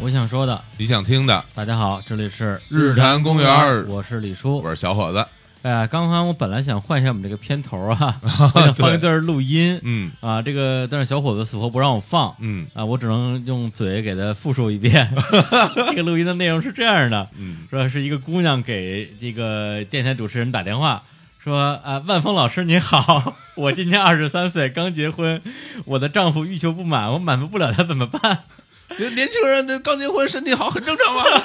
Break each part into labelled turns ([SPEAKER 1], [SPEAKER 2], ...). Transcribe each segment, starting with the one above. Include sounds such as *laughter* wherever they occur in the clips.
[SPEAKER 1] 我想说的，
[SPEAKER 2] 你想听的，
[SPEAKER 1] 大家好，这里是
[SPEAKER 2] 日坛公园儿
[SPEAKER 1] 我是李叔
[SPEAKER 2] 我。是小伙子，
[SPEAKER 1] 哎呀，刚刚我本来想换一下我们这个片头
[SPEAKER 2] *laughs*
[SPEAKER 1] 啊，我想放一段录音
[SPEAKER 2] 嗯
[SPEAKER 1] 啊，这个但是小伙子死活不让我放
[SPEAKER 2] 嗯
[SPEAKER 1] 啊，我只能用嘴给他复述一
[SPEAKER 2] *laughs*
[SPEAKER 1] 遍。这个录音的内容是这样的，
[SPEAKER 2] 嗯，
[SPEAKER 1] 说是一个姑娘给这个电台主持人打电话，说啊，万峰老师你
[SPEAKER 2] *laughs*
[SPEAKER 1] 好，我今年二十三岁，刚结婚，我的丈夫欲求不满，我满足不了他怎么办？
[SPEAKER 2] 年年轻人这刚结婚，身体好很正常嘛。
[SPEAKER 1] *laughs*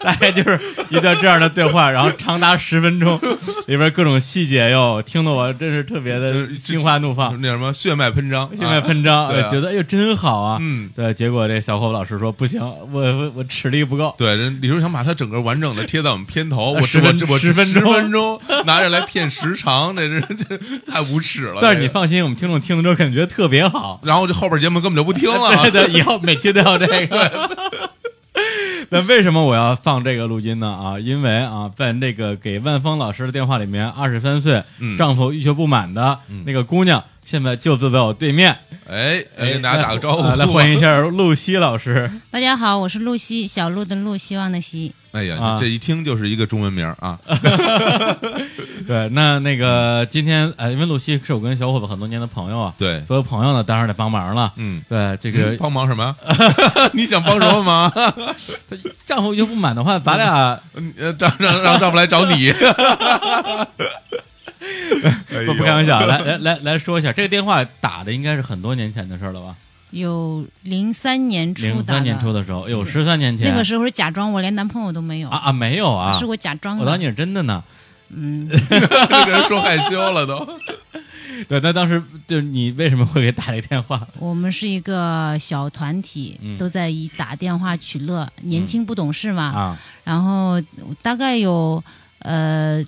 [SPEAKER 1] 大概就是一段这样的对话，然后长达十分钟，里边各种细节哟，听得我真是特别的
[SPEAKER 2] 就是
[SPEAKER 1] 心花怒放，
[SPEAKER 2] *laughs* 那什么血脉喷张，
[SPEAKER 1] 血脉
[SPEAKER 2] 啊，
[SPEAKER 1] 喷张，
[SPEAKER 2] 对啊
[SPEAKER 1] 哎觉得哎呦真好啊。
[SPEAKER 2] 嗯
[SPEAKER 1] 对，结果这小伙老师说不行，我我我齿力不够，
[SPEAKER 2] 对，人李叔想把它整个完整的贴在我们片头，我
[SPEAKER 1] 啊十分
[SPEAKER 2] 我我
[SPEAKER 1] 十分
[SPEAKER 2] 钟
[SPEAKER 1] 钟
[SPEAKER 2] 分钟拿着来骗时长，这 *laughs* 这这太无耻了。
[SPEAKER 1] 但是你
[SPEAKER 2] 这个，
[SPEAKER 1] 放心，我们听众听了之后感觉特别好。
[SPEAKER 2] 然后就后边节目根本就不听
[SPEAKER 1] *laughs* 对
[SPEAKER 2] 了。
[SPEAKER 1] 对，以后每期都要这个。 *laughs* 那为什么我要放这个录音呢？啊，因为啊，在那个给万峰老师的电话里面，二十三岁、
[SPEAKER 2] 嗯
[SPEAKER 1] 丈夫欲求不满的那个姑娘，现在就坐在我对面，
[SPEAKER 2] 哎，来
[SPEAKER 1] 哎，
[SPEAKER 2] 跟大家打个招呼，
[SPEAKER 1] 啊来欢迎一。下露西老师。
[SPEAKER 3] 大家好，我是露西，小鹿的鹿，希望的希。
[SPEAKER 2] 哎呀，
[SPEAKER 1] 啊
[SPEAKER 2] 你这一听就是一个中文名儿啊。
[SPEAKER 1] 对，那那个今天呃，因为露西是我跟小伙子很多年的朋友啊，
[SPEAKER 2] 对，
[SPEAKER 1] 所有朋友呢，当然得帮忙了。
[SPEAKER 2] 嗯，
[SPEAKER 1] 对， *laughs* 这个
[SPEAKER 2] 帮忙什么？ *laughs* 你想帮什么忙？
[SPEAKER 1] 丈夫欲求不满的话，咱俩
[SPEAKER 2] 呃，让让让丈夫来找你。
[SPEAKER 1] 不
[SPEAKER 2] 不
[SPEAKER 1] 不开玩
[SPEAKER 2] *laughs*
[SPEAKER 1] 笑，来来来来说一下，这个电话打的应该是很多年前的事儿了吧？
[SPEAKER 3] 有零三年初
[SPEAKER 1] 零
[SPEAKER 3] 打
[SPEAKER 1] 三
[SPEAKER 3] 的，
[SPEAKER 1] 年初的时候，有十三年前，
[SPEAKER 3] 那个时候是假装我连男朋友都没有，
[SPEAKER 1] 啊啊没有啊，
[SPEAKER 3] 是我假装
[SPEAKER 1] 我当
[SPEAKER 3] 的。
[SPEAKER 1] 你是真的呢。
[SPEAKER 3] 嗯，
[SPEAKER 2] 这个人说害羞了都。
[SPEAKER 1] 对，那当时就是你为什么会给打这个电话？
[SPEAKER 3] 我们是一个小团体，
[SPEAKER 1] 嗯
[SPEAKER 3] 都在以打电话取乐，年轻不懂事嘛。
[SPEAKER 1] 啊，
[SPEAKER 3] 然后大概有。呃，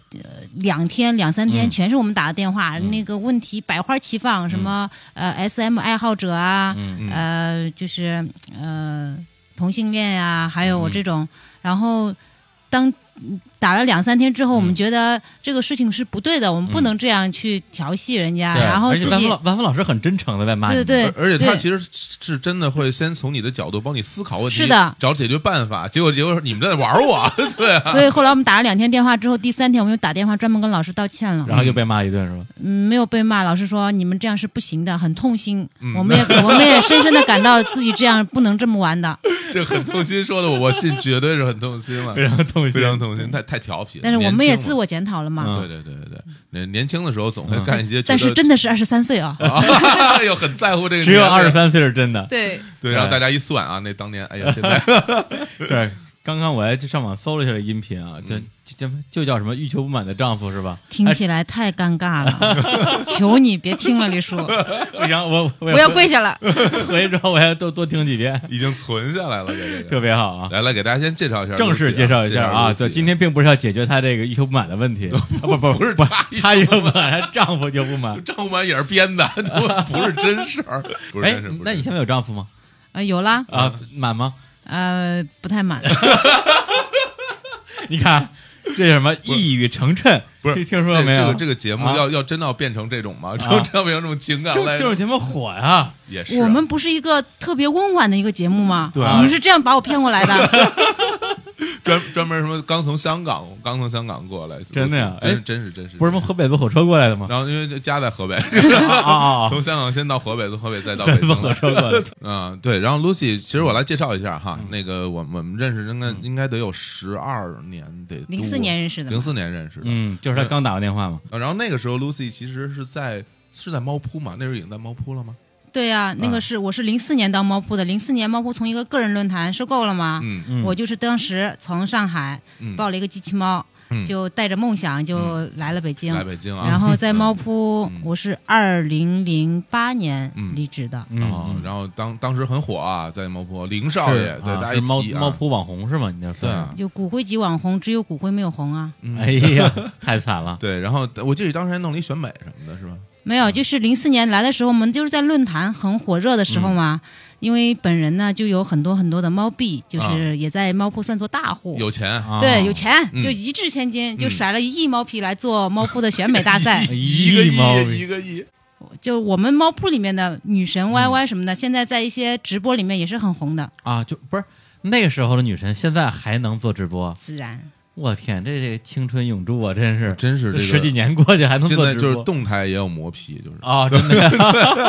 [SPEAKER 3] 两天两三天
[SPEAKER 1] 嗯
[SPEAKER 3] 全是我们打的电话，那个问题百花齐放，什么呃 SM 爱好者啊，
[SPEAKER 1] 嗯
[SPEAKER 3] 呃，就是呃同性恋呀、还
[SPEAKER 1] 嗯
[SPEAKER 3] 有我这种，然后当嗯打了两三天之后，
[SPEAKER 1] 嗯
[SPEAKER 3] 我们觉得这个事情是不对的，我们不能这样去调戏人家，
[SPEAKER 1] 嗯对
[SPEAKER 3] 啊
[SPEAKER 1] 哎
[SPEAKER 3] 然后
[SPEAKER 1] 而且
[SPEAKER 3] 自
[SPEAKER 1] 万峰
[SPEAKER 3] 己
[SPEAKER 1] 老万峰老师很真诚的在骂你，
[SPEAKER 3] 对对
[SPEAKER 2] 而而且他
[SPEAKER 3] 对
[SPEAKER 2] 其实是真的会先从你的角度帮你思考问题，
[SPEAKER 3] 是的
[SPEAKER 2] 找解决办法。结果结果你们在玩我，对啊，
[SPEAKER 3] 所以后来我们打了两天电话之后，第三天我们又打电话专门跟老师道歉了，
[SPEAKER 1] 然后又被骂一顿是吧？
[SPEAKER 3] 嗯，没有被骂，老师说你们这样是不行的，很痛心，
[SPEAKER 2] 嗯
[SPEAKER 3] 我们也 *laughs* 我们也深深的感到自己这样不能这么玩的，
[SPEAKER 2] 这很痛心。说的我我信，绝对是很痛心了，
[SPEAKER 1] 非常痛心
[SPEAKER 2] 非常痛心，太太调皮了。
[SPEAKER 3] 但是我们也自
[SPEAKER 2] 我，
[SPEAKER 3] 我检讨了嘛，
[SPEAKER 1] 嗯
[SPEAKER 2] 对对对对对，年年轻的时候总会干一些觉得，
[SPEAKER 3] 但是真的是二十三岁啊，
[SPEAKER 2] 啊，又很在乎这个，
[SPEAKER 1] 只有二十，三岁是真的。
[SPEAKER 3] 对，
[SPEAKER 2] 对，然后大家一算啊，那当年，哎呀，现在
[SPEAKER 1] 对，刚刚我还上网搜了一下这音频啊，就就就叫什么“欲求不满的丈夫”是 *laughs* 吧？
[SPEAKER 3] 听起来太尴尬了， *laughs* 求你别听了，李叔，
[SPEAKER 1] 我想我我
[SPEAKER 3] 我要跪下了。
[SPEAKER 1] *laughs* 回去之后我要多多听几遍，
[SPEAKER 2] 已经存下来了，这
[SPEAKER 1] 特
[SPEAKER 2] 个。
[SPEAKER 1] 别好啊。
[SPEAKER 2] *laughs* 来来，给大家先介绍一下，
[SPEAKER 1] 正式介绍一下啊，
[SPEAKER 2] 就
[SPEAKER 1] 对，今天并不是要解决她这个欲求不满的问 *laughs* 题，啊不不
[SPEAKER 2] 不是
[SPEAKER 1] 不
[SPEAKER 2] 她，
[SPEAKER 1] 她欲求不满，她丈夫就不满。
[SPEAKER 2] 张满也是编的， *laughs* 都不是真事
[SPEAKER 1] *laughs*
[SPEAKER 2] 儿，不是
[SPEAKER 1] 哎
[SPEAKER 2] 真事儿。不是，
[SPEAKER 1] 那你现在有丈夫吗？
[SPEAKER 3] 呃，有啦，
[SPEAKER 1] 啊，满吗？
[SPEAKER 3] 呃，不太满，
[SPEAKER 1] 你看这什么一语成谶，
[SPEAKER 2] 不
[SPEAKER 1] *laughs*
[SPEAKER 2] 是
[SPEAKER 1] 听说没
[SPEAKER 2] 这
[SPEAKER 1] 有？
[SPEAKER 2] 个这个节目
[SPEAKER 1] 啊
[SPEAKER 2] 要要真的要变成这种吗？这种这样这种情感
[SPEAKER 1] 这
[SPEAKER 2] 来
[SPEAKER 1] 这种节目火呀！
[SPEAKER 2] 也是啊
[SPEAKER 3] 我们不是一个特别温婉的一个节目吗？
[SPEAKER 1] 对
[SPEAKER 3] 你们是这样把我骗过来的，
[SPEAKER 2] 专专门什么刚从香港刚从香港过来，
[SPEAKER 1] 真的呀
[SPEAKER 2] 真是
[SPEAKER 1] 哎
[SPEAKER 2] 真是真是
[SPEAKER 1] 不是从。河北坐火车过来的 *laughs* 吗？
[SPEAKER 2] 然后因为就家在
[SPEAKER 1] *laughs*
[SPEAKER 2] 河北， *laughs*
[SPEAKER 1] 啊啊啊！
[SPEAKER 2] 从香港先到河北，从河北再到北
[SPEAKER 1] *laughs* 坐
[SPEAKER 2] 京
[SPEAKER 1] 火。车过来的，
[SPEAKER 2] 嗯，对。然后 Lucy，其实我来介绍一下哈，
[SPEAKER 1] 嗯
[SPEAKER 2] 那个我们我们认识应该应该得有十二年，得
[SPEAKER 3] 零四年认识的
[SPEAKER 2] 零四年认识的。
[SPEAKER 1] 嗯，就是他刚打完电话嘛。
[SPEAKER 2] 啊然后那个时候 Lucy 其实是在是在猫扑嘛，那时候已经在猫扑了吗？
[SPEAKER 3] 对呀、那个是我是零四年到猫扑的，零四年猫扑从一个个人论坛收购了嘛，
[SPEAKER 2] 嗯
[SPEAKER 1] 嗯
[SPEAKER 3] 我就是当时从上海
[SPEAKER 2] 嗯，
[SPEAKER 3] 抱了一个机器猫，
[SPEAKER 2] 嗯
[SPEAKER 3] 就带着梦想就来了北京。
[SPEAKER 2] 来北京啊。
[SPEAKER 3] *laughs* 然后在猫扑
[SPEAKER 2] 嗯，
[SPEAKER 3] 我是二零零八年
[SPEAKER 2] 嗯
[SPEAKER 3] 离职的，
[SPEAKER 1] 嗯
[SPEAKER 2] 然后
[SPEAKER 1] 嗯
[SPEAKER 2] 然后当当时很火啊，在猫扑林少
[SPEAKER 1] 是
[SPEAKER 2] 爷，对
[SPEAKER 1] 啊
[SPEAKER 2] 大家
[SPEAKER 1] 是
[SPEAKER 2] 一
[SPEAKER 1] 猫
[SPEAKER 2] 提啊
[SPEAKER 1] 猫扑网红是吗？你那是
[SPEAKER 2] 对啊？
[SPEAKER 3] 就骨灰级网红，只有骨灰没有红啊。
[SPEAKER 2] 嗯
[SPEAKER 1] 哎呀， *laughs* 太惨了。
[SPEAKER 2] 对，然后我记得你当时还弄了一选美什么的，是吧？
[SPEAKER 3] 没有，就是零四年来的时候，我们就是在论坛很火热的时候嘛。
[SPEAKER 2] 嗯
[SPEAKER 3] 因为本人呢，就有很多很多的猫币，就是也在猫扑算作大户，
[SPEAKER 2] 啊有钱，
[SPEAKER 1] 啊。
[SPEAKER 3] 对有钱，
[SPEAKER 2] 嗯
[SPEAKER 3] 就一掷千金，
[SPEAKER 2] 嗯 *laughs* 哎
[SPEAKER 3] 就甩了一亿猫皮来做猫扑的选美大赛
[SPEAKER 1] 一
[SPEAKER 2] 个
[SPEAKER 1] 亿猫
[SPEAKER 2] 亿，
[SPEAKER 1] 咪
[SPEAKER 2] 一个亿，
[SPEAKER 3] 就我们猫铺里面的女
[SPEAKER 2] 嗯
[SPEAKER 3] 神 YY 什么的，现在在一些直播里面也是很红的。
[SPEAKER 1] 啊，就不是那个时候的女神，现在还能做直播？
[SPEAKER 3] 自然， *laughs*
[SPEAKER 1] 我天，这这青春永驻啊，真是，
[SPEAKER 2] 真
[SPEAKER 1] 这
[SPEAKER 2] 是这个
[SPEAKER 1] 十几年过去还能
[SPEAKER 2] 现
[SPEAKER 1] 做
[SPEAKER 2] 在
[SPEAKER 1] 直
[SPEAKER 2] 就是
[SPEAKER 1] 播
[SPEAKER 2] 动态也有磨皮，就是
[SPEAKER 1] 啊，真
[SPEAKER 2] *laughs*
[SPEAKER 1] 的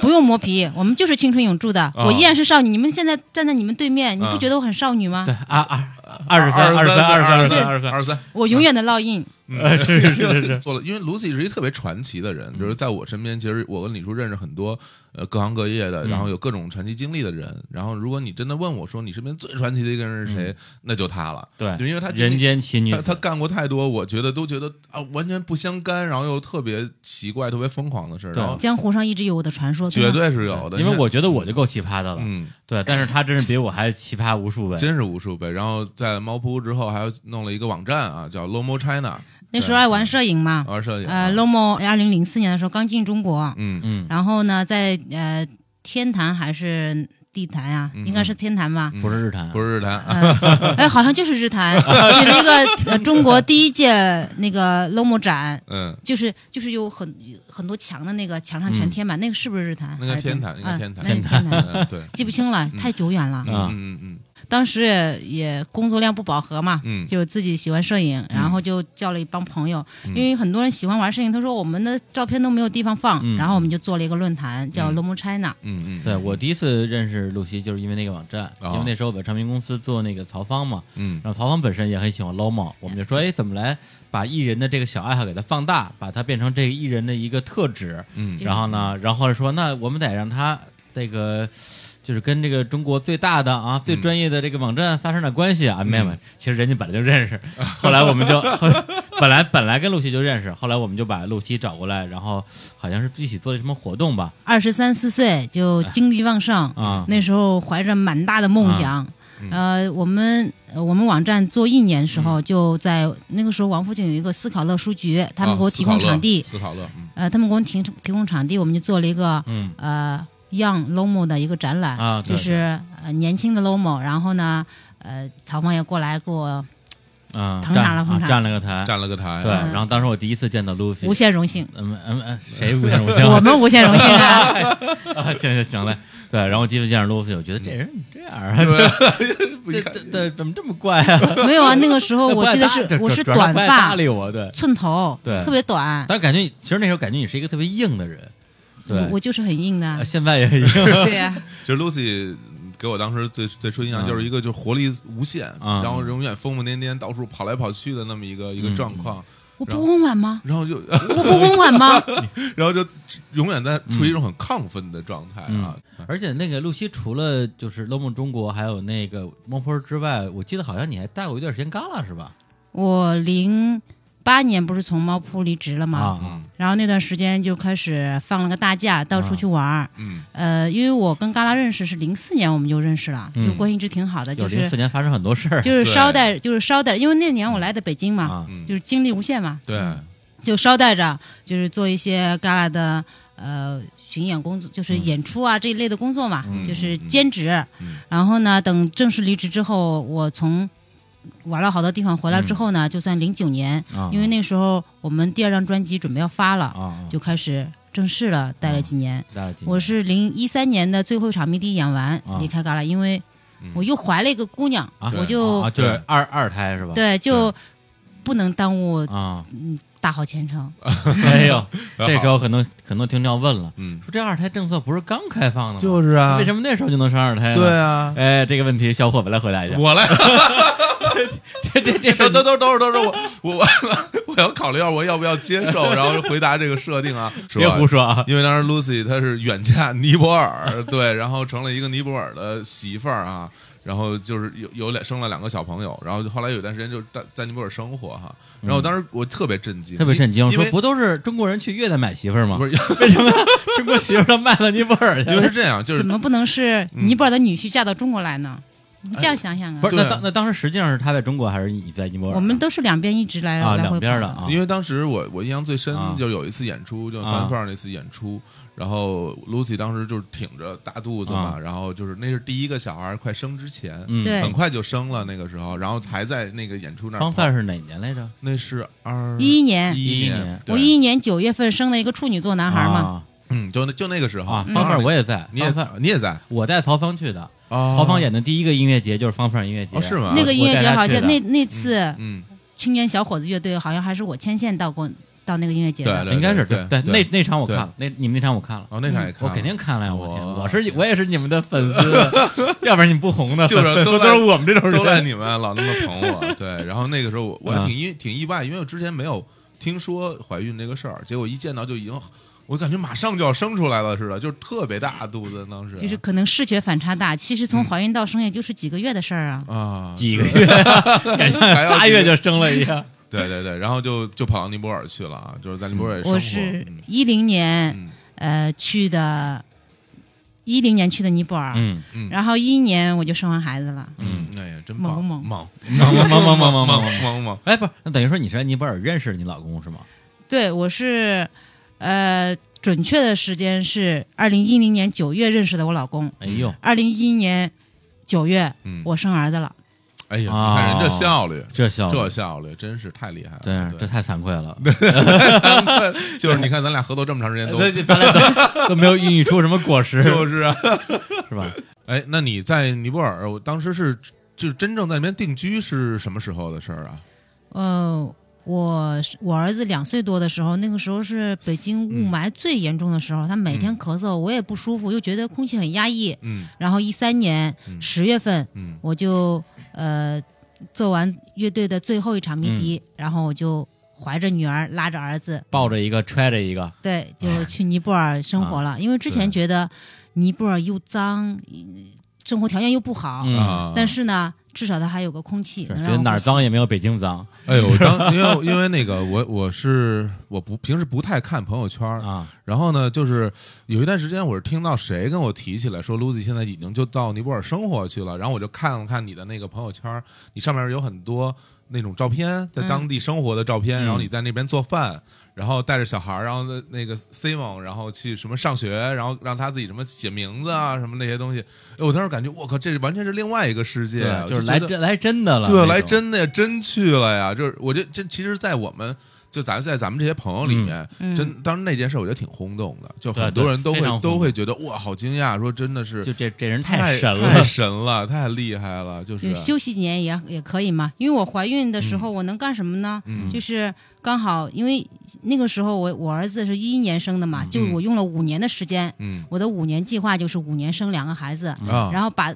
[SPEAKER 3] 不用磨皮，我们就是青春永驻的。
[SPEAKER 2] 啊
[SPEAKER 3] 我依然是少女，你们现在站在你们对面，你不
[SPEAKER 2] 嗯
[SPEAKER 3] 觉得我很少女吗
[SPEAKER 1] 对？二二啊二十三
[SPEAKER 2] 二
[SPEAKER 1] 十三二
[SPEAKER 2] 十
[SPEAKER 1] 十三
[SPEAKER 2] 二
[SPEAKER 1] 二
[SPEAKER 2] 十
[SPEAKER 1] 十
[SPEAKER 2] 三
[SPEAKER 1] 三，
[SPEAKER 2] 二十三，
[SPEAKER 3] 我永远的烙印。
[SPEAKER 1] 呃， *laughs* 是是是是，嗯
[SPEAKER 2] 做了，嗯 *laughs* 因为 Lucy 是一个特别传奇的人，就是在我身边，其实我跟李叔认识很多呃各行各业的，
[SPEAKER 1] 嗯
[SPEAKER 2] 然后有各种传奇经历的人。然后如果你真的问我说你身边最传奇的一个人是谁，那就他了。
[SPEAKER 1] 嗯对，
[SPEAKER 2] 就因为他经历
[SPEAKER 1] 人间奇女
[SPEAKER 2] 他
[SPEAKER 1] 子，
[SPEAKER 2] 他干过太多，我觉得都觉得啊完全不相干，然后又特别奇怪、特别疯狂的事儿，
[SPEAKER 1] 对
[SPEAKER 2] 然后
[SPEAKER 3] 江湖上一直有我的传说，
[SPEAKER 2] 绝
[SPEAKER 3] 吧
[SPEAKER 2] 对是有的。
[SPEAKER 1] 因为
[SPEAKER 2] 你看
[SPEAKER 1] 我觉得我就够奇葩的了，
[SPEAKER 2] 嗯，
[SPEAKER 1] 对，但是他真是比我还奇葩无数倍，
[SPEAKER 2] 真是无数倍。然后在猫扑之后，还有弄了一个网站啊，叫 Lomo China，
[SPEAKER 3] 那时候爱玩摄影
[SPEAKER 1] 嗯
[SPEAKER 3] 嘛，
[SPEAKER 2] 玩摄影啊
[SPEAKER 3] 呃，Lomo 二零零四年的时候刚进中国，
[SPEAKER 2] 嗯
[SPEAKER 1] 嗯，
[SPEAKER 3] 然后呢，在呃天坛还是地坛啊，
[SPEAKER 2] 嗯
[SPEAKER 3] 应该是天坛吧。
[SPEAKER 2] 嗯
[SPEAKER 1] 不是日坛，
[SPEAKER 2] 不是日坛啊，
[SPEAKER 3] 嗯，哎，好像就是
[SPEAKER 2] *laughs*
[SPEAKER 3] 日坛举了一个呃中国第一届那个 LOMO 展，
[SPEAKER 2] 嗯，
[SPEAKER 3] 就是就是有很很多墙的那个墙上全贴满，那个是不是日坛？
[SPEAKER 2] 那个
[SPEAKER 3] 还是
[SPEAKER 2] 天坛
[SPEAKER 3] 哪
[SPEAKER 2] 应该天坛
[SPEAKER 3] 哎啊那个天坛，
[SPEAKER 2] 嗯对，
[SPEAKER 3] 记不清了，太久远了。
[SPEAKER 1] 啊
[SPEAKER 2] 嗯嗯嗯
[SPEAKER 3] 当时也也工作量不饱和嘛，
[SPEAKER 2] 嗯
[SPEAKER 3] 就自己喜欢摄影，然后就叫了一帮朋友，因为很多人喜欢玩摄影，他说我们的照片都没有地方放，
[SPEAKER 1] 嗯
[SPEAKER 3] 然后我们就做了一个论坛叫
[SPEAKER 2] 嗯
[SPEAKER 3] LOMO China，
[SPEAKER 2] 嗯嗯，
[SPEAKER 1] 对我第一次认识露西，就是因为那个网站，
[SPEAKER 2] 哦
[SPEAKER 1] 因为那时候我在唱片公司做那个曹芳嘛，
[SPEAKER 2] 嗯
[SPEAKER 1] 然后曹芳本身也很喜欢 Lomo，我们就说，哎，怎么来把艺人的这个小爱好给它放大，把它变成这个艺人的一个特质，
[SPEAKER 2] 嗯
[SPEAKER 1] 然后呢，然后说，那我们得让他这个。就是跟这个中国最大的啊、
[SPEAKER 2] 嗯
[SPEAKER 1] 最专业的这个网站发生点关系啊，没有没有，其实人家本来就认识， *laughs* 后来我们就后来本来本来跟露西就认识，后来我们就把露西找过来，然后好像是一起做了什么活动吧，
[SPEAKER 3] 二十三四岁就精力旺盛，
[SPEAKER 1] 啊，
[SPEAKER 3] 那时候怀着满大的梦想，
[SPEAKER 2] 啊嗯
[SPEAKER 3] 呃，我们呃我们网站做一年时候，就在那个时候王府井有一个思考乐书局，他们给我提供场地，
[SPEAKER 2] 啊思哦考乐，嗯
[SPEAKER 3] 呃，他们给我提提供场地，我们就做了一个、
[SPEAKER 1] 嗯
[SPEAKER 3] 呃 Young Lomo 的一个展览，
[SPEAKER 1] 啊对
[SPEAKER 3] 就是呃年轻的 Lomo，然后呢，呃，曹芳也过来给我
[SPEAKER 1] 嗯，
[SPEAKER 3] 捧
[SPEAKER 1] 站
[SPEAKER 3] 场了捧
[SPEAKER 1] 啊
[SPEAKER 3] 场
[SPEAKER 1] 站了个台，
[SPEAKER 2] 站了个台，啊 *laughs*
[SPEAKER 1] 对，
[SPEAKER 3] 嗯
[SPEAKER 1] 然后当时我第一次见到 Lucy，
[SPEAKER 3] 无限荣幸，
[SPEAKER 1] 嗯嗯嗯，谁无限荣幸？ *laughs*
[SPEAKER 3] 我们无限荣幸啊，
[SPEAKER 1] 啊，行行行嘞，对，然后第一次见着 Lucy，我觉得这人怎么这样啊， *laughs* 这这这怎么这么怪啊？
[SPEAKER 3] 没有啊，那个时
[SPEAKER 1] *laughs*
[SPEAKER 3] 候
[SPEAKER 1] 不
[SPEAKER 3] 我
[SPEAKER 1] 爱
[SPEAKER 3] 记得
[SPEAKER 1] 搭
[SPEAKER 3] 是
[SPEAKER 1] 这
[SPEAKER 3] 我
[SPEAKER 1] 主
[SPEAKER 3] 是
[SPEAKER 1] 主要
[SPEAKER 3] 短
[SPEAKER 1] 不爱
[SPEAKER 3] 发
[SPEAKER 1] 搭，理我，
[SPEAKER 3] *laughs*
[SPEAKER 1] 对，
[SPEAKER 3] 寸头，
[SPEAKER 1] 对
[SPEAKER 3] 特别短，
[SPEAKER 1] 但是感觉你其实那时候感觉你是一个特别硬的人，对，
[SPEAKER 3] 我我就是很硬的
[SPEAKER 1] 啊，现在也很硬
[SPEAKER 3] 对呀、
[SPEAKER 2] 其实 Lucy 给我当时最最初印象
[SPEAKER 1] 嗯
[SPEAKER 2] 就是一个就活力无限，
[SPEAKER 1] 嗯
[SPEAKER 2] 然后永远疯疯癫癫，到处跑来跑去的那么一个一个状况，
[SPEAKER 3] 我不温婉吗？
[SPEAKER 2] 然后就 *laughs*
[SPEAKER 3] 我不温婉吗？ *laughs*
[SPEAKER 2] 然后就永远在处于一种很亢奋的状态啊，
[SPEAKER 1] *laughs* 而且那个露西除了就是《乐梦中国》还有那个《猫坡》之外，我记得好像你还带过一段时间旮旯是吧？
[SPEAKER 3] 我零八年不是从猫扑离职了吗？
[SPEAKER 1] 啊
[SPEAKER 3] 然后那段时间就开始放了个大假，到处去玩儿。
[SPEAKER 2] 嗯
[SPEAKER 3] 呃，因为我跟嘎啦认识是零四年，我们就认识了，
[SPEAKER 1] 嗯
[SPEAKER 3] 就关系一直挺好的，
[SPEAKER 1] 有
[SPEAKER 3] 就
[SPEAKER 1] 零
[SPEAKER 3] 是
[SPEAKER 1] 四年发生很多事儿，
[SPEAKER 3] *laughs* 就是
[SPEAKER 2] 对
[SPEAKER 3] 捎带，就是捎带，因为那年我来的北京嘛，
[SPEAKER 1] 啊，嗯
[SPEAKER 2] 嗯，
[SPEAKER 3] 就是精力无限嘛，
[SPEAKER 2] 对，
[SPEAKER 3] 就捎带着就是做一些嘎啦的呃巡演工作，就是演出啊、这一类的工作嘛，
[SPEAKER 2] 嗯
[SPEAKER 3] 就是兼职。
[SPEAKER 2] 嗯
[SPEAKER 3] 然后呢，等正式离职之后，我从玩了好多地方回来之后呢，就算零九年，
[SPEAKER 1] 嗯啊
[SPEAKER 3] 因为那时候我们第二张专辑准备要发了，
[SPEAKER 1] 啊，
[SPEAKER 3] 就开始正式了，待了几年。
[SPEAKER 1] 带了几
[SPEAKER 3] 我是零一三年的最后一场迷笛演完、
[SPEAKER 1] 啊嗯
[SPEAKER 3] 离开嘎啦，因为我又怀了一个姑娘，
[SPEAKER 1] 啊
[SPEAKER 3] 我就、
[SPEAKER 1] 啊，就是二二胎是吧？
[SPEAKER 3] 对就不能耽误
[SPEAKER 1] 啊，
[SPEAKER 3] 大好前程。
[SPEAKER 1] 哎呦，这时
[SPEAKER 2] 候
[SPEAKER 1] 候很多很多听众要问了，
[SPEAKER 2] 嗯
[SPEAKER 1] 说这二胎政策不是刚开放的吗？
[SPEAKER 2] 就是啊，
[SPEAKER 1] 为什么那时候就能生二胎？
[SPEAKER 2] 对，啊，
[SPEAKER 1] 哎，这个问题，小伙伴来回答一下。
[SPEAKER 2] 我来。
[SPEAKER 1] *laughs* 这这这
[SPEAKER 2] 等等等等等等，我我 *laughs* 我我要考虑一下我要不要接受，然后回答这个设定啊，是
[SPEAKER 1] 别
[SPEAKER 2] 吧
[SPEAKER 1] 胡说啊！
[SPEAKER 2] 因为当时 Lucy 她是远嫁尼泊尔，对，然后成了一个尼泊尔的媳妇儿啊，然后就是有有两生了两个小朋友，然后就后来有一段时间就在在尼泊尔生活哈，然后当时我特别震惊，
[SPEAKER 1] 特别震惊，
[SPEAKER 2] 因
[SPEAKER 1] 说
[SPEAKER 2] 为
[SPEAKER 1] 不都是中国人去越南买媳妇儿吗
[SPEAKER 2] 不？是 *laughs*
[SPEAKER 1] 为什么中国媳妇儿都卖到尼泊尔去
[SPEAKER 2] 因为
[SPEAKER 1] 了？
[SPEAKER 2] 是这样，就是
[SPEAKER 3] 怎么不能是尼泊尔的女婿嫁到中国来呢？你这样想想啊，
[SPEAKER 1] 嗯不是，
[SPEAKER 2] 对
[SPEAKER 1] 那当那当时实际上是他在中国还是你在尼泊尔啊？
[SPEAKER 3] 我们都是两边一直来、
[SPEAKER 1] 啊
[SPEAKER 3] 来回
[SPEAKER 1] 两边的
[SPEAKER 3] 跑
[SPEAKER 1] 啊
[SPEAKER 2] 因为当时我我印象最深
[SPEAKER 1] 啊
[SPEAKER 2] 就有一次演出，就
[SPEAKER 1] 啊
[SPEAKER 2] 翻范儿那次演出，然后 Lucy 当时就是挺着大肚子嘛，
[SPEAKER 1] 啊
[SPEAKER 2] 然后就是那是第一个小孩快生之前，
[SPEAKER 1] 嗯
[SPEAKER 3] 对
[SPEAKER 2] 很快就生了那个时候，然后还在那个演出那儿
[SPEAKER 1] 方
[SPEAKER 2] 跑，
[SPEAKER 1] 范是哪年来着？
[SPEAKER 2] 那是二
[SPEAKER 3] 一一年，
[SPEAKER 2] 一
[SPEAKER 1] 一一
[SPEAKER 2] 年
[SPEAKER 1] 年，
[SPEAKER 2] 对
[SPEAKER 3] 我一一年九月份生的一个处女座男孩嘛，
[SPEAKER 2] 嗯，就那就那个时
[SPEAKER 1] 啊
[SPEAKER 2] 候
[SPEAKER 1] 啊，方范我
[SPEAKER 2] 也
[SPEAKER 1] 也在，
[SPEAKER 2] 你也
[SPEAKER 1] 方范
[SPEAKER 2] 你也在，
[SPEAKER 1] 我带曹芳去的，
[SPEAKER 2] 哦
[SPEAKER 1] 曹芳演的第一个音乐节就是方范音乐节，
[SPEAKER 2] 哦是吗？
[SPEAKER 3] 那个音乐节好
[SPEAKER 1] 啊我带他去
[SPEAKER 3] 像
[SPEAKER 1] 的
[SPEAKER 3] 那那次
[SPEAKER 2] 嗯，
[SPEAKER 3] 青年小伙子乐队好像还是我牵线到过到那个音乐节
[SPEAKER 2] 对
[SPEAKER 3] 的，
[SPEAKER 2] 对，
[SPEAKER 1] 应该是
[SPEAKER 2] 对
[SPEAKER 1] 对，那那场我
[SPEAKER 2] 对
[SPEAKER 1] 看了，那你们那场我看了。
[SPEAKER 2] 哦那场也看
[SPEAKER 1] 我
[SPEAKER 2] 了，
[SPEAKER 1] 肯定看了呀！我
[SPEAKER 2] 哇
[SPEAKER 1] 天，我是我也是你们的粉
[SPEAKER 2] *laughs*
[SPEAKER 1] 丝，要不然你不红 *laughs* 的，
[SPEAKER 2] 就是
[SPEAKER 1] 粉粉丝
[SPEAKER 2] 都赖
[SPEAKER 1] 都是我们这种
[SPEAKER 2] 都赖
[SPEAKER 1] 人。
[SPEAKER 2] 你们老那么捧我，对。然后那个时候我我还
[SPEAKER 1] 嗯
[SPEAKER 2] 挺意挺意外，因为我之前没有听说怀孕这个事儿，结果一见到就已经，我感觉马上就要生出来了似的，就是特别大肚子，当时
[SPEAKER 3] 就是可能视觉反差大，其实
[SPEAKER 1] 嗯
[SPEAKER 3] 从怀孕到生也就是几个月的事儿啊。
[SPEAKER 2] 啊，
[SPEAKER 1] 几个月，感觉
[SPEAKER 2] *laughs* 还要
[SPEAKER 1] 仨
[SPEAKER 2] 几个
[SPEAKER 1] 月就生了一样。
[SPEAKER 2] 对对对，然后就就跑到尼泊尔去了啊，就是在尼泊尔也生活，
[SPEAKER 3] 我是
[SPEAKER 2] 嗯
[SPEAKER 3] 一零年
[SPEAKER 2] 嗯
[SPEAKER 3] 呃去的，一零年去的尼泊尔，
[SPEAKER 1] 嗯，
[SPEAKER 2] 嗯
[SPEAKER 3] 然后一一年我就生完孩子了。
[SPEAKER 2] 嗯，哎呀，真
[SPEAKER 3] 猛
[SPEAKER 2] 棒，
[SPEAKER 3] 猛
[SPEAKER 2] 猛
[SPEAKER 1] 忙忙忙忙忙
[SPEAKER 2] 猛
[SPEAKER 1] 忙忙。
[SPEAKER 2] 猛猛，
[SPEAKER 1] 嗯哎，不是，那等于说你是在尼泊尔认识你老公是吗？
[SPEAKER 3] 对，我是呃准确的时间是二零一零年九月认识的我老公，
[SPEAKER 1] 哎呦，
[SPEAKER 3] 二零一一年九月
[SPEAKER 2] 嗯，
[SPEAKER 3] 我生儿子了。
[SPEAKER 2] 哎呀，
[SPEAKER 1] 啊
[SPEAKER 2] 你看人这效率。
[SPEAKER 1] 这效率
[SPEAKER 2] 这效率真是太厉害了，
[SPEAKER 1] 对，这
[SPEAKER 2] 对， *laughs*
[SPEAKER 1] 太惭愧了。 *laughs*
[SPEAKER 2] 就是你看咱俩合作这么长时间都
[SPEAKER 1] 对，咱俩都都没有孕育出什么果实，
[SPEAKER 2] 就是啊，
[SPEAKER 1] 是吧？
[SPEAKER 2] 哎，那你在尼泊尔，我当时是就是真正在那边定居是什么时候的事儿啊？
[SPEAKER 3] 呃，我是我儿子两岁多的时候，那个时候是北京
[SPEAKER 2] 嗯
[SPEAKER 3] 雾霾最严重的时候，他每天咳嗽，我也不舒服，又觉得空气很压抑。
[SPEAKER 2] 嗯
[SPEAKER 3] 然后一三年
[SPEAKER 2] 嗯
[SPEAKER 3] 十月份，
[SPEAKER 2] 嗯
[SPEAKER 3] 我就呃做完乐队的最后一场迷
[SPEAKER 1] 嗯
[SPEAKER 3] 笛，然后我就怀着女儿拉着儿子，
[SPEAKER 1] 抱着一个揣着一个，
[SPEAKER 3] 对，就去尼泊尔生活
[SPEAKER 1] 啊
[SPEAKER 3] 了。因为之前
[SPEAKER 2] 对
[SPEAKER 3] 觉得尼泊尔又脏，生活条件又不好，
[SPEAKER 1] 嗯
[SPEAKER 2] 啊，
[SPEAKER 3] 但是呢，至少它还有个空气，
[SPEAKER 1] 是
[SPEAKER 3] 能
[SPEAKER 1] 觉
[SPEAKER 3] 让
[SPEAKER 1] 得
[SPEAKER 3] 我
[SPEAKER 1] 哪儿
[SPEAKER 3] 呼吸
[SPEAKER 1] 脏也没有北京脏
[SPEAKER 2] 哎呦，我当因为因为那个我我是我不平时不太看朋友圈儿，
[SPEAKER 1] 啊。
[SPEAKER 2] 然后呢，就是有一段时间我是听到谁跟我提起来说 Lucy 现在已经就到尼泊尔生活去了，然后我就看了看你的那个朋友圈儿，你上面有很多那种照片，在当地生活的照片，
[SPEAKER 1] 嗯
[SPEAKER 2] 然后你在那边做饭。然后带着小孩儿，然后那那个 Simon，然后去什么上学，然后让他自己什么写名字啊，什么那些东西。哎我当时感觉，我靠，这完全是另外一个世界啊，
[SPEAKER 1] 对，就是
[SPEAKER 2] 觉
[SPEAKER 1] 来
[SPEAKER 2] 得
[SPEAKER 1] 真来真的了，那
[SPEAKER 2] 对，
[SPEAKER 1] 种
[SPEAKER 2] 来真的呀，真去了呀！就是我觉得这其实，在我们就咱在咱们这些朋友里面，
[SPEAKER 3] 嗯嗯
[SPEAKER 2] 真当时那件事，我觉得挺轰动的，就
[SPEAKER 1] 对
[SPEAKER 2] 很多人都
[SPEAKER 1] 对
[SPEAKER 2] 会
[SPEAKER 1] 非常轰动
[SPEAKER 2] 都会觉得哇，好惊讶，说真的是
[SPEAKER 1] 就这这人
[SPEAKER 2] 太
[SPEAKER 1] 神
[SPEAKER 2] 太
[SPEAKER 1] 了，
[SPEAKER 2] 神了，太厉害了，就
[SPEAKER 1] 啊
[SPEAKER 3] 就是休息几年也也可以嘛。因为我怀孕的时候，我能干什么呢？
[SPEAKER 2] 嗯
[SPEAKER 3] 就是刚好，因为那个时候我我儿子是一一年生的嘛，
[SPEAKER 1] 嗯
[SPEAKER 3] 就我用了五年的时间，
[SPEAKER 2] 嗯
[SPEAKER 3] 我的五年计划就是五年生两个孩子，
[SPEAKER 1] 嗯
[SPEAKER 2] 啊，
[SPEAKER 3] 然后把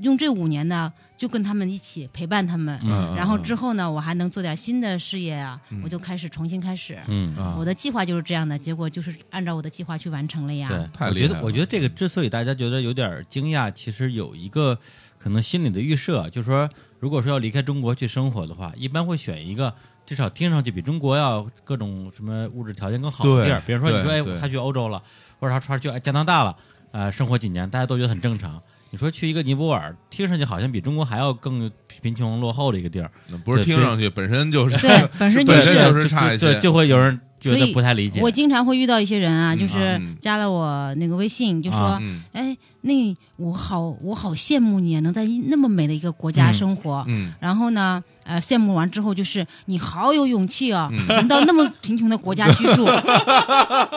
[SPEAKER 3] 用这五年呢，就跟他们一起陪伴他们。
[SPEAKER 2] 嗯
[SPEAKER 3] 然后之后呢，我还能做点新的事业啊，我就开始重新开始。
[SPEAKER 1] 嗯，
[SPEAKER 2] 啊
[SPEAKER 3] 我的计划就是这样的，结果就是按照我的计划去完成了呀。
[SPEAKER 1] 对，
[SPEAKER 2] 太
[SPEAKER 1] 我
[SPEAKER 2] 厉
[SPEAKER 1] 觉
[SPEAKER 2] 害
[SPEAKER 1] 得，我
[SPEAKER 2] 了嗯
[SPEAKER 1] 觉得这个之所以大家觉得有点儿惊讶，其实有一个可能心理的预设，啊就是说，如果说要离开中国去生活的话，一般会选一个至少听上去比中国要各种什么物质条件更好的
[SPEAKER 2] 对
[SPEAKER 1] 地儿。比如说，你说
[SPEAKER 2] 对
[SPEAKER 1] 哎
[SPEAKER 2] 对，
[SPEAKER 1] 他去欧洲了，或者他他去加拿大了，呃，生活几年，大家都觉得很正常。你说去一个尼泊尔，听上去好像比中国还要更贫穷落后的一个地儿，
[SPEAKER 2] 不
[SPEAKER 1] 对
[SPEAKER 2] 是听上去本身就是 *laughs*
[SPEAKER 3] 对，本身就
[SPEAKER 2] 本身
[SPEAKER 3] 是
[SPEAKER 2] 就是差一些
[SPEAKER 1] 对，就会有人觉
[SPEAKER 3] 所
[SPEAKER 1] 得
[SPEAKER 3] 以
[SPEAKER 1] 不太理解。
[SPEAKER 3] 我经常会遇到一些人啊，
[SPEAKER 1] 嗯
[SPEAKER 3] 就是
[SPEAKER 2] 嗯
[SPEAKER 3] 加了我那个微信，就说
[SPEAKER 1] 啊
[SPEAKER 2] 嗯
[SPEAKER 3] 哎，那我好，我好羡慕你啊，能在一那么美的一个国家
[SPEAKER 1] 嗯
[SPEAKER 3] 生活。
[SPEAKER 2] 嗯
[SPEAKER 3] 然后呢，呃，羡慕完之后就是你好有勇气哦，
[SPEAKER 2] 嗯
[SPEAKER 3] 能到那么贫穷的国家居
[SPEAKER 2] *laughs*
[SPEAKER 3] 住。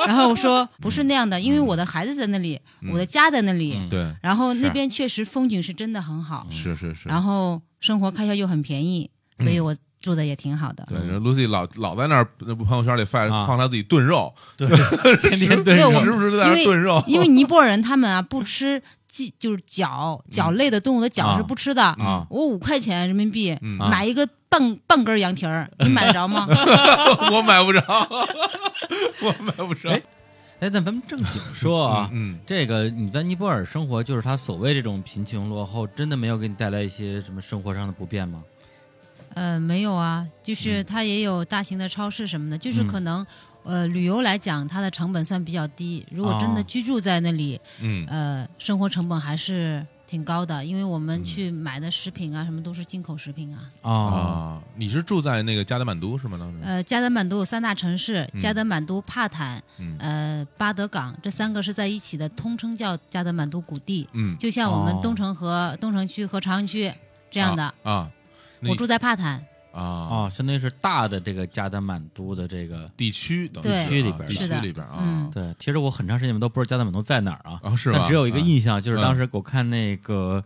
[SPEAKER 3] 然后我说不是那样的，因为我的孩子在那里，
[SPEAKER 2] 嗯
[SPEAKER 3] 我的家在那里，
[SPEAKER 1] 嗯
[SPEAKER 2] 对
[SPEAKER 3] 然后那边确实风景是真的很好，
[SPEAKER 2] 是嗯是是。
[SPEAKER 3] 然后生活开销又很便宜，所以我住的也挺好的。
[SPEAKER 2] 对然后，Lucy 老老在那儿那朋友圈里放
[SPEAKER 1] 啊
[SPEAKER 2] 放她自己炖肉，
[SPEAKER 3] *laughs*
[SPEAKER 1] 对，天天对
[SPEAKER 3] 对
[SPEAKER 1] 着
[SPEAKER 3] 我
[SPEAKER 2] 时不时就在那儿炖肉，
[SPEAKER 3] 因为尼泊尔人他们啊不吃鸡，就是脚
[SPEAKER 2] 嗯
[SPEAKER 3] 脚类的动物的脚
[SPEAKER 1] 啊
[SPEAKER 3] 是不吃的。
[SPEAKER 1] 啊，
[SPEAKER 3] 我五块钱人民币、
[SPEAKER 2] 嗯
[SPEAKER 1] 啊
[SPEAKER 3] 买一个半半根羊蹄儿，你买得着吗？
[SPEAKER 2] 我买不着， *laughs* 我买不着。
[SPEAKER 1] 哎哎，那咱们正经说啊，
[SPEAKER 2] 嗯，
[SPEAKER 1] *laughs* 这个你在尼泊尔生活，就是他所谓这种贫穷落后，真的没有给你带来一些什么生活上的不便吗？
[SPEAKER 3] 呃，没有啊，就是它也有大型的超市什么的，就是可能。呃，旅游来讲，它的成本算比较低。如果真的
[SPEAKER 1] 哦
[SPEAKER 3] 居住在那里，
[SPEAKER 2] 嗯
[SPEAKER 3] 呃，生活成本还是挺高的，因为我们去买的食品啊，什么都是进口食品啊。
[SPEAKER 1] 啊，
[SPEAKER 2] 啊，你是住在那个加德满都是吗？当时，
[SPEAKER 3] 呃，加德满都有三大城市，
[SPEAKER 2] 嗯
[SPEAKER 3] 加德满都、帕坦、
[SPEAKER 2] 嗯
[SPEAKER 3] 呃巴德港这三个是在一起的，通称叫加德满都谷地。
[SPEAKER 2] 嗯，
[SPEAKER 3] 就像我
[SPEAKER 1] 哦
[SPEAKER 3] 们东城和、东城区和朝阳区这
[SPEAKER 2] 这
[SPEAKER 3] 样的，
[SPEAKER 2] 啊那
[SPEAKER 3] 我住在帕坦，
[SPEAKER 2] 啊
[SPEAKER 1] 哦，相当于是大的这个加德满都的这个
[SPEAKER 2] 地区等于是
[SPEAKER 3] 对
[SPEAKER 1] 地区里
[SPEAKER 2] 啊
[SPEAKER 1] 边儿
[SPEAKER 2] 地区
[SPEAKER 3] 是的
[SPEAKER 2] 里边儿啊
[SPEAKER 3] 嗯，
[SPEAKER 1] 对，其实我很长时间都不知道加德满都在哪儿啊，
[SPEAKER 2] 啊是吧
[SPEAKER 1] 但只有一个
[SPEAKER 2] 啊
[SPEAKER 1] 印象，就是当
[SPEAKER 2] 嗯
[SPEAKER 1] 时我看那个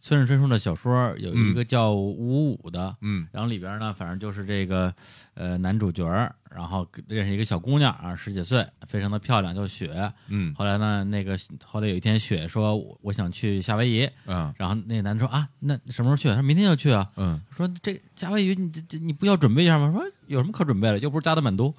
[SPEAKER 1] 村上春树的小说，有一个叫《五五》的，
[SPEAKER 2] 嗯
[SPEAKER 1] 然后里边呢，反正就是这个呃男主角儿，然后认识一个小姑娘啊，十几岁，非常的漂亮，叫雪。
[SPEAKER 2] 嗯
[SPEAKER 1] 后来呢，那个后来有一天，雪说我我想去夏威夷，
[SPEAKER 2] 啊
[SPEAKER 1] 然后那男的说啊，那什么时候去啊？他说明天就去啊。
[SPEAKER 2] 嗯
[SPEAKER 1] 说这夏威夷你这这你不要准备一下吗？说有什么可准备的，又不是加德满都。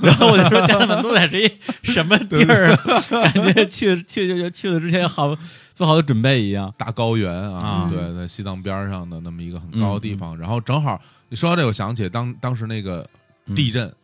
[SPEAKER 1] 然后我就说加德满都在这什么地儿啊？感觉去去就就去了之前好做好的准备一样。
[SPEAKER 2] 大高原啊，
[SPEAKER 1] 啊
[SPEAKER 2] 对，在西藏边儿上的那么一个很高的地
[SPEAKER 3] 嗯
[SPEAKER 2] 方，然后正好你说到这，我想起当当时那个地震，
[SPEAKER 3] 嗯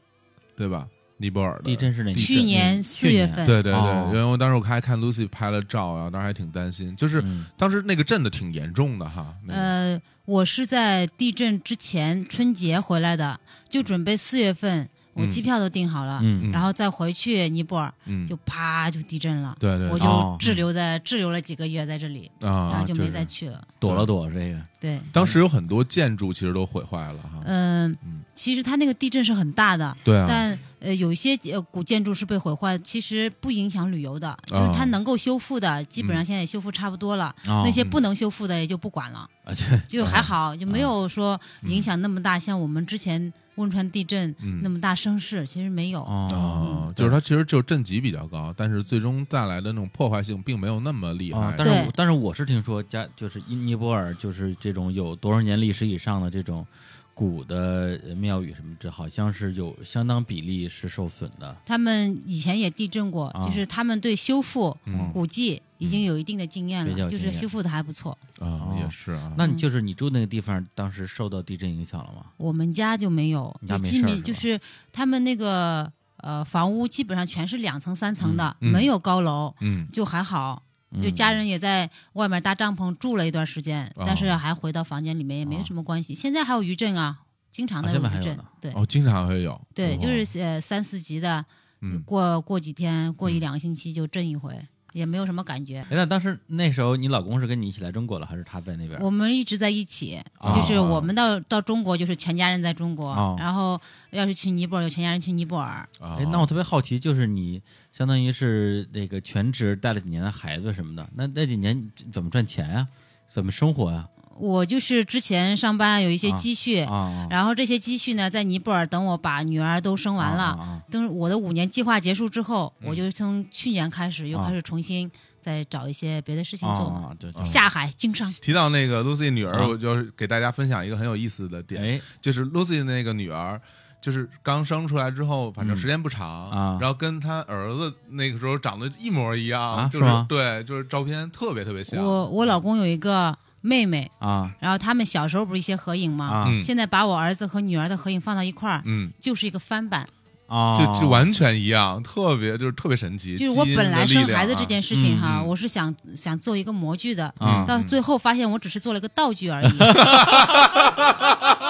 [SPEAKER 2] 对吧？尼泊尔的
[SPEAKER 1] 地震是哪？
[SPEAKER 3] 去年四月份，
[SPEAKER 2] 对对对
[SPEAKER 1] 哦，
[SPEAKER 2] 因为我当时我还看 Lucy 拍了照，然后当时还挺担心，就是
[SPEAKER 1] 嗯
[SPEAKER 2] 当时那个震的挺严重的哈。那个
[SPEAKER 3] 呃，我是在地震之前春节回来的，就准备四月份，我
[SPEAKER 2] 嗯
[SPEAKER 3] 机票都订好了，
[SPEAKER 1] 嗯
[SPEAKER 3] 然后再回去尼泊尔，
[SPEAKER 2] 嗯，
[SPEAKER 3] 就啪就地震了，
[SPEAKER 2] 对对，
[SPEAKER 3] 我
[SPEAKER 2] 对
[SPEAKER 1] 哦
[SPEAKER 3] 就滞留在、滞留了几个月在这里，然
[SPEAKER 2] 啊
[SPEAKER 3] 后，就
[SPEAKER 1] 就
[SPEAKER 3] 没
[SPEAKER 1] 是
[SPEAKER 3] 再去了。
[SPEAKER 1] 躲了躲这个。
[SPEAKER 3] 对，
[SPEAKER 2] 当时有很多建筑其实都毁坏了哈。
[SPEAKER 3] 嗯、
[SPEAKER 2] 嗯
[SPEAKER 3] 其实它那个地震是很大的。
[SPEAKER 2] 对啊，
[SPEAKER 3] 但呃，有一些呃古建筑是被毁坏，其实不影响旅游的，
[SPEAKER 2] 啊
[SPEAKER 3] 就是它能够修复的，基本上现在也修复差不多了。
[SPEAKER 1] 哦
[SPEAKER 3] 那些
[SPEAKER 2] 嗯
[SPEAKER 3] 不能修复的也就不管了，
[SPEAKER 1] 啊，对，
[SPEAKER 3] 就还好，就没
[SPEAKER 1] 嗯
[SPEAKER 3] 有说影响那么大，像我们之前汶川地震
[SPEAKER 2] 嗯
[SPEAKER 3] 那么大声势，其实没有。
[SPEAKER 1] 哦，
[SPEAKER 2] 哦，就是它其实就震级比较高，但是最终带来的那种破坏性并没有那么厉
[SPEAKER 1] 啊
[SPEAKER 2] 害。，
[SPEAKER 1] 但是
[SPEAKER 3] 对
[SPEAKER 1] 我但是我是听说加就是因尼泊尔就是这种有多少年历史以上的这种古的呃庙宇什么，这好像是有相当比例是受损的。
[SPEAKER 3] 他们以前也地震过，
[SPEAKER 1] 啊
[SPEAKER 3] 就是他们对修复
[SPEAKER 2] 嗯
[SPEAKER 3] 古迹已经有一定的经验
[SPEAKER 1] 比较有
[SPEAKER 3] 了，
[SPEAKER 1] 经
[SPEAKER 3] 就
[SPEAKER 1] 验
[SPEAKER 3] 是修复的还不错。
[SPEAKER 2] 啊
[SPEAKER 1] 哦，
[SPEAKER 2] 也是啊，
[SPEAKER 3] 嗯
[SPEAKER 1] 那你就是你住那个地方，当时受到地震影响了吗？
[SPEAKER 3] 我们家就没有
[SPEAKER 1] 你，家
[SPEAKER 3] 有
[SPEAKER 1] 没
[SPEAKER 3] 基
[SPEAKER 1] 事儿
[SPEAKER 3] 本
[SPEAKER 1] 是吧
[SPEAKER 3] 就是他们那个呃房屋基本上全是两层三层的，
[SPEAKER 2] 嗯嗯
[SPEAKER 3] 没有高楼，
[SPEAKER 2] 嗯
[SPEAKER 3] 就还好。就
[SPEAKER 1] 嗯
[SPEAKER 3] 家人也在外面搭帐篷住了一段时间，
[SPEAKER 2] 哦
[SPEAKER 3] 但是还回到房间里面也没什么关系。现在还有余震啊，经常
[SPEAKER 1] 哦啊
[SPEAKER 3] 的
[SPEAKER 1] 现在
[SPEAKER 3] 余
[SPEAKER 1] 还有
[SPEAKER 3] 震，
[SPEAKER 1] 呢
[SPEAKER 3] 对、
[SPEAKER 2] 哦，经常会有，
[SPEAKER 3] 对，
[SPEAKER 2] 哦
[SPEAKER 3] 就是呃三四级的，
[SPEAKER 2] 嗯
[SPEAKER 3] 过过几天过
[SPEAKER 1] 嗯
[SPEAKER 3] 一两个星期就震一回，也没有什么感觉。
[SPEAKER 1] 哎，那当时那时候你老公是跟你一起来中国了，还是他在那边？
[SPEAKER 3] 我们一直在一起，
[SPEAKER 1] 啊哦
[SPEAKER 3] 就是我们到到中国就是全家人在中国，
[SPEAKER 1] 哦
[SPEAKER 3] 然后要是去尼泊尔就全家人去尼泊尔。
[SPEAKER 2] 啊
[SPEAKER 1] 哎，，那我特别好奇，就是你相当于是那个全职带了几年的孩子什么的，那那几年你怎么赚钱呀、怎么生活呀、
[SPEAKER 3] 我就是之前上班有一些积蓄，
[SPEAKER 1] 啊？啊，
[SPEAKER 3] 然后这些积蓄呢，在尼泊尔等我把女儿都生完了，
[SPEAKER 1] 啊啊
[SPEAKER 3] 等我的五年计划结束之后，
[SPEAKER 2] 嗯
[SPEAKER 3] 我就从去年开始
[SPEAKER 2] 啊
[SPEAKER 3] 又开始重新再找一些别的事情
[SPEAKER 1] 啊
[SPEAKER 3] 做
[SPEAKER 1] 啊
[SPEAKER 3] 嘛，
[SPEAKER 1] 啊，对，
[SPEAKER 3] 下海经商。
[SPEAKER 2] 提到那个 Lucy 女儿，
[SPEAKER 1] 啊
[SPEAKER 2] 我就是给大家分享一个很有意思的点，
[SPEAKER 1] 哎，
[SPEAKER 2] 就是 Lucy 那个女儿，就是刚生出来之后，反正时间不长
[SPEAKER 1] 嗯啊
[SPEAKER 2] 然后跟她儿子那个时候长得一模一样，
[SPEAKER 1] 啊
[SPEAKER 2] 就是
[SPEAKER 1] 是吗
[SPEAKER 2] 对，就是照片特别特别像。
[SPEAKER 3] 我我老公有一个妹妹，
[SPEAKER 1] 啊
[SPEAKER 3] 然后他们小时候不是一些合影吗？
[SPEAKER 1] 啊
[SPEAKER 2] 嗯
[SPEAKER 3] 现在把我儿子和女儿的合影放到一块儿，
[SPEAKER 2] 嗯，
[SPEAKER 3] 就是一个翻版。
[SPEAKER 1] 啊，
[SPEAKER 2] 就就完全一样，特别就是特别神奇。
[SPEAKER 3] 就是我
[SPEAKER 2] 基因
[SPEAKER 3] 本来
[SPEAKER 2] 的力
[SPEAKER 3] 生
[SPEAKER 2] 量
[SPEAKER 3] 孩子
[SPEAKER 2] 啊
[SPEAKER 3] 这件事情哈，
[SPEAKER 2] 嗯嗯
[SPEAKER 3] 我是想想做一个模具的，
[SPEAKER 1] 啊
[SPEAKER 3] 到最后发现我只是做了个道
[SPEAKER 2] *laughs*
[SPEAKER 3] 具而已。
[SPEAKER 2] *laughs*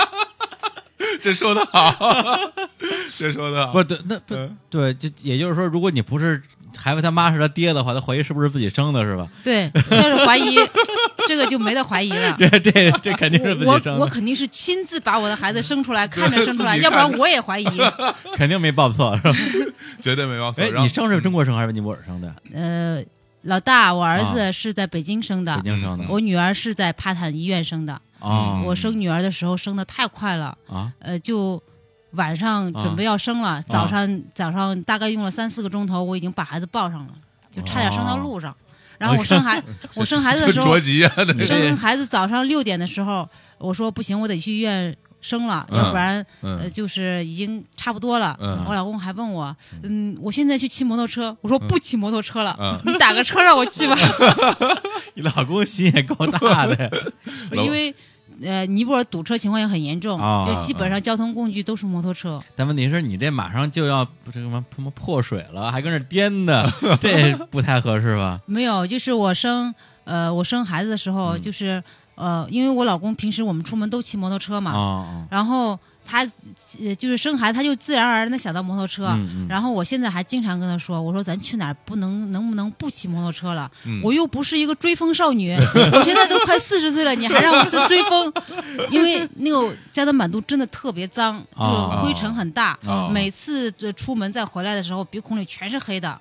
[SPEAKER 2] 这说的好， *laughs* 这说的好。
[SPEAKER 1] 不对，那不
[SPEAKER 2] 嗯
[SPEAKER 1] 对，就也就是说，如果你不是孩子他妈是他爹的话，他怀疑是不是自己生的，是吧？
[SPEAKER 3] 对，要是怀疑，这个就没得怀疑了。
[SPEAKER 1] *laughs* 这这这肯定是自
[SPEAKER 3] 我
[SPEAKER 1] 己生
[SPEAKER 3] 我
[SPEAKER 1] 的，
[SPEAKER 3] 肯定是亲自把我的孩子生
[SPEAKER 1] *laughs*
[SPEAKER 3] 出来，看着生出来，
[SPEAKER 2] 自己
[SPEAKER 3] 要
[SPEAKER 2] 看
[SPEAKER 3] 不然我也怀疑。
[SPEAKER 1] 肯定没报错，是吧？
[SPEAKER 2] 绝对没报错。
[SPEAKER 1] 哎，
[SPEAKER 2] 然
[SPEAKER 1] 你
[SPEAKER 2] 后
[SPEAKER 1] 生是中国生还是尼泊尔生的？
[SPEAKER 3] 呃，老大，我儿子是在北京生的，
[SPEAKER 1] 啊北京生的
[SPEAKER 3] 啊我女儿是在帕坦医院生的。
[SPEAKER 1] 啊
[SPEAKER 3] 我生女儿的时候生的太快了，
[SPEAKER 1] 啊
[SPEAKER 3] 呃，就晚上准备要生了，早上早上大概用了三四个钟头，我已经把孩子抱上了，就差点生
[SPEAKER 1] 啊
[SPEAKER 3] 到路上。然后我
[SPEAKER 1] *laughs*
[SPEAKER 3] 生孩我生孩子的时候
[SPEAKER 2] 着，急啊，这
[SPEAKER 1] 你这
[SPEAKER 3] 生孩子早上六点的时候，我说不行，我得去医院生了，
[SPEAKER 2] 嗯
[SPEAKER 3] 要不然、呃
[SPEAKER 2] 嗯
[SPEAKER 3] 就是已经差不多了。
[SPEAKER 2] 嗯
[SPEAKER 3] 我老公还问我，嗯，我现在去骑摩托车，我说不骑摩托车了，
[SPEAKER 2] 嗯
[SPEAKER 3] *laughs* 你打个车让我去吧，
[SPEAKER 1] 你老公心也够大的 *laughs* 呀
[SPEAKER 2] 老
[SPEAKER 3] 因为。呃，尼泊尔堵车情况也很严重，
[SPEAKER 1] 啊
[SPEAKER 3] 就基本上交通工具都是摩托车。
[SPEAKER 1] 但问题是你这马上就要这个什么什么
[SPEAKER 3] *laughs*
[SPEAKER 1] 破水了，还跟这颠的，这不太合适吧？
[SPEAKER 3] 没有，就是我生呃，我生孩子的时候，
[SPEAKER 1] 嗯
[SPEAKER 3] 就是呃，因为我老公平时我们出门都骑摩托车嘛，
[SPEAKER 1] 啊，
[SPEAKER 3] 然后他呃就是生孩子，他就自然而然的想到摩托车。
[SPEAKER 1] 嗯嗯
[SPEAKER 3] 然后我现在还经常跟他说：“我说咱去哪儿不能能不能不骑摩托车了？
[SPEAKER 2] 嗯
[SPEAKER 3] 我又不是一个追风少女， *laughs* 我现在都快四十岁了，你还让我去追风？因为那个加德满都真的特别脏，就
[SPEAKER 1] 啊
[SPEAKER 3] 是灰尘很大，
[SPEAKER 2] 啊
[SPEAKER 3] 每次这出门再回来的时候，鼻孔里全是黑的，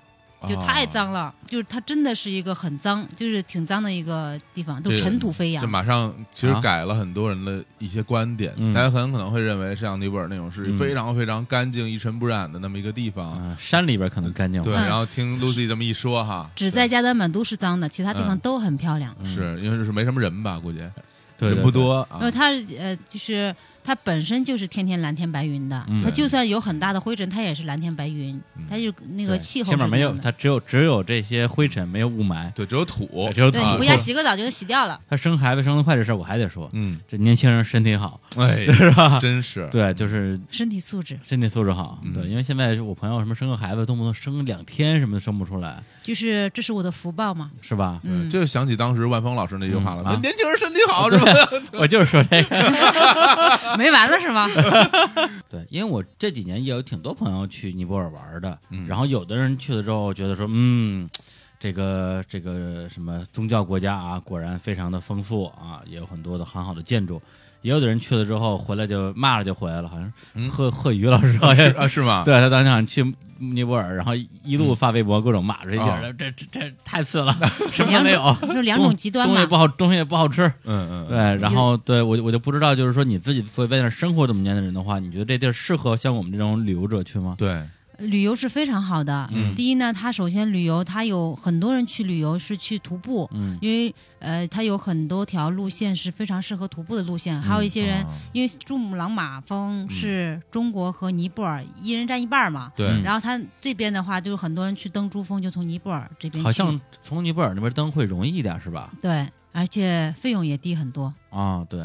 [SPEAKER 3] 就
[SPEAKER 2] 啊
[SPEAKER 3] 太脏了。就是它真的是一个很脏，就是挺脏的一个地方，
[SPEAKER 2] 这
[SPEAKER 3] 都
[SPEAKER 2] 个
[SPEAKER 3] 尘土飞扬
[SPEAKER 2] 这。马上其实
[SPEAKER 1] 啊
[SPEAKER 2] 改了很多人的一些观点，
[SPEAKER 1] 嗯
[SPEAKER 2] 大家很可能会认为像尼泊尔那种是
[SPEAKER 1] 嗯
[SPEAKER 2] 非常非常干净、一尘不染的那么一个地方。
[SPEAKER 1] 嗯，山里边可能干净
[SPEAKER 2] 对，
[SPEAKER 1] 了，
[SPEAKER 3] 嗯
[SPEAKER 2] 然后听 Lucy 这么一说哈，
[SPEAKER 3] 只 *laughs* 在加德满都是脏的，其他地方
[SPEAKER 2] 嗯
[SPEAKER 3] 都很漂亮。
[SPEAKER 2] 是因为是没什么人吧，估计
[SPEAKER 1] 对
[SPEAKER 2] 人不，多啊
[SPEAKER 3] 因为。它呃，就是它本身就是天天蓝天白云的，
[SPEAKER 1] 嗯
[SPEAKER 3] 它就算有很大的灰尘，它也是蓝天白云，
[SPEAKER 2] 嗯
[SPEAKER 3] 它就那
[SPEAKER 1] 对
[SPEAKER 3] 个
[SPEAKER 1] 对
[SPEAKER 3] 气候
[SPEAKER 1] 起
[SPEAKER 3] 是
[SPEAKER 1] 码没
[SPEAKER 3] 那
[SPEAKER 1] 有，
[SPEAKER 3] 样的
[SPEAKER 1] 它只有只有这些灰尘，没有雾霾，
[SPEAKER 2] 对，只有土，
[SPEAKER 1] 只有土
[SPEAKER 3] 对，你回
[SPEAKER 1] *laughs*
[SPEAKER 2] 啊
[SPEAKER 3] 家洗个澡就洗掉了。
[SPEAKER 1] 他生孩子生得快这事儿，我还得说，
[SPEAKER 2] 嗯，
[SPEAKER 1] 这年轻人身体好，
[SPEAKER 2] 哎，
[SPEAKER 1] *laughs* 是吧？
[SPEAKER 2] 真是，
[SPEAKER 1] 对，就是
[SPEAKER 3] 身体素质
[SPEAKER 1] 身体素质好，
[SPEAKER 2] 嗯
[SPEAKER 1] 对，因为现在我朋友什么生个孩子，动不动生两天什么的生不出来，
[SPEAKER 3] 就是这是我的福
[SPEAKER 1] *laughs*
[SPEAKER 3] 报嘛。
[SPEAKER 1] 是吧？
[SPEAKER 2] 对
[SPEAKER 3] 嗯，
[SPEAKER 2] 这就想起当时万峰老师那句话了
[SPEAKER 1] 嗯啊：“
[SPEAKER 2] 年轻人身体
[SPEAKER 3] *laughs*
[SPEAKER 2] 好，是吧
[SPEAKER 1] 我就是说这个，
[SPEAKER 3] 没完了是吗？
[SPEAKER 1] 对，因为我这几年也有挺多朋友去尼泊尔玩的，
[SPEAKER 2] 嗯
[SPEAKER 1] 然后有的人去了之后觉得说，嗯，这个这个什么宗教国家啊，果然非常的丰富啊，也有很多的很好的建筑。也有的人去了之后回来就骂了就回来了，好像
[SPEAKER 2] 嗯
[SPEAKER 1] 是贺贺宇老师
[SPEAKER 3] 哎
[SPEAKER 1] 好？”
[SPEAKER 2] 是
[SPEAKER 1] 像
[SPEAKER 2] 啊，嗯是吗？
[SPEAKER 1] 对他当时好像去尼泊尔，然后一路发微博各种骂这些
[SPEAKER 2] 啊
[SPEAKER 1] 人，这这这太次
[SPEAKER 2] *laughs*
[SPEAKER 1] 了，什么都
[SPEAKER 3] 两
[SPEAKER 1] 没有
[SPEAKER 3] 种，就是两种
[SPEAKER 1] 东
[SPEAKER 3] 极端
[SPEAKER 1] 东西不
[SPEAKER 3] 嘛。
[SPEAKER 1] 好，东西也不好吃。
[SPEAKER 2] 嗯
[SPEAKER 1] 对
[SPEAKER 2] 嗯，，
[SPEAKER 1] 然后对我我就不知道，就是说你自己作为在那儿生活这么多年的人的话，你觉得这地儿适合像我们这种旅游者去吗？
[SPEAKER 2] 对，
[SPEAKER 3] 旅游是非常好的。
[SPEAKER 1] 嗯
[SPEAKER 3] 第一呢，它首先旅游，它有很多人去旅游是去徒步，
[SPEAKER 1] 嗯
[SPEAKER 3] 因为呃，它有很多条路线是非常适合徒步的路线，
[SPEAKER 1] 嗯
[SPEAKER 3] 还有一些
[SPEAKER 1] 哦
[SPEAKER 3] 人。
[SPEAKER 2] 啊
[SPEAKER 3] 因为珠穆朗玛峰是中国和尼泊尔一人占一半儿嘛，
[SPEAKER 2] 对，
[SPEAKER 1] 嗯
[SPEAKER 3] 然后他这边的话，就是很多人去登珠峰，就从尼泊尔这边去
[SPEAKER 1] 好像从尼泊尔那边登会容易一点，是吧？
[SPEAKER 3] 对，而且费用也低很多。
[SPEAKER 1] 啊，对，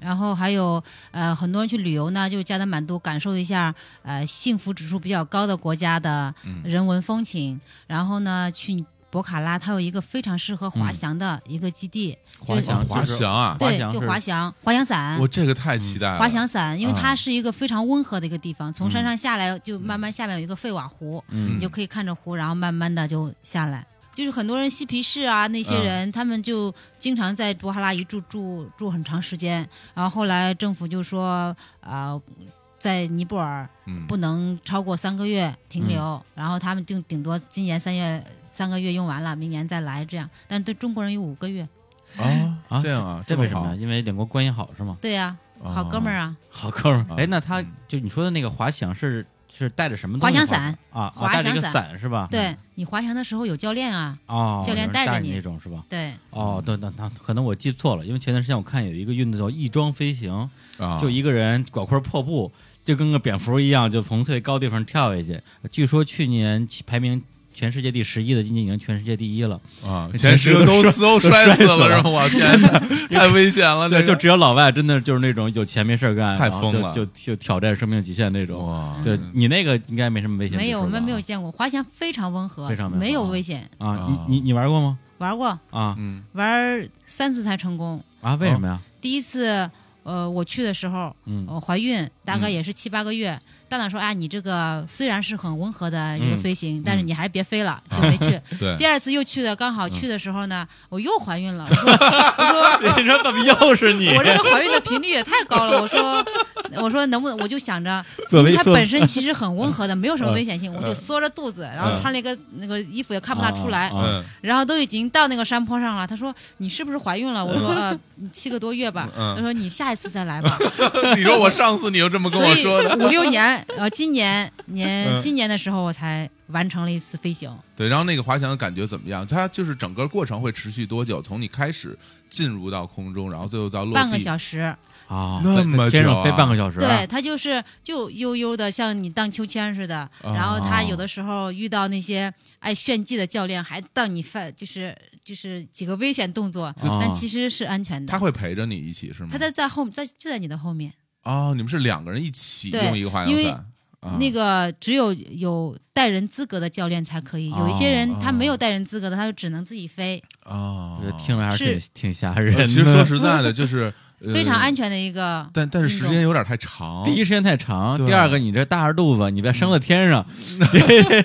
[SPEAKER 3] 然后还有呃，很多人去旅游呢，就是加德满都感受一下呃幸福指数比较高的国家的
[SPEAKER 2] 嗯
[SPEAKER 3] 人文风情。然后呢，去博卡拉，它有一个非常适合滑翔的一个基地，
[SPEAKER 1] 滑
[SPEAKER 3] 就是
[SPEAKER 1] 翔
[SPEAKER 2] 滑
[SPEAKER 1] 就是
[SPEAKER 2] 翔啊，
[SPEAKER 1] 滑
[SPEAKER 3] 对，
[SPEAKER 1] 翔
[SPEAKER 3] 就是滑翔、滑翔伞
[SPEAKER 2] 我、这个太期待了，
[SPEAKER 3] 滑翔伞，因为
[SPEAKER 2] 啊
[SPEAKER 3] 它是一个非常温和的一个地方，从山
[SPEAKER 1] 嗯
[SPEAKER 3] 上下来就慢慢下面有一个费瓦湖，
[SPEAKER 1] 嗯
[SPEAKER 3] 你就可以看着湖，然后慢慢的就下来。就是很多人嬉皮士啊，那
[SPEAKER 1] 嗯
[SPEAKER 3] 些人、他们就经常在博哈拉一住住住很长时间，然后后来政府就说啊、呃在尼泊尔
[SPEAKER 2] 嗯，
[SPEAKER 3] 不能超过三个月停留，
[SPEAKER 1] 嗯
[SPEAKER 3] 然后他们就顶多今年三月三个月用完了，明年再来这样。但是对中国人有五个月，
[SPEAKER 2] 啊
[SPEAKER 1] 啊
[SPEAKER 2] 这样啊，
[SPEAKER 1] 这
[SPEAKER 2] 么
[SPEAKER 1] 为什么
[SPEAKER 2] 好
[SPEAKER 1] 呀？？因为两国关系好是吗？
[SPEAKER 3] 对呀、
[SPEAKER 2] 哦
[SPEAKER 3] 好哥们儿啊，
[SPEAKER 1] 好哥们儿，哎，那他
[SPEAKER 2] 嗯
[SPEAKER 1] 就你说的那个滑翔是是带着什么东西
[SPEAKER 3] 滑
[SPEAKER 1] 的
[SPEAKER 3] 翔伞
[SPEAKER 1] 啊？啊
[SPEAKER 3] 滑
[SPEAKER 1] 带着一个
[SPEAKER 3] 翔
[SPEAKER 1] 伞是吧？
[SPEAKER 3] 对你滑翔的时候有教练啊，
[SPEAKER 1] 哦，
[SPEAKER 3] 教练
[SPEAKER 1] 有人
[SPEAKER 3] 带着
[SPEAKER 1] 带
[SPEAKER 3] 你
[SPEAKER 1] 那种是吧？
[SPEAKER 3] 对，
[SPEAKER 1] 哦，对，那那可能我记错了，因为前段时间我看有一个运动叫翼装飞行，
[SPEAKER 2] 啊，
[SPEAKER 1] 就一个人搞块破布，就跟个蝙蝠一样，就从最高地方跳下去。据说去年排名全世界第十一的，今年已经全世界第一了。
[SPEAKER 2] 啊，前
[SPEAKER 1] 前
[SPEAKER 2] 十
[SPEAKER 1] 十
[SPEAKER 2] 个
[SPEAKER 1] 个
[SPEAKER 2] 都
[SPEAKER 1] 摔
[SPEAKER 2] 都
[SPEAKER 1] 都
[SPEAKER 2] 摔
[SPEAKER 1] 摔
[SPEAKER 2] 死
[SPEAKER 1] 死
[SPEAKER 2] 了，
[SPEAKER 1] 了
[SPEAKER 2] 然后
[SPEAKER 3] *laughs*
[SPEAKER 2] 我天哪，太危险了，
[SPEAKER 1] 对，
[SPEAKER 2] 这
[SPEAKER 1] 就
[SPEAKER 2] 个
[SPEAKER 1] 只有老外真的就是那种有钱没事儿干，
[SPEAKER 2] 太
[SPEAKER 1] 然后
[SPEAKER 2] 疯
[SPEAKER 1] 就
[SPEAKER 2] 了哦
[SPEAKER 1] 就就挑战生命极限那种。
[SPEAKER 2] 哇，
[SPEAKER 1] 对你那个应该没什么危险之处吧，
[SPEAKER 3] 没有我们没有见过滑翔非常温和，
[SPEAKER 1] 非常温和
[SPEAKER 3] 没有
[SPEAKER 1] 啊
[SPEAKER 3] 危险，
[SPEAKER 1] 啊
[SPEAKER 2] 啊，
[SPEAKER 1] 你你你玩过吗？
[SPEAKER 3] 玩过
[SPEAKER 1] 啊
[SPEAKER 2] 嗯
[SPEAKER 3] 玩儿三次才成功。
[SPEAKER 1] 啊，
[SPEAKER 2] 哦
[SPEAKER 1] 为什么呀？ *laughs*
[SPEAKER 3] 第一次，呃，我去的时候，
[SPEAKER 1] 嗯
[SPEAKER 3] 我怀孕，大概
[SPEAKER 1] 嗯
[SPEAKER 3] 也是七八个月。大脑说：“啊，你这个虽然是很温和的一个
[SPEAKER 1] 嗯
[SPEAKER 3] 飞行，但是你还是别飞了，就没
[SPEAKER 1] *laughs*
[SPEAKER 3] 去。
[SPEAKER 2] 对
[SPEAKER 3] 第二次又去的，刚好去的时候呢，我又怀孕了。我说，我
[SPEAKER 1] 你说怎么又是你
[SPEAKER 3] 说我这个怀孕的频率也太高了。我说，我说能不能？我就想着，
[SPEAKER 1] 作为
[SPEAKER 3] 它
[SPEAKER 1] 作为
[SPEAKER 3] 本身其实很温和的，没有什么危险性。我就
[SPEAKER 2] 嗯
[SPEAKER 3] 缩着肚子，然后
[SPEAKER 1] 嗯
[SPEAKER 3] 穿了一个那个衣服也看不大出来。
[SPEAKER 1] 啊
[SPEAKER 2] 嗯 *laughs*
[SPEAKER 3] 然后都已经到那个山坡上了，他说你是不是怀孕了？我说呃七个多月吧。
[SPEAKER 2] 嗯
[SPEAKER 3] 他说你下一次再来吧。
[SPEAKER 2] 你说我上次你就这么跟
[SPEAKER 3] 所
[SPEAKER 2] 我
[SPEAKER 3] 以
[SPEAKER 2] 说的，
[SPEAKER 3] 五六年，呃，今年年
[SPEAKER 2] 嗯
[SPEAKER 3] 今年的时候我才完成了一次飞行。
[SPEAKER 2] 对，然后那个滑翔的感觉怎么样？它就是整个过程会持续多久？从你开始进入到空中，然后最后到落地，
[SPEAKER 3] 半个小时，
[SPEAKER 1] 啊？
[SPEAKER 2] 那么
[SPEAKER 1] 天
[SPEAKER 2] 久
[SPEAKER 1] 上
[SPEAKER 2] 啊
[SPEAKER 1] 飞半个小时啊，
[SPEAKER 3] 对，它就是就悠悠的，像你荡秋千似的。
[SPEAKER 2] 哦
[SPEAKER 3] 然后他有的时候遇到那些爱炫技的教练，还带你犯就是就是几个危险动作，
[SPEAKER 1] 哦
[SPEAKER 3] 但其实是安全的
[SPEAKER 2] 它。会陪着你一起是吗？
[SPEAKER 3] 他在在后在就在你的后面，
[SPEAKER 2] 哦，你们是两个人一起
[SPEAKER 3] 对
[SPEAKER 2] 用一个滑翔
[SPEAKER 3] 因为
[SPEAKER 2] 伞啊
[SPEAKER 3] 那个只有有带人资格的教练才可以，
[SPEAKER 2] 哦
[SPEAKER 3] 有一些人他没有带人资格的，他就只能自己飞，
[SPEAKER 2] 啊
[SPEAKER 1] 我觉得听着还挺挺吓 *laughs* 人的。
[SPEAKER 2] 呃其实说实在的，
[SPEAKER 3] *laughs*
[SPEAKER 2] 就是呃
[SPEAKER 3] 非常安全的一个。
[SPEAKER 2] 但但是时间有点太长。
[SPEAKER 1] 第一时间太长，
[SPEAKER 2] 哦对
[SPEAKER 1] 第二个你这大着肚子，你再升到天
[SPEAKER 2] *laughs*
[SPEAKER 1] 上，这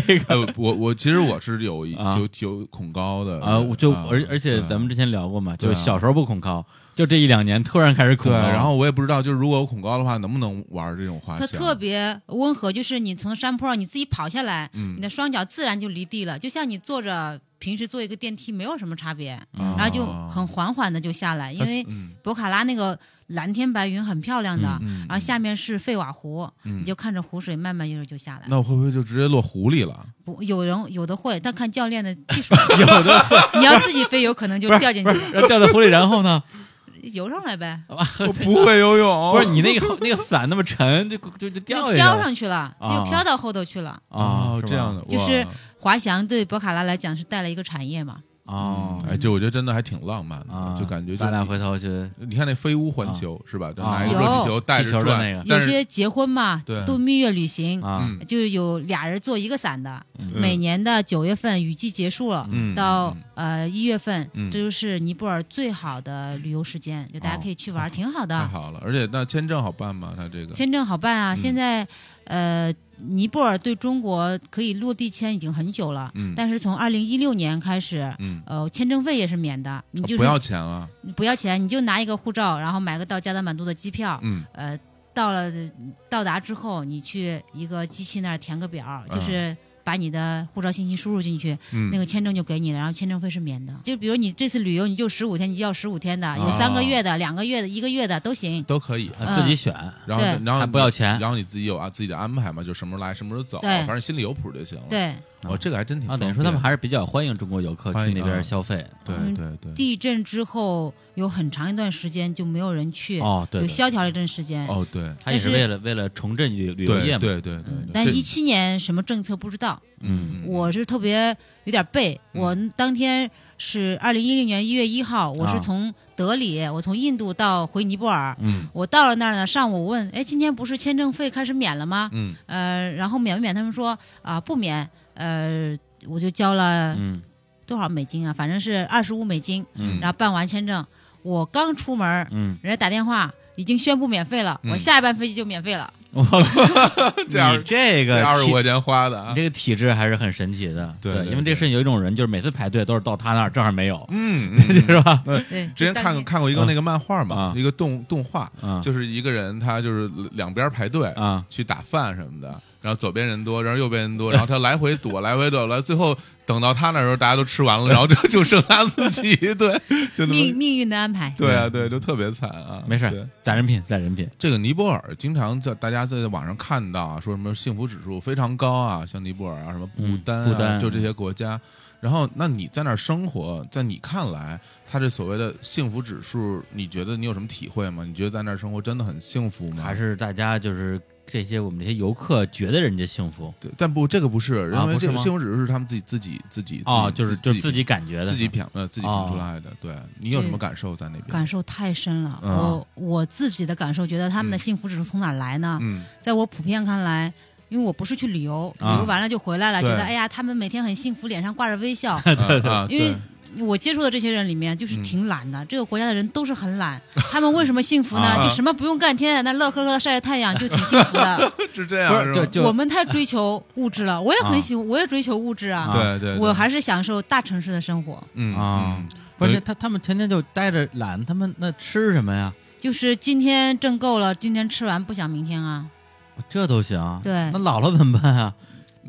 [SPEAKER 1] 这个
[SPEAKER 2] 呃，我我其实我是有
[SPEAKER 1] 啊
[SPEAKER 2] 有有恐高的
[SPEAKER 1] 啊，我就
[SPEAKER 2] 啊
[SPEAKER 1] 而而且
[SPEAKER 2] 对
[SPEAKER 1] 咱们之前聊过嘛，
[SPEAKER 2] 对
[SPEAKER 1] 就
[SPEAKER 2] 啊
[SPEAKER 1] 是小时候不恐高，就这一两年突然开始恐
[SPEAKER 2] 对，啊
[SPEAKER 1] 高，
[SPEAKER 2] 然后我也不知道，就是如果有恐高的话，能不能玩这种滑
[SPEAKER 3] 它
[SPEAKER 2] 翔？
[SPEAKER 3] 特别温和，就是你从山坡上你自己跑下来，
[SPEAKER 2] 嗯
[SPEAKER 3] 你的双脚自然就离地了，就像你坐着平时坐一个电梯没有什么差别，
[SPEAKER 2] 啊，
[SPEAKER 3] 然后就很缓缓的就下来，因
[SPEAKER 2] 它是
[SPEAKER 3] 为
[SPEAKER 2] 嗯
[SPEAKER 3] 博卡拉那个蓝天白云很漂亮的，
[SPEAKER 2] 嗯
[SPEAKER 3] 然后下面是费瓦湖，
[SPEAKER 2] 嗯
[SPEAKER 3] 你就看着湖水慢慢悠悠就下来。
[SPEAKER 2] 那我会不会就直接落湖里了？
[SPEAKER 3] 不，有人有的会，但看教练的技术。 *laughs* 有的会，你要自己飞，有可能就掉进去了，
[SPEAKER 1] *laughs* 然后掉在湖里，然后
[SPEAKER 2] *laughs*
[SPEAKER 1] 呢？
[SPEAKER 3] 游上来呗，
[SPEAKER 2] 我不会游
[SPEAKER 1] *laughs*
[SPEAKER 2] 泳，
[SPEAKER 1] 不是你那个那个伞那么沉，就就就
[SPEAKER 3] 就
[SPEAKER 1] 掉下去
[SPEAKER 3] 飘
[SPEAKER 1] 了
[SPEAKER 3] 上去了，
[SPEAKER 1] 啊
[SPEAKER 3] 就飘到后头去了。
[SPEAKER 1] 啊
[SPEAKER 2] 哦，，这样
[SPEAKER 1] 的
[SPEAKER 2] 的
[SPEAKER 3] 就是
[SPEAKER 2] 哇
[SPEAKER 3] 滑翔对博卡拉来讲是带了一个产业嘛，
[SPEAKER 1] 哦
[SPEAKER 2] 哎，这我觉得真的还挺浪漫
[SPEAKER 1] 啊
[SPEAKER 2] 的，，就感觉就
[SPEAKER 1] 咱俩回头去
[SPEAKER 2] 你看那飞屋环球是吧？就拿一个
[SPEAKER 3] 有
[SPEAKER 2] 热气球带
[SPEAKER 1] 气
[SPEAKER 2] 着
[SPEAKER 1] 球的
[SPEAKER 2] 转
[SPEAKER 1] 那个
[SPEAKER 3] 有
[SPEAKER 2] 但是
[SPEAKER 3] 啊些结婚嘛
[SPEAKER 2] 对，
[SPEAKER 3] 度蜜月旅行，
[SPEAKER 1] 啊
[SPEAKER 2] 嗯
[SPEAKER 3] 就是有俩人坐一个伞的。
[SPEAKER 2] 嗯
[SPEAKER 3] 每年的九月份雨季结束了，
[SPEAKER 2] 嗯
[SPEAKER 3] 到呃一月份，
[SPEAKER 2] 嗯
[SPEAKER 3] 这就是尼泊尔最好的旅游时间，就大家可以去玩，挺好
[SPEAKER 2] 太
[SPEAKER 3] 的。
[SPEAKER 2] 好了，而且那签证好办吗？他这个
[SPEAKER 3] 啊签证好办啊！
[SPEAKER 2] 嗯
[SPEAKER 3] 现在，呃，尼泊尔对中国可以落地签已经很久了，
[SPEAKER 2] 嗯
[SPEAKER 3] 但是从二零一六年开始，
[SPEAKER 2] 嗯，
[SPEAKER 3] 呃，签证费也是免的，你就是、
[SPEAKER 2] 哦不要钱啊了，
[SPEAKER 3] 你不要钱，你就拿一个护照，然后买个到加德满都的机票，
[SPEAKER 2] 嗯
[SPEAKER 3] 呃，到了到达之后，你去一个机器那儿填个表，
[SPEAKER 1] 嗯
[SPEAKER 3] 就是把你的护照信息输入进去，
[SPEAKER 2] 嗯，
[SPEAKER 3] 那个签证就给你了，然后签证费是免的。
[SPEAKER 1] 啊
[SPEAKER 3] 就比如你这次旅游，你就十五天，你就要十五天的，有三个月的、两个月的、一个月的都行。
[SPEAKER 2] 都可以。
[SPEAKER 1] 啊自己选，
[SPEAKER 2] 然后
[SPEAKER 3] 对
[SPEAKER 2] 然后
[SPEAKER 1] 还
[SPEAKER 2] 你
[SPEAKER 1] 不要钱
[SPEAKER 2] 然后你自己有啊自己的安排嘛，就什么时候来什么时候走，啊
[SPEAKER 3] 对
[SPEAKER 2] 反正心里有谱就行了。，
[SPEAKER 3] 对，
[SPEAKER 2] 哦，这个还真挺
[SPEAKER 1] 啊，
[SPEAKER 2] 方便
[SPEAKER 1] 等于说他们还是比较欢迎中国游客
[SPEAKER 2] 欢
[SPEAKER 1] 去
[SPEAKER 2] 迎
[SPEAKER 1] 那边
[SPEAKER 2] 啊
[SPEAKER 1] 消费。
[SPEAKER 2] 对
[SPEAKER 3] 嗯
[SPEAKER 2] 对对
[SPEAKER 3] 地震之后有很长一段时间就没有人去，
[SPEAKER 1] 哦，对，
[SPEAKER 3] 有
[SPEAKER 1] 对
[SPEAKER 3] 萧条了一段时间。
[SPEAKER 2] 哦对
[SPEAKER 1] 他也是
[SPEAKER 3] 但是
[SPEAKER 1] 为了为了重振旅旅游
[SPEAKER 2] 对
[SPEAKER 1] 业
[SPEAKER 2] 对
[SPEAKER 1] 嘛。
[SPEAKER 2] 对对对，
[SPEAKER 3] 但
[SPEAKER 2] 这
[SPEAKER 3] 一七年什么政策不知道，
[SPEAKER 1] 嗯，
[SPEAKER 3] 我是特别有点背。
[SPEAKER 2] 嗯
[SPEAKER 3] 我当天是二零一零年一月一号，我
[SPEAKER 1] 啊
[SPEAKER 3] 是从德里，
[SPEAKER 2] 啊
[SPEAKER 3] 我从印度到回尼泊尔。
[SPEAKER 2] 嗯
[SPEAKER 3] 我到了那儿呢，上午我问，哎，今天不是签证费开始免了吗？
[SPEAKER 2] 嗯
[SPEAKER 3] 呃，然后免不免？他们说啊、不免。呃，我就交了
[SPEAKER 1] 嗯
[SPEAKER 3] 多少美金啊？反正是二十五美金。
[SPEAKER 1] 嗯
[SPEAKER 3] 然后办完签证，我刚出门儿，
[SPEAKER 1] 嗯，
[SPEAKER 3] 人家打电话已经宣布免费了，
[SPEAKER 2] 嗯
[SPEAKER 3] 我下一班飞机就免费了。
[SPEAKER 1] 我
[SPEAKER 2] *laughs* 这样
[SPEAKER 1] 你这
[SPEAKER 2] 这
[SPEAKER 1] 个
[SPEAKER 2] 二十
[SPEAKER 1] 体
[SPEAKER 2] 五块钱花的
[SPEAKER 1] 你
[SPEAKER 2] 啊，
[SPEAKER 1] 这个体制还是很神奇的。
[SPEAKER 2] 对对
[SPEAKER 1] 因为这事情有一种人，就是每次排队都是到他那儿，正好没有，
[SPEAKER 2] 嗯，
[SPEAKER 1] *laughs* 是吧？
[SPEAKER 3] 对，
[SPEAKER 2] 之前看过看过一个
[SPEAKER 1] 嗯
[SPEAKER 2] 那个漫画嘛
[SPEAKER 1] 啊，
[SPEAKER 2] 一个动动画，
[SPEAKER 1] 嗯
[SPEAKER 2] 就是一个人他就是两边排队
[SPEAKER 1] 啊，
[SPEAKER 2] 去打饭什么的，然后左边人多，然后右边人多，然后他来回躲，来回躲，来最后等到他那时候大家都吃完了，然后就就剩他自己，对， *laughs* 就那
[SPEAKER 3] 命
[SPEAKER 2] 么。
[SPEAKER 3] 命运的安排。
[SPEAKER 2] 对啊，对，就特别惨啊！
[SPEAKER 1] 没事
[SPEAKER 2] 对
[SPEAKER 1] 儿，攒人品，攒人品。
[SPEAKER 2] 这个尼泊尔经常在大家在网上看到啊，说什么幸福指数非常高啊，像尼泊尔啊，什么不
[SPEAKER 1] 嗯
[SPEAKER 2] 丹、啊、
[SPEAKER 1] 不丹
[SPEAKER 2] 就这些国家。然后，那你在那儿生活，在你看来，他这所谓的幸福指数，你觉得你有什么体会吗？你觉得在那儿生活真的很幸福吗？
[SPEAKER 1] 还是大家就是这些我们这些游客觉得人家幸福
[SPEAKER 2] 对，但不，这个不是，
[SPEAKER 1] 啊
[SPEAKER 2] 因为
[SPEAKER 1] 不是
[SPEAKER 2] 这个
[SPEAKER 1] 吗
[SPEAKER 2] 幸福指数是他们自己自己自己
[SPEAKER 1] 啊，
[SPEAKER 2] 自己
[SPEAKER 1] 就是
[SPEAKER 2] 自
[SPEAKER 1] 就
[SPEAKER 2] 己
[SPEAKER 1] 自己感觉的
[SPEAKER 2] 自己品呃自己
[SPEAKER 1] 哦
[SPEAKER 2] 品出来的。对你有什么感受在那边？
[SPEAKER 3] 感受太深了，
[SPEAKER 2] 嗯
[SPEAKER 3] 我我自己的感受，觉得他们的幸福指数从哪来呢？
[SPEAKER 1] *laughs*
[SPEAKER 2] 嗯，
[SPEAKER 3] 在我普遍看来，因为我不是去旅游，
[SPEAKER 1] 啊
[SPEAKER 3] 旅游完了就回来了，
[SPEAKER 2] 对
[SPEAKER 3] 觉得哎呀，他们每天很幸福，脸上挂着微笑。
[SPEAKER 2] 啊
[SPEAKER 3] *laughs*
[SPEAKER 2] 啊
[SPEAKER 3] 因为
[SPEAKER 2] 对
[SPEAKER 3] 我接触的这些人里面，就是挺懒的。这个国家的人都是很懒，他们为什么幸福呢？
[SPEAKER 1] 啊
[SPEAKER 3] 就什么不用干，天天在那乐呵呵晒晒太阳，就挺幸福
[SPEAKER 2] *laughs*
[SPEAKER 3] 的。
[SPEAKER 2] 是这
[SPEAKER 1] 不
[SPEAKER 2] 样，
[SPEAKER 1] 是
[SPEAKER 2] 吧
[SPEAKER 1] 就就
[SPEAKER 3] 我们太追求物质了，我也
[SPEAKER 1] 啊
[SPEAKER 3] 很喜欢，我也追求物质啊。
[SPEAKER 1] 啊
[SPEAKER 2] 对对，对
[SPEAKER 3] 我还是享受大城市的生活，
[SPEAKER 2] 嗯
[SPEAKER 1] 啊
[SPEAKER 2] 嗯。
[SPEAKER 1] 不是
[SPEAKER 2] 对
[SPEAKER 1] 他他们天天就待着懒，他们那吃什么呀？
[SPEAKER 3] 就是今天挣够了，今天吃完不想明天啊。
[SPEAKER 1] 这都行？
[SPEAKER 3] 对
[SPEAKER 1] 那老了怎么办啊？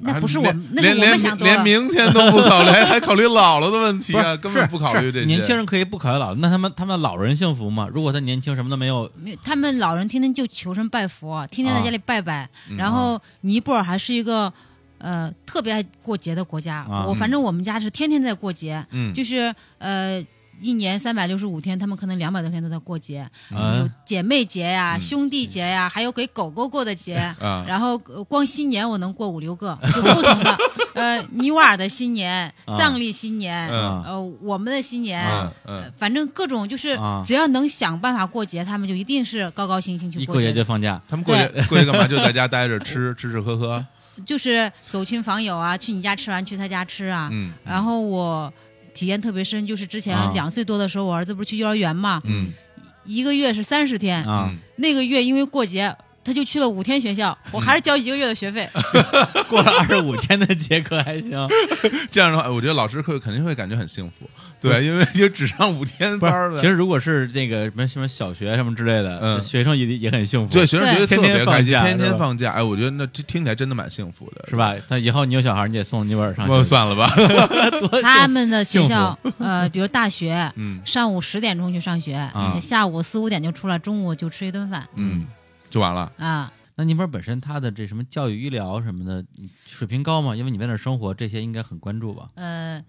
[SPEAKER 3] 那不是
[SPEAKER 2] 啊
[SPEAKER 3] 我们，那是
[SPEAKER 2] 连
[SPEAKER 3] 我们
[SPEAKER 2] 连
[SPEAKER 3] 想多
[SPEAKER 2] 连
[SPEAKER 3] 了。
[SPEAKER 2] 明天都不考虑，还还考虑老了的问题啊，
[SPEAKER 1] 是
[SPEAKER 2] 根本不考虑
[SPEAKER 1] 是
[SPEAKER 2] 这些。
[SPEAKER 1] 年轻人可以不考虑老，那他们他们老人幸福吗？如果他年轻什么都没有，
[SPEAKER 3] 没有他们老人天天就求神拜佛，天天在家里拜拜。
[SPEAKER 2] 嗯
[SPEAKER 3] 然后尼泊尔还是一个呃特别爱过节的国家。
[SPEAKER 1] 啊
[SPEAKER 3] 我反正我们家是天天在过节，
[SPEAKER 2] 嗯
[SPEAKER 3] 就是呃一年三百六十五天，他们可能两百多天都在过节，
[SPEAKER 1] 嗯
[SPEAKER 3] 有姐妹节呀、
[SPEAKER 2] 啊嗯
[SPEAKER 3] 兄弟节呀，还有给狗狗过的节。
[SPEAKER 2] 啊，
[SPEAKER 3] 然后呃光新年我能过五六个，就不
[SPEAKER 2] *laughs*
[SPEAKER 3] 同的，呃，尼瓦尔的新年
[SPEAKER 1] 啊、
[SPEAKER 3] 藏历新年，
[SPEAKER 2] 嗯
[SPEAKER 3] 呃，我们的新年，
[SPEAKER 2] 嗯嗯，
[SPEAKER 3] 反正各种就是
[SPEAKER 1] 啊
[SPEAKER 3] 只要能想办法过节，他们就一定是高高兴兴去
[SPEAKER 1] 一
[SPEAKER 3] 过
[SPEAKER 1] 过节
[SPEAKER 3] 节，
[SPEAKER 1] 就放假，
[SPEAKER 2] 他们过节过节干嘛？就在家待着吃吃吃喝
[SPEAKER 3] *laughs*
[SPEAKER 2] 喝，
[SPEAKER 3] 就是走亲访友啊，去你家吃完去他家吃啊。
[SPEAKER 1] *laughs*
[SPEAKER 2] 嗯
[SPEAKER 3] 然后我体验特别深，就是之前
[SPEAKER 1] 啊
[SPEAKER 3] 两岁多的时候，我儿子不是去幼儿园嘛，
[SPEAKER 2] 嗯
[SPEAKER 3] 一个月是三十天，
[SPEAKER 1] 啊，
[SPEAKER 3] 那个月因为过节。他就去了五天学校，
[SPEAKER 1] 嗯
[SPEAKER 3] 我还是交一个月的
[SPEAKER 1] *laughs*
[SPEAKER 3] 学费。
[SPEAKER 1] 过了二十五天的 *laughs* 节课还行，
[SPEAKER 2] 这样的话，我觉得老师会肯定会感觉很幸福，对，因为就只上五天
[SPEAKER 1] 不
[SPEAKER 2] 班儿
[SPEAKER 1] 是，其实
[SPEAKER 2] 了。
[SPEAKER 1] 如果是那个什么什么小学什么之类的，
[SPEAKER 2] 嗯
[SPEAKER 1] 学生也也很幸福，
[SPEAKER 2] 对，学生觉得
[SPEAKER 1] 对
[SPEAKER 2] 特别开
[SPEAKER 1] 天天放
[SPEAKER 2] 心，
[SPEAKER 1] 假
[SPEAKER 2] 天
[SPEAKER 1] 是
[SPEAKER 2] 天
[SPEAKER 1] 吧
[SPEAKER 2] 放假，哎，我觉得那这听起来真的蛮幸福的，
[SPEAKER 1] 是？啊吧？但以后你有小孩，你得送尼泊尔上
[SPEAKER 2] 我
[SPEAKER 1] 学，
[SPEAKER 2] 算
[SPEAKER 1] *laughs*
[SPEAKER 2] 了吧，
[SPEAKER 1] 多
[SPEAKER 3] 他们的学
[SPEAKER 1] 幸
[SPEAKER 3] 校，
[SPEAKER 1] *laughs*
[SPEAKER 3] 呃，比如大学，
[SPEAKER 2] 嗯
[SPEAKER 3] 上午十点钟去上学，
[SPEAKER 1] 啊
[SPEAKER 3] 下午四五点就出来，中午就吃一顿饭
[SPEAKER 2] 嗯，就完了。
[SPEAKER 3] 啊。
[SPEAKER 1] 那尼泊尔本身它的这什么教育、医疗什么的水平高吗？因为你在那儿生活，这些应该很关注吧？
[SPEAKER 3] 呃，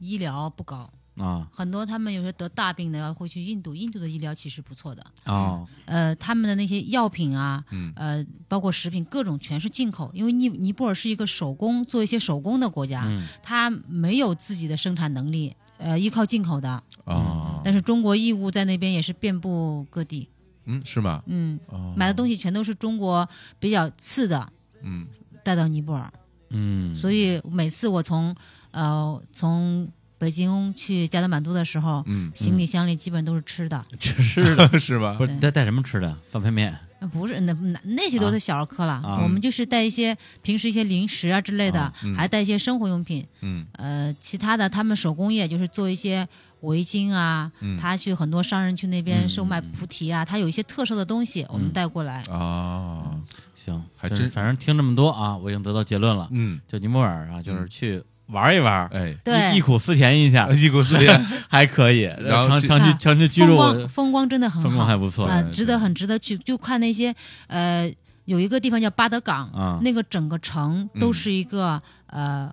[SPEAKER 3] 医疗不高，
[SPEAKER 1] 啊
[SPEAKER 3] 很多他们有些得大病的要会去印度，印度的医疗其实不错的。
[SPEAKER 1] 哦，
[SPEAKER 3] 呃，他们的那些药品啊，
[SPEAKER 2] 嗯
[SPEAKER 3] 呃，包括食品各种全是进口，因为尼尼泊尔是一个手工做一些手工的国家，
[SPEAKER 1] 嗯
[SPEAKER 3] 它没有自己的生产能力，呃，依靠进口的。
[SPEAKER 2] 啊，
[SPEAKER 3] 但是中国义乌在那边也是遍布各地，
[SPEAKER 2] 嗯，是吗？
[SPEAKER 3] 嗯，
[SPEAKER 2] 哦
[SPEAKER 3] 买的东西全都是中国比较次的
[SPEAKER 2] 嗯
[SPEAKER 3] 带到尼泊尔，
[SPEAKER 1] 嗯，
[SPEAKER 3] 所以每次我从呃从北京去加德满都的时候，
[SPEAKER 2] 嗯，
[SPEAKER 3] 行李箱里基本都是吃的，
[SPEAKER 1] 吃的
[SPEAKER 2] *laughs* 是吧？
[SPEAKER 1] 不 *laughs* 是带带什么吃的？放排面
[SPEAKER 3] 呃不是那那那些都是小儿科了，
[SPEAKER 1] 啊
[SPEAKER 3] 我们就是带一些平时一些零食啊之类的，
[SPEAKER 1] 啊
[SPEAKER 2] 嗯
[SPEAKER 3] 还带一些生活用品。
[SPEAKER 2] 嗯
[SPEAKER 3] 呃，其他的他们手工业就是做一些围巾啊，
[SPEAKER 2] 嗯
[SPEAKER 3] 他去很多商人去那边
[SPEAKER 1] 嗯
[SPEAKER 3] 售卖菩提啊，他有一些特色的东西我们带过来。
[SPEAKER 2] 啊，
[SPEAKER 1] 行，
[SPEAKER 2] 还
[SPEAKER 1] 就是
[SPEAKER 2] 真
[SPEAKER 1] 反正听这么多啊，我已经得到结论了，
[SPEAKER 2] 嗯，
[SPEAKER 1] 就尼泊尔啊，就是去玩一玩，
[SPEAKER 2] 哎，
[SPEAKER 1] 忆忆
[SPEAKER 3] 对，
[SPEAKER 1] 苦思甜一下，
[SPEAKER 2] 忆苦 *laughs* 思甜，
[SPEAKER 1] 还可以，
[SPEAKER 2] 然后
[SPEAKER 1] 长
[SPEAKER 2] 去
[SPEAKER 1] 长期
[SPEAKER 3] 啊
[SPEAKER 1] 长期居
[SPEAKER 3] 风
[SPEAKER 1] 住，
[SPEAKER 3] 光风光真的很
[SPEAKER 1] 风光
[SPEAKER 3] 好，
[SPEAKER 1] 还不错哎
[SPEAKER 3] 啊
[SPEAKER 2] 对，
[SPEAKER 3] 值
[SPEAKER 2] 对
[SPEAKER 3] 得很值得去，就看那些呃，有一个地方叫巴德港，
[SPEAKER 1] 啊
[SPEAKER 3] 那个整个城都
[SPEAKER 2] 嗯
[SPEAKER 3] 是一个、呃。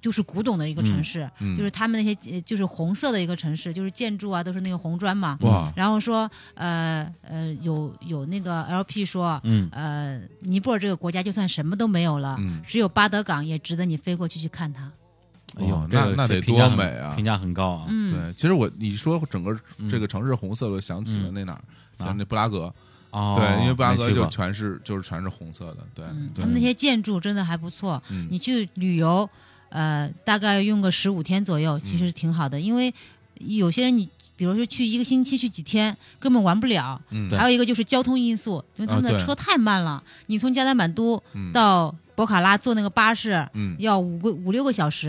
[SPEAKER 3] 就是古董的一个城市，
[SPEAKER 2] 嗯
[SPEAKER 3] 就是他们那些呃就是红色的一个城市，就是建筑啊都是那个红砖嘛。
[SPEAKER 2] 哇，
[SPEAKER 3] 然后说，呃呃，有有那个 LP 说，
[SPEAKER 1] 嗯
[SPEAKER 3] 呃，尼泊尔这个国家就算什么都没有了，
[SPEAKER 2] 嗯
[SPEAKER 3] 只有巴德港也值得你飞过去去看它。
[SPEAKER 1] 哎呦
[SPEAKER 2] 哦，
[SPEAKER 1] 这个
[SPEAKER 2] 那那得
[SPEAKER 1] 评价
[SPEAKER 2] 多
[SPEAKER 1] 很
[SPEAKER 2] 美啊
[SPEAKER 1] 评价很高啊，
[SPEAKER 3] 嗯，
[SPEAKER 2] 对，其实我你说整个
[SPEAKER 1] 嗯
[SPEAKER 2] 这个城市红色，我想起了那哪儿，像那布拉格，
[SPEAKER 1] 啊哦，
[SPEAKER 2] 对，因为布拉
[SPEAKER 1] 没
[SPEAKER 2] 格
[SPEAKER 1] 去
[SPEAKER 2] 就
[SPEAKER 1] 过
[SPEAKER 2] 全是就是全是红色的，对
[SPEAKER 3] 嗯，
[SPEAKER 2] 对
[SPEAKER 3] 他们那些建筑真的还不错。
[SPEAKER 2] 嗯
[SPEAKER 3] 你去旅游，呃，大概用个十五天左
[SPEAKER 2] 嗯
[SPEAKER 3] 右，其实挺好的，因为有些人你。比如说去一个星期去几天，根本玩不了。
[SPEAKER 2] 嗯
[SPEAKER 3] 还有一个就是交通因素，因为他们
[SPEAKER 2] 啊
[SPEAKER 3] 的
[SPEAKER 2] 对
[SPEAKER 3] 车太慢了。你从加德满都
[SPEAKER 2] 嗯
[SPEAKER 3] 到博卡拉坐那个巴士，
[SPEAKER 2] 嗯
[SPEAKER 3] 要五个五六个小时。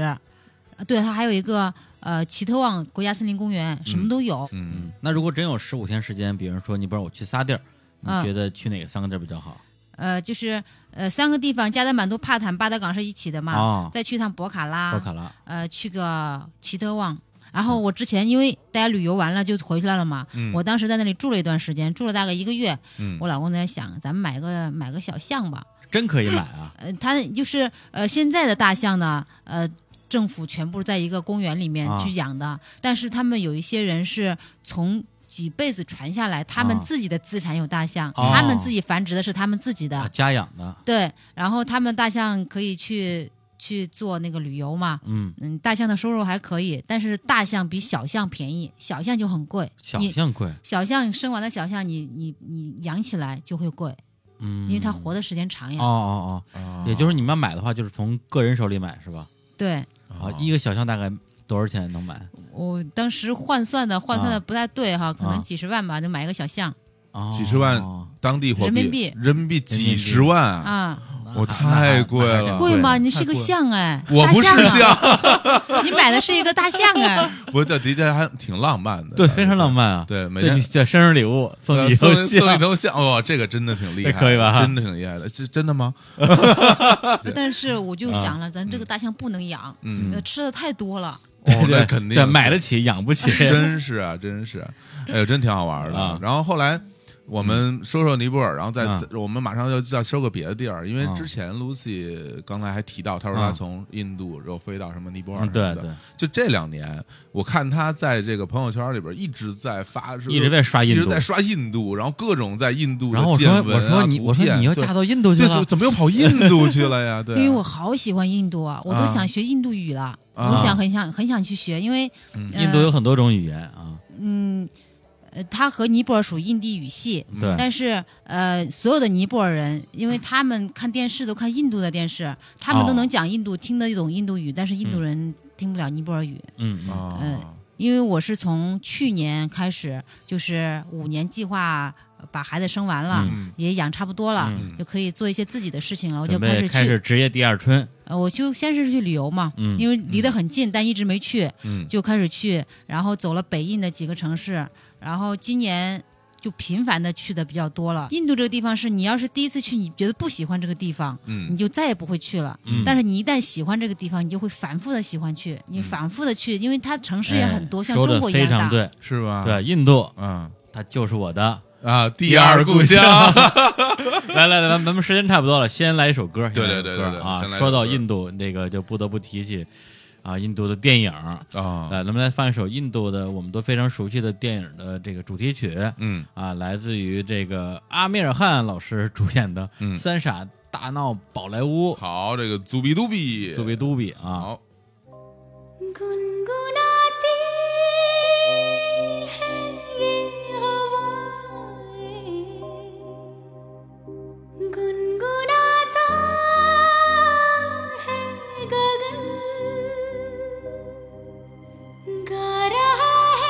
[SPEAKER 3] 呃对，它还有一个呃奇特旺国家森林公园，什么都有。
[SPEAKER 2] 嗯
[SPEAKER 1] 嗯那如果真有十五天时间，比如说你不让我去仨地儿，你
[SPEAKER 3] 嗯
[SPEAKER 1] 觉得去哪三个地儿比较好？
[SPEAKER 3] 呃，就是呃三个地方，加德满都、帕坦、巴德港是一起的嘛。
[SPEAKER 2] 啊
[SPEAKER 1] 哦
[SPEAKER 3] 再去趟博卡拉，
[SPEAKER 2] 哦
[SPEAKER 1] 博卡拉
[SPEAKER 3] 呃，去个奇特旺。然后我之前因为大家旅游完了就回去了嘛，
[SPEAKER 2] 嗯
[SPEAKER 3] 我当时在那里住了一段时间，住了大概一个月。
[SPEAKER 2] 嗯
[SPEAKER 3] 我老公在想，咱们买个买个小象吧。！
[SPEAKER 1] 真可以买啊
[SPEAKER 3] 呃，它就是呃现在的大象呢，呃。政府全部在一个公园里面
[SPEAKER 1] 啊
[SPEAKER 3] 去养的，但是他们有一些人是从几辈子传下来，他们
[SPEAKER 1] 啊
[SPEAKER 3] 自己的资产有大象，
[SPEAKER 1] 哦
[SPEAKER 3] 他们自己繁殖的是他们自己的，
[SPEAKER 1] 啊，家养的，
[SPEAKER 3] 对，然后他们大象可以去去做那个旅游嘛，
[SPEAKER 1] 嗯，
[SPEAKER 3] 嗯，大象的收入还可以，但是大象比小象便宜，小象就很贵，
[SPEAKER 1] 小
[SPEAKER 3] 你
[SPEAKER 1] 象贵，
[SPEAKER 3] 小象生完的小象你，你你养起来就会贵，
[SPEAKER 1] 嗯，
[SPEAKER 3] 因为它活的时间长呀，
[SPEAKER 1] 哦哦
[SPEAKER 2] 啊
[SPEAKER 1] 哦，也就是你们要买的话，就是从个人手里买是吧？
[SPEAKER 3] 对。
[SPEAKER 2] 哦
[SPEAKER 1] 啊，一个小象大概多少钱能买？
[SPEAKER 3] 我当时换算的换算
[SPEAKER 1] 啊
[SPEAKER 3] 的不太对哈，可
[SPEAKER 1] 啊
[SPEAKER 3] 能几十万吧，就买一个小象
[SPEAKER 1] 哦
[SPEAKER 2] 几十万当地货币人民币几十万啊！
[SPEAKER 3] 啊，
[SPEAKER 2] 我太贵了啊
[SPEAKER 3] 贵吗？
[SPEAKER 1] 对
[SPEAKER 3] 你是个象哎，
[SPEAKER 2] 我不是
[SPEAKER 3] 大象
[SPEAKER 2] 像，
[SPEAKER 3] 啊， *laughs* 你买的是一个大象哎，
[SPEAKER 2] 我这的确还挺浪漫的，
[SPEAKER 1] 对，非常浪漫啊！
[SPEAKER 2] 对，每
[SPEAKER 1] 对
[SPEAKER 2] 天
[SPEAKER 1] 你这生日礼物送你啊
[SPEAKER 2] 呃
[SPEAKER 1] 一头
[SPEAKER 2] 送送一
[SPEAKER 1] 象，
[SPEAKER 2] 头象，哇，这个真的挺厉害
[SPEAKER 1] 这
[SPEAKER 2] 的，
[SPEAKER 1] 可以吧
[SPEAKER 2] 真的挺厉害的，这真的吗？
[SPEAKER 3] 但是我就想了，咱这个大象不能养，
[SPEAKER 2] 嗯
[SPEAKER 3] 呃吃的太多了。
[SPEAKER 2] 哦，
[SPEAKER 1] *laughs*
[SPEAKER 2] 那
[SPEAKER 1] 对
[SPEAKER 2] 肯定
[SPEAKER 1] 对，买得起养不起，
[SPEAKER 2] 真是啊，真是啊，哎呦，真挺好玩的。
[SPEAKER 1] 啊
[SPEAKER 2] 然后后来我们说说尼泊尔，然后再、
[SPEAKER 1] 嗯
[SPEAKER 2] 我们马上要再说个别的地儿，因为
[SPEAKER 1] 嗯
[SPEAKER 2] 之前 Lucy 刚才还提到，她说她
[SPEAKER 1] 嗯
[SPEAKER 2] 从印度又飞到什么尼泊尔
[SPEAKER 1] 嗯，
[SPEAKER 2] 什么
[SPEAKER 1] 对
[SPEAKER 2] 的，
[SPEAKER 1] 对，
[SPEAKER 2] 就这两年，我看她在这个朋友圈里边一直在发，
[SPEAKER 1] 一直在刷啊
[SPEAKER 2] 一
[SPEAKER 1] 印
[SPEAKER 2] 直
[SPEAKER 1] 度
[SPEAKER 2] 在。刷印度，然后各种在印度的
[SPEAKER 1] 然后我
[SPEAKER 2] 见
[SPEAKER 1] 说
[SPEAKER 2] 闻
[SPEAKER 1] 我
[SPEAKER 2] 啊
[SPEAKER 1] 说你
[SPEAKER 2] 图
[SPEAKER 1] 我说
[SPEAKER 2] 片
[SPEAKER 1] 你要
[SPEAKER 2] 对
[SPEAKER 1] 嫁到印度去
[SPEAKER 2] 对，怎
[SPEAKER 1] 了
[SPEAKER 2] 么，怎么又跑印度去了呀？对啊，
[SPEAKER 3] 因为我好喜欢印度啊，我都
[SPEAKER 2] 啊
[SPEAKER 3] 想学印度语了，
[SPEAKER 2] 啊
[SPEAKER 3] 我想很想很想去学，因为、
[SPEAKER 2] 嗯
[SPEAKER 3] 呃
[SPEAKER 1] 印度有很多种语言啊，
[SPEAKER 3] 呃，它和尼泊尔属于印地语系，
[SPEAKER 2] 嗯
[SPEAKER 1] 对，
[SPEAKER 3] 但是呃，所有的尼泊尔人，因为他们看电视都看印度的电视，他们
[SPEAKER 1] 哦
[SPEAKER 3] 都能讲印度，听得懂印度语，但是印度人听不了尼泊尔语。
[SPEAKER 1] 嗯嗯
[SPEAKER 2] 啊，
[SPEAKER 3] 嗯因为我是从去年开始，就是五年计划呃把孩子生完了，
[SPEAKER 2] 嗯
[SPEAKER 3] 也养差不多了，
[SPEAKER 1] 嗯
[SPEAKER 3] 就可以做一些自己的事情了，我就
[SPEAKER 1] 准备
[SPEAKER 3] 始去，
[SPEAKER 1] 开始职业第二春，
[SPEAKER 3] 呃，我就先是去旅游嘛，
[SPEAKER 1] 嗯
[SPEAKER 3] 因为离得很近，但一直没去，
[SPEAKER 2] 嗯
[SPEAKER 3] 就开始去，然后走了北印的几个城市，然后今年就频繁的去的比较多了。印度这个地方是你要是第一次去，你觉得不喜欢这个地方，你
[SPEAKER 2] 嗯
[SPEAKER 3] 就再也不会去了。
[SPEAKER 1] 嗯
[SPEAKER 3] 但是你一旦喜欢这个地方，你就会反复的喜欢去，你反复的去，因为它城市也很多，
[SPEAKER 1] 哎
[SPEAKER 3] 像
[SPEAKER 1] 说
[SPEAKER 3] 中
[SPEAKER 1] 的
[SPEAKER 3] 国一
[SPEAKER 1] 非
[SPEAKER 3] 样
[SPEAKER 1] 常
[SPEAKER 3] 大。
[SPEAKER 1] 对，
[SPEAKER 2] 是吧？
[SPEAKER 1] 对，印度
[SPEAKER 2] 啊
[SPEAKER 1] 它就是我 *laughs* 的
[SPEAKER 2] 啊，第二故乡，
[SPEAKER 1] 来来来，咱们咱们时间差不多了，先来一首歌。
[SPEAKER 2] 对
[SPEAKER 1] 先来一首
[SPEAKER 2] 对对
[SPEAKER 1] 歌
[SPEAKER 2] 对对先来
[SPEAKER 1] 啊！
[SPEAKER 2] 一首
[SPEAKER 1] 说到
[SPEAKER 2] 歌
[SPEAKER 1] 印度，那个就不得不提起啊，印度的电影。
[SPEAKER 2] *laughs* 啊，
[SPEAKER 1] 呃，咱们来放一首印度的我们都非常熟悉的电影的这个主题曲
[SPEAKER 2] 嗯
[SPEAKER 1] 啊，来自于这个阿米尔汗老师主演的
[SPEAKER 2] 嗯
[SPEAKER 1] 《三傻大闹宝莱坞》
[SPEAKER 2] 好，这个祖比杜比，
[SPEAKER 1] 作为都比啊，
[SPEAKER 2] 好，
[SPEAKER 4] गुनगुनाती है ये हवाएं गुनगुनाता है गगन गा रहा है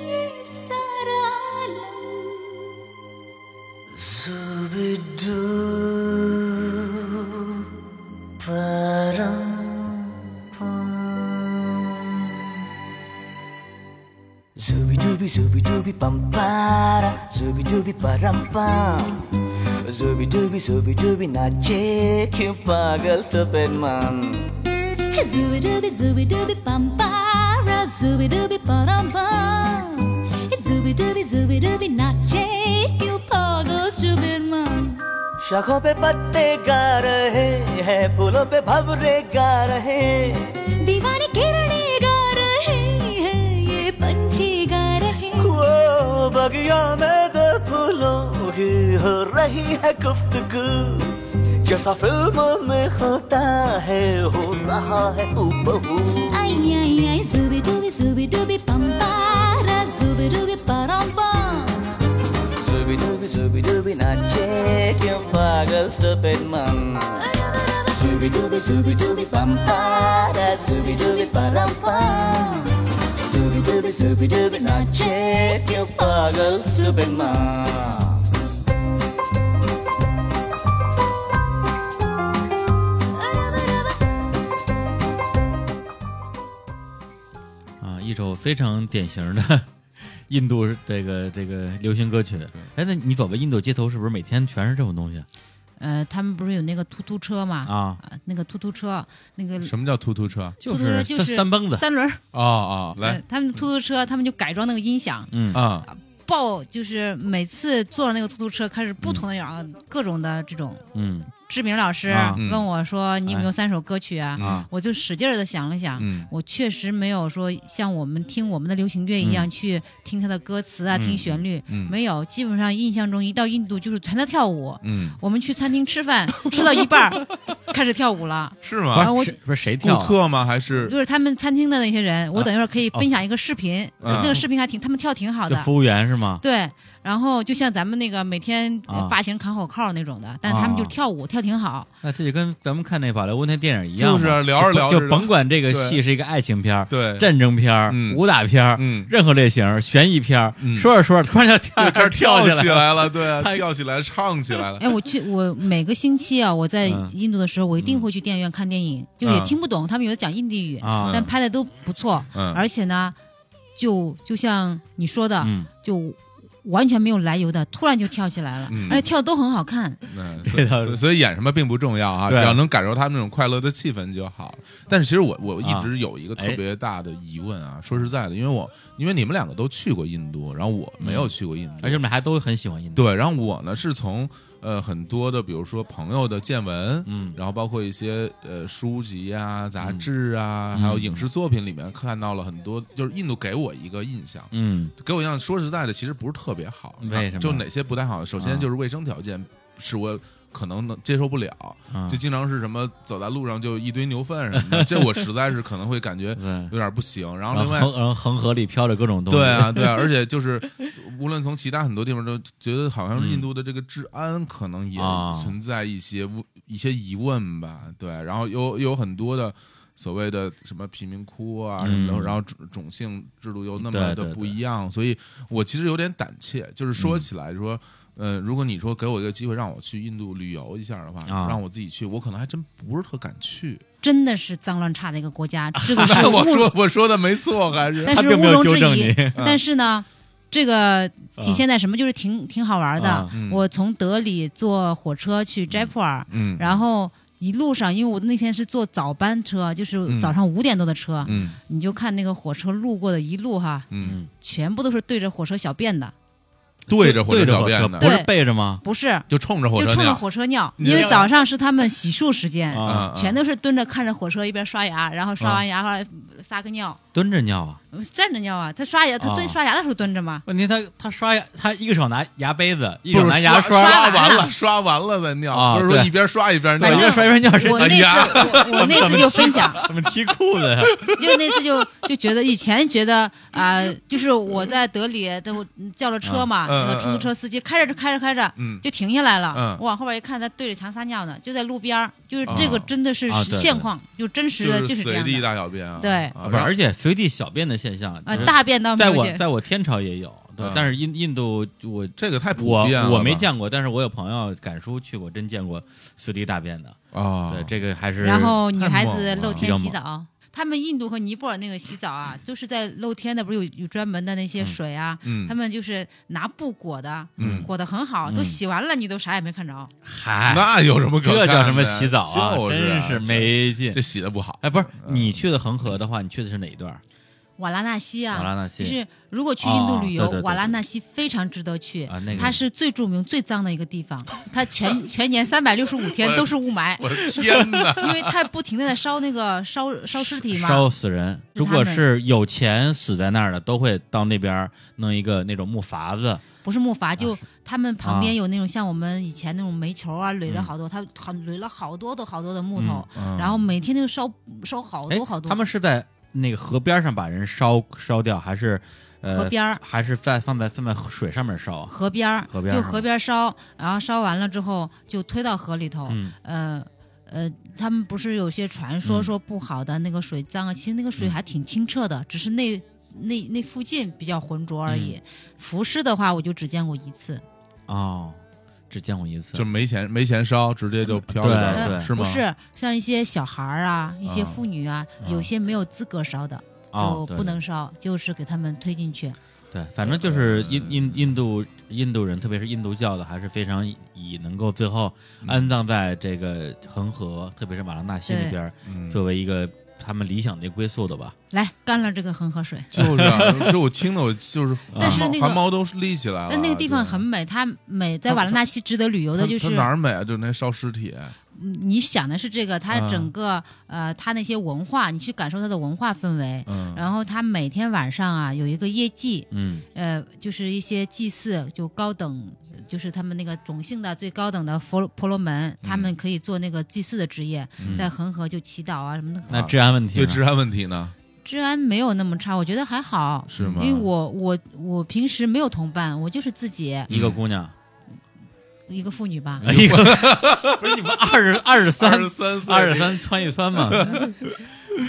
[SPEAKER 4] ये सारा आलम
[SPEAKER 5] Zubi dooby, zubi dooby, pam para, zubi dooby, param pam. Zubi dooby, zubi dooby, nache, you pagal stupid man.
[SPEAKER 4] Zooby dooby zooby dooby bum para zooby dooby param bum. Zooby dooby zooby dooby not shake you pogo stupid mum.
[SPEAKER 5] शाखों पे पत्ते गा रहे हैं पुलों पे भवरे गा रहे
[SPEAKER 4] दीवाने किरणे गा रहे हैं ये पंछी गा रहे हैं।
[SPEAKER 5] वो बगिया में दो फूलों की हो रही है गुफ्तगू जैसा फिल्मों में होता है हो रहा है हूबहू
[SPEAKER 4] आई आई आई zooby dooby zooby dooby bum para zooby dooby param bum.
[SPEAKER 5] Zubi dooby zubi dooby nache kyun pagal stupid man Zubi dooby zubi dooby pam para zubi dooby param pam Zubi dooby zubi dooby nache kyun pagal stupid man
[SPEAKER 1] 啊，一首非常典型的 *laughs* 印度这个这个流行歌曲。哎，那你走在印度街头，是不是每天全是这种东西
[SPEAKER 3] 呃，他们不是有那个突突车嘛？
[SPEAKER 1] 啊？
[SPEAKER 3] 啊那个突突车，那个
[SPEAKER 2] 什么叫突突车？
[SPEAKER 1] 就
[SPEAKER 3] 突突车
[SPEAKER 1] 是
[SPEAKER 3] 就是
[SPEAKER 1] 三三蹦子，
[SPEAKER 3] 三轮儿。
[SPEAKER 2] 啊啊，来
[SPEAKER 3] 呃，他们的突突车，他们就改装那个音响，
[SPEAKER 2] 啊，
[SPEAKER 3] 爆，就是每次坐了那个突突车，开始不同的样、各种的这种。
[SPEAKER 1] 嗯
[SPEAKER 3] 志明老师
[SPEAKER 1] 啊哎
[SPEAKER 2] 嗯
[SPEAKER 3] 问我说：“你有没有三首歌曲啊？”
[SPEAKER 1] 啊
[SPEAKER 3] 我就使劲的想了想，
[SPEAKER 2] 嗯
[SPEAKER 3] 我确实没有说像我们听我们的流行乐一
[SPEAKER 1] 嗯
[SPEAKER 3] 样去听它的歌词啊，听旋律，
[SPEAKER 2] 嗯
[SPEAKER 3] 没有。基本上印象中一到印度就是全在跳舞。
[SPEAKER 2] 嗯，
[SPEAKER 3] 我们去餐厅吃饭，吃到一
[SPEAKER 2] *laughs*
[SPEAKER 3] 半儿开始跳舞了，
[SPEAKER 2] 是
[SPEAKER 1] 不
[SPEAKER 2] 吗
[SPEAKER 3] 啊？我
[SPEAKER 1] 是谁不是谁
[SPEAKER 2] 顾
[SPEAKER 1] 跳啊？
[SPEAKER 2] 客吗？还是
[SPEAKER 3] 就是他们餐厅的那些人。我
[SPEAKER 1] 啊嗯
[SPEAKER 3] 等一会儿可以分享一个视频，
[SPEAKER 2] 啊
[SPEAKER 3] 这个视频还挺，他们跳挺好
[SPEAKER 1] 就
[SPEAKER 3] 的。
[SPEAKER 1] 服务员是吗？
[SPEAKER 3] 对，然后就像咱们那个每天
[SPEAKER 1] 啊
[SPEAKER 3] 发型扛口靠那种的，但是他们就
[SPEAKER 1] 啊
[SPEAKER 3] 跳舞、跳挺好。
[SPEAKER 1] 那这就跟咱们看那宝莱坞那电影一样嘛，
[SPEAKER 2] 就是啊聊着聊着
[SPEAKER 1] 就甭管这个
[SPEAKER 2] 对
[SPEAKER 1] 戏是一个爱情片儿、
[SPEAKER 2] 对
[SPEAKER 1] 战争片儿、
[SPEAKER 2] 嗯
[SPEAKER 1] 武打片儿、
[SPEAKER 2] 嗯
[SPEAKER 1] 任何类型儿悬疑片儿
[SPEAKER 2] 嗯
[SPEAKER 1] 说着说着突然就
[SPEAKER 2] 对
[SPEAKER 1] *laughs* 跳
[SPEAKER 2] 这儿跳
[SPEAKER 1] 起
[SPEAKER 2] 起
[SPEAKER 1] 来了，
[SPEAKER 2] 来了？对啊，
[SPEAKER 1] 太
[SPEAKER 2] 跳起来，唱起
[SPEAKER 1] *laughs*
[SPEAKER 2] 来了。
[SPEAKER 3] 哎，我去，我每个星期啊，我在
[SPEAKER 1] 嗯
[SPEAKER 3] 印度的时候，我一定会去电影院看电影，就是也听不懂，他们有的讲印地语，
[SPEAKER 1] 啊
[SPEAKER 3] 但拍的都不错，
[SPEAKER 2] 嗯
[SPEAKER 3] 而且呢，就就像你说的，
[SPEAKER 1] 嗯
[SPEAKER 3] 就完全没有来由的突然就跳起来了，而且跳得都很好看。
[SPEAKER 1] *laughs*
[SPEAKER 2] 嗯，
[SPEAKER 1] 这倒
[SPEAKER 2] 所
[SPEAKER 1] 是
[SPEAKER 2] 所以所以演什么并不重要啊，只
[SPEAKER 1] 对
[SPEAKER 2] 要能感受他们那种快乐的气氛就好。但是其实我
[SPEAKER 1] 啊
[SPEAKER 2] 我一直有一个特别大的疑问啊，说实在的，因为我因为你们两个都去过印度，然后我没有去过印度，
[SPEAKER 1] 而且我们还都很喜欢印度，
[SPEAKER 2] 对，然后我呢是从呃很多的，比如说朋友的见闻，
[SPEAKER 1] 嗯
[SPEAKER 2] 然后包括一些呃书籍啊、杂志
[SPEAKER 1] 嗯
[SPEAKER 2] 啊，还有影视作品里面看到了很多，就是印度给我一个印象，
[SPEAKER 1] 嗯，
[SPEAKER 2] 给我印象说实在的，其实不是特别好。
[SPEAKER 1] 为什么
[SPEAKER 2] 就哪些不太好？首先
[SPEAKER 1] 啊
[SPEAKER 2] 就是卫生条件是我。可能能接受不了，
[SPEAKER 1] 啊
[SPEAKER 2] 就经常是什么走在路上就一堆牛粪什么的，这我实在是可能会感觉
[SPEAKER 1] *laughs* 对
[SPEAKER 2] 有点不行。
[SPEAKER 1] 然
[SPEAKER 2] 然后
[SPEAKER 1] 后
[SPEAKER 2] 另外
[SPEAKER 1] 恒然后恒河里飘着各种东西，
[SPEAKER 2] 对
[SPEAKER 1] *laughs*
[SPEAKER 2] 啊，对啊，而且就是无论从其他很多地方都觉得，好像是印度的这个治安可能也
[SPEAKER 1] 嗯啊
[SPEAKER 2] 存在一些问一些疑问吧。对，然后有有很多的所谓的什么贫民窟啊什么的，
[SPEAKER 1] 嗯
[SPEAKER 2] 然后种种姓制度又那
[SPEAKER 1] 对
[SPEAKER 2] 么
[SPEAKER 1] 对嗯对
[SPEAKER 2] 的不一样，所以我其实有点胆怯，就是说起来说。呃，如果你说给我一个机会让我去印度旅游一下的话，
[SPEAKER 1] 啊
[SPEAKER 2] 让我自己去，我可能还真不是特敢
[SPEAKER 1] *laughs*
[SPEAKER 2] 去。
[SPEAKER 3] 真的是脏乱差的一个国家，这个是
[SPEAKER 2] 我
[SPEAKER 3] 毋
[SPEAKER 2] 说我说的没错，还是
[SPEAKER 3] 但
[SPEAKER 1] 嗯他
[SPEAKER 3] 是
[SPEAKER 1] 并没
[SPEAKER 3] 毋
[SPEAKER 1] 有
[SPEAKER 3] 庸
[SPEAKER 1] 纠
[SPEAKER 3] 置
[SPEAKER 1] 正
[SPEAKER 3] 疑
[SPEAKER 1] 你。
[SPEAKER 3] 但是呢，这个体
[SPEAKER 1] 啊
[SPEAKER 3] 现在什么？就是挺挺好玩的
[SPEAKER 1] 啊。
[SPEAKER 2] 嗯
[SPEAKER 3] 我从德里坐火车去斋普尔，
[SPEAKER 2] 嗯
[SPEAKER 3] 然后一路上，因为我那天是坐早班车，
[SPEAKER 1] 嗯
[SPEAKER 3] 就是早上五点多的车，
[SPEAKER 2] 嗯
[SPEAKER 3] 你就看那个火车路过的一路哈，
[SPEAKER 2] 嗯，
[SPEAKER 3] 全部都是对着火车小便的，
[SPEAKER 2] 对着火
[SPEAKER 1] 对
[SPEAKER 2] 车
[SPEAKER 1] 着
[SPEAKER 2] 小
[SPEAKER 1] 火车
[SPEAKER 2] 便的，
[SPEAKER 1] 不是
[SPEAKER 3] 对
[SPEAKER 1] 背着吗？
[SPEAKER 3] 不是
[SPEAKER 2] 就冲着火
[SPEAKER 3] 就
[SPEAKER 2] 车
[SPEAKER 3] 冲着
[SPEAKER 2] 尿
[SPEAKER 3] 火车尿，
[SPEAKER 1] 你
[SPEAKER 3] 因为
[SPEAKER 1] 要
[SPEAKER 3] 早上是他们洗漱时间，
[SPEAKER 1] 啊，
[SPEAKER 2] 啊，
[SPEAKER 3] 全都是蹲着看着火车，一边刷牙，然后刷完牙后来撒个尿，
[SPEAKER 1] 蹲着尿啊！
[SPEAKER 3] 站着尿啊。他刷牙，他
[SPEAKER 1] 啊
[SPEAKER 3] 蹲刷牙的时候蹲着嘛。
[SPEAKER 1] 问题他他刷牙，他一个手拿牙杯子，一
[SPEAKER 2] 不
[SPEAKER 1] 个
[SPEAKER 2] 是
[SPEAKER 1] 手拿牙
[SPEAKER 2] 刷
[SPEAKER 1] 刷，
[SPEAKER 2] 刷完了，刷完了再尿，
[SPEAKER 1] 啊
[SPEAKER 2] 不是说
[SPEAKER 1] 对
[SPEAKER 2] 一边刷一边
[SPEAKER 1] 对，一
[SPEAKER 2] 尿
[SPEAKER 1] 个刷一边尿是啊
[SPEAKER 3] 我那
[SPEAKER 2] 哎呀
[SPEAKER 3] 次我我那次就分享，
[SPEAKER 1] *laughs* 怎么提裤子呀？
[SPEAKER 3] 就那次就就觉得以前觉得啊、就是我在德里都叫了车嘛，呃
[SPEAKER 2] 嗯嗯
[SPEAKER 3] 那个出租车司机开着开着开着，
[SPEAKER 2] 嗯
[SPEAKER 3] 就停下来了。
[SPEAKER 2] 嗯
[SPEAKER 3] 我往后边一看，他对着墙撒尿呢，就在路边儿，就是这个
[SPEAKER 2] 哦
[SPEAKER 3] 真的是
[SPEAKER 1] 啊对
[SPEAKER 3] 现况，就真实的就是是这
[SPEAKER 2] 随
[SPEAKER 3] 样
[SPEAKER 2] 地
[SPEAKER 3] 的。
[SPEAKER 2] 大小便啊，
[SPEAKER 3] 对
[SPEAKER 2] 啊
[SPEAKER 1] 啊 *laughs* 不是，
[SPEAKER 2] 然后
[SPEAKER 1] 而且随地小便的现象
[SPEAKER 3] 呃
[SPEAKER 1] 就，是
[SPEAKER 3] 大便倒没
[SPEAKER 1] 在
[SPEAKER 3] 有
[SPEAKER 1] 我
[SPEAKER 3] 见，
[SPEAKER 1] 在我天朝也有，对
[SPEAKER 2] 嗯，
[SPEAKER 1] 但是印印度我
[SPEAKER 2] 这个太普
[SPEAKER 1] 我
[SPEAKER 2] 遍了吧，
[SPEAKER 1] 我没见过，但是我有朋友赶叔去过，真见过随地大便的。
[SPEAKER 2] 啊，
[SPEAKER 1] 对，这个还是
[SPEAKER 3] 然后女
[SPEAKER 2] 太
[SPEAKER 3] 孩
[SPEAKER 2] 猛
[SPEAKER 3] 子
[SPEAKER 2] 了
[SPEAKER 3] 露
[SPEAKER 1] 比
[SPEAKER 3] 天
[SPEAKER 1] 较
[SPEAKER 3] 洗
[SPEAKER 1] 哦猛
[SPEAKER 3] 澡。他们印度和尼泊尔那个洗澡啊，都是在露天的，不是有有专门的那些水啊？
[SPEAKER 2] 嗯
[SPEAKER 3] 他们就是拿布裹的，
[SPEAKER 2] 嗯
[SPEAKER 3] 裹得很好，都
[SPEAKER 1] 嗯
[SPEAKER 3] 洗完了，你都啥也没看着。
[SPEAKER 1] 嗨，
[SPEAKER 2] 那有什么可
[SPEAKER 1] 哎这
[SPEAKER 2] 看
[SPEAKER 1] 叫什么
[SPEAKER 2] 的
[SPEAKER 1] 洗澡啊？
[SPEAKER 2] 就是
[SPEAKER 1] 真是没劲
[SPEAKER 2] 这。洗的不好，
[SPEAKER 1] 哎，不是，你去的恒河的话，你去的是哪一段？
[SPEAKER 3] 瓦拉纳西啊，
[SPEAKER 1] 瓦拉纳西
[SPEAKER 3] 就是如果去印度旅游，
[SPEAKER 1] 哦对对对
[SPEAKER 3] 瓦拉纳西非常值得去，
[SPEAKER 1] 啊那个
[SPEAKER 3] 它是最著名、最脏的一个
[SPEAKER 1] *laughs*
[SPEAKER 3] 地方，它全全年三百六十五天都是雾霾，
[SPEAKER 2] 我的天
[SPEAKER 1] *laughs*
[SPEAKER 2] 哪！
[SPEAKER 3] 因为它不停的在烧那个烧烧尸体嘛，
[SPEAKER 1] 烧死人！如果
[SPEAKER 3] 他们
[SPEAKER 1] 是有钱死在那儿的，都会到那边儿弄一个那种木筏子，
[SPEAKER 3] 不是木筏，就他们旁边
[SPEAKER 1] 啊嗯
[SPEAKER 3] 有那种像我们以前那种煤球啊，垒了好多，它好垒了好多的好多的木头，
[SPEAKER 2] 嗯
[SPEAKER 3] 然后每天就烧烧好
[SPEAKER 1] 哎
[SPEAKER 3] 多好多，
[SPEAKER 1] 他们是在那个河边上把人烧烧掉，还是呃
[SPEAKER 3] 河边儿
[SPEAKER 1] 还是在放在放在水上面烧啊？
[SPEAKER 3] 河边儿
[SPEAKER 1] 河边儿
[SPEAKER 3] 就是河
[SPEAKER 1] 吗
[SPEAKER 3] 边儿烧，然后烧完了之后就推到河里头，
[SPEAKER 1] 嗯
[SPEAKER 3] 呃呃，他们不是有些传说说不好的那个水脏啊，其实那个
[SPEAKER 1] 嗯
[SPEAKER 3] 水还挺清澈的，只是那那那附近比较浑浊而
[SPEAKER 1] 嗯
[SPEAKER 3] 已。浮尸的话，我就只见过一次，
[SPEAKER 1] 哦，只见过一次，
[SPEAKER 2] 就没钱没钱烧，直接就飘里边儿
[SPEAKER 1] 对
[SPEAKER 2] 了，
[SPEAKER 1] 对
[SPEAKER 2] 是吗？
[SPEAKER 3] 不是像一些小孩儿啊，一些
[SPEAKER 2] 啊
[SPEAKER 3] 妇女啊，
[SPEAKER 1] 啊
[SPEAKER 3] 有些没有资格烧的。
[SPEAKER 1] 哦
[SPEAKER 3] 就
[SPEAKER 1] 对
[SPEAKER 3] 不能烧，就是给他们推进去。
[SPEAKER 1] 对，反正就是印印印度印度人，特别是印度教的，还是非常以能够最后
[SPEAKER 2] 嗯
[SPEAKER 1] 安葬在这个恒河，特别是马拉纳西那边儿，
[SPEAKER 2] 嗯
[SPEAKER 1] 作为一个他们理想的归宿的吧。
[SPEAKER 3] 来干了这个恒河水，
[SPEAKER 2] 就是啊，就我听的我就是
[SPEAKER 3] *laughs* 但是
[SPEAKER 2] 汗毛
[SPEAKER 3] 那个
[SPEAKER 2] 汗毛都立起来了。
[SPEAKER 3] 但那个地方
[SPEAKER 2] 啊对
[SPEAKER 3] 很美，它美，在
[SPEAKER 2] 它
[SPEAKER 3] 瓦拉纳西值得旅游的
[SPEAKER 2] 它
[SPEAKER 3] 就
[SPEAKER 2] 它
[SPEAKER 3] 是
[SPEAKER 2] 哪儿美啊？就那烧尸体，
[SPEAKER 3] 嗯你想的是这个，它
[SPEAKER 2] 啊
[SPEAKER 3] 整个、呃，它那些文化，你去感受它的文化氛围。
[SPEAKER 2] 嗯，
[SPEAKER 3] 然后它每天晚上啊有一个夜祭，
[SPEAKER 1] 嗯
[SPEAKER 3] 呃，就是一些祭祀，就高等，就是他们那个种姓的最高等的佛婆罗
[SPEAKER 2] 嗯
[SPEAKER 3] 门，他们可以做那个祭祀的职业，在恒河就祈祷啊什么的。
[SPEAKER 1] 那治安问题
[SPEAKER 2] 对
[SPEAKER 1] 呢
[SPEAKER 2] 治安问题呢？
[SPEAKER 3] 治安没有那么差，我觉得还好，
[SPEAKER 2] 是吗？
[SPEAKER 3] 因为我我我平时没有同伴，我就是自己
[SPEAKER 1] 一个
[SPEAKER 2] 嗯
[SPEAKER 1] 姑娘，
[SPEAKER 3] 一个妇女吧。
[SPEAKER 1] 一
[SPEAKER 2] *laughs*
[SPEAKER 1] 个不是你们二十二十
[SPEAKER 2] 哎二
[SPEAKER 1] 三
[SPEAKER 2] 十三岁，
[SPEAKER 1] 二十三窜一窜嘛，嗯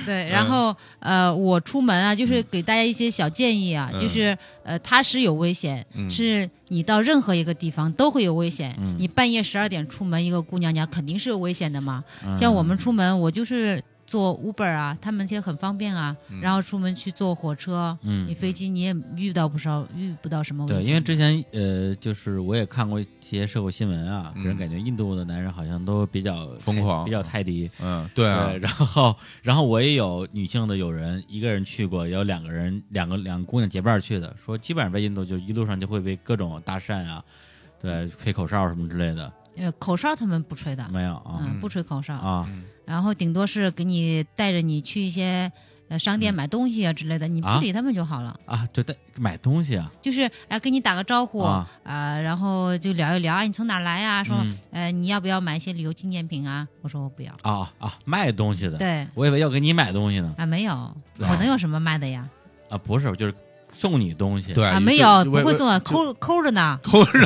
[SPEAKER 3] 对，然后呃，我出门啊，就是给大家一些小建议啊，
[SPEAKER 2] 嗯
[SPEAKER 3] 就是呃，它是有危险，
[SPEAKER 1] 嗯
[SPEAKER 3] 是你到任何一个地方都会有危险。
[SPEAKER 1] 嗯
[SPEAKER 3] 你半夜十二点出门，一个姑娘家肯定是有危险的嘛。像我们出门，我就是坐 Uber 啊，他们也很方便啊。然后出门去坐火车，
[SPEAKER 1] 嗯
[SPEAKER 3] 你飞机你也遇到不少遇不到什么危
[SPEAKER 1] 对，
[SPEAKER 2] 嗯
[SPEAKER 3] 险。
[SPEAKER 1] 因为之前呃，就是我也看过一些社会新闻啊，给人
[SPEAKER 2] 嗯
[SPEAKER 1] 感觉印度的男人好像都比较
[SPEAKER 2] 疯
[SPEAKER 1] 泰
[SPEAKER 2] 狂
[SPEAKER 1] 比较泰迪。
[SPEAKER 2] 嗯，对啊，
[SPEAKER 1] 对，然后 *laughs* 然后我也有女性的友人，一个人去过，也有两个人，两个两个姑娘结伴去的，说基本上在印度就一路上就会被各种搭讪啊，对，吹口哨什么之类的，
[SPEAKER 3] 呃口哨他们不吹的，
[SPEAKER 1] 没有啊
[SPEAKER 3] 嗯，不吹口哨。
[SPEAKER 1] 啊，
[SPEAKER 3] 然后顶多是给你带着你去一些呃商店买东西啊之类的，你不
[SPEAKER 1] 嗯啊
[SPEAKER 3] 理他们就好了。
[SPEAKER 1] 啊，对，但买东西啊，
[SPEAKER 3] 就是哎，跟你打个招呼
[SPEAKER 1] 啊
[SPEAKER 3] 呃，然后就聊一聊，哎，你从哪来啊？说、
[SPEAKER 2] 嗯
[SPEAKER 3] 呃，你要不要买一些旅游纪念品啊？我说我不要。
[SPEAKER 1] 啊啊，卖东西的，
[SPEAKER 3] 对
[SPEAKER 1] 我以为要给你买东西呢，
[SPEAKER 3] 啊，没有，我能有什么卖的呀？
[SPEAKER 1] 啊，不是，就是送你东西，
[SPEAKER 2] 对
[SPEAKER 3] 啊，没有，
[SPEAKER 2] 就
[SPEAKER 3] 不
[SPEAKER 2] 为
[SPEAKER 3] 会
[SPEAKER 2] 为
[SPEAKER 3] 送啊，抠抠着呢。
[SPEAKER 2] 抠着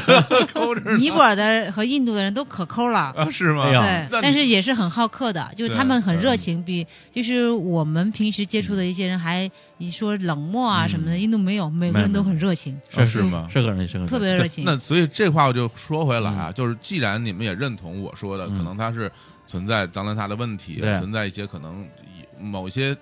[SPEAKER 2] 抠着呢
[SPEAKER 3] 尼泊尔的和印度的人都可抠了。
[SPEAKER 2] 啊，是吗？
[SPEAKER 1] 哎呀
[SPEAKER 3] 对，
[SPEAKER 2] 那
[SPEAKER 3] 但
[SPEAKER 2] 你
[SPEAKER 3] 是也是很好客的，就是他们很热情，比就是我们平时接触的一些人还你说冷漠
[SPEAKER 2] 嗯
[SPEAKER 3] 啊什么的，印度没有，每个人都很热情，
[SPEAKER 2] 啊是吗？
[SPEAKER 1] 是个人，是个人，
[SPEAKER 3] 特别热情。
[SPEAKER 2] 那所以这话我就说回来啊，就是既然你们也认同我说的，可能它是存在脏乱差的问题，
[SPEAKER 1] 对
[SPEAKER 2] 存在一些可能某些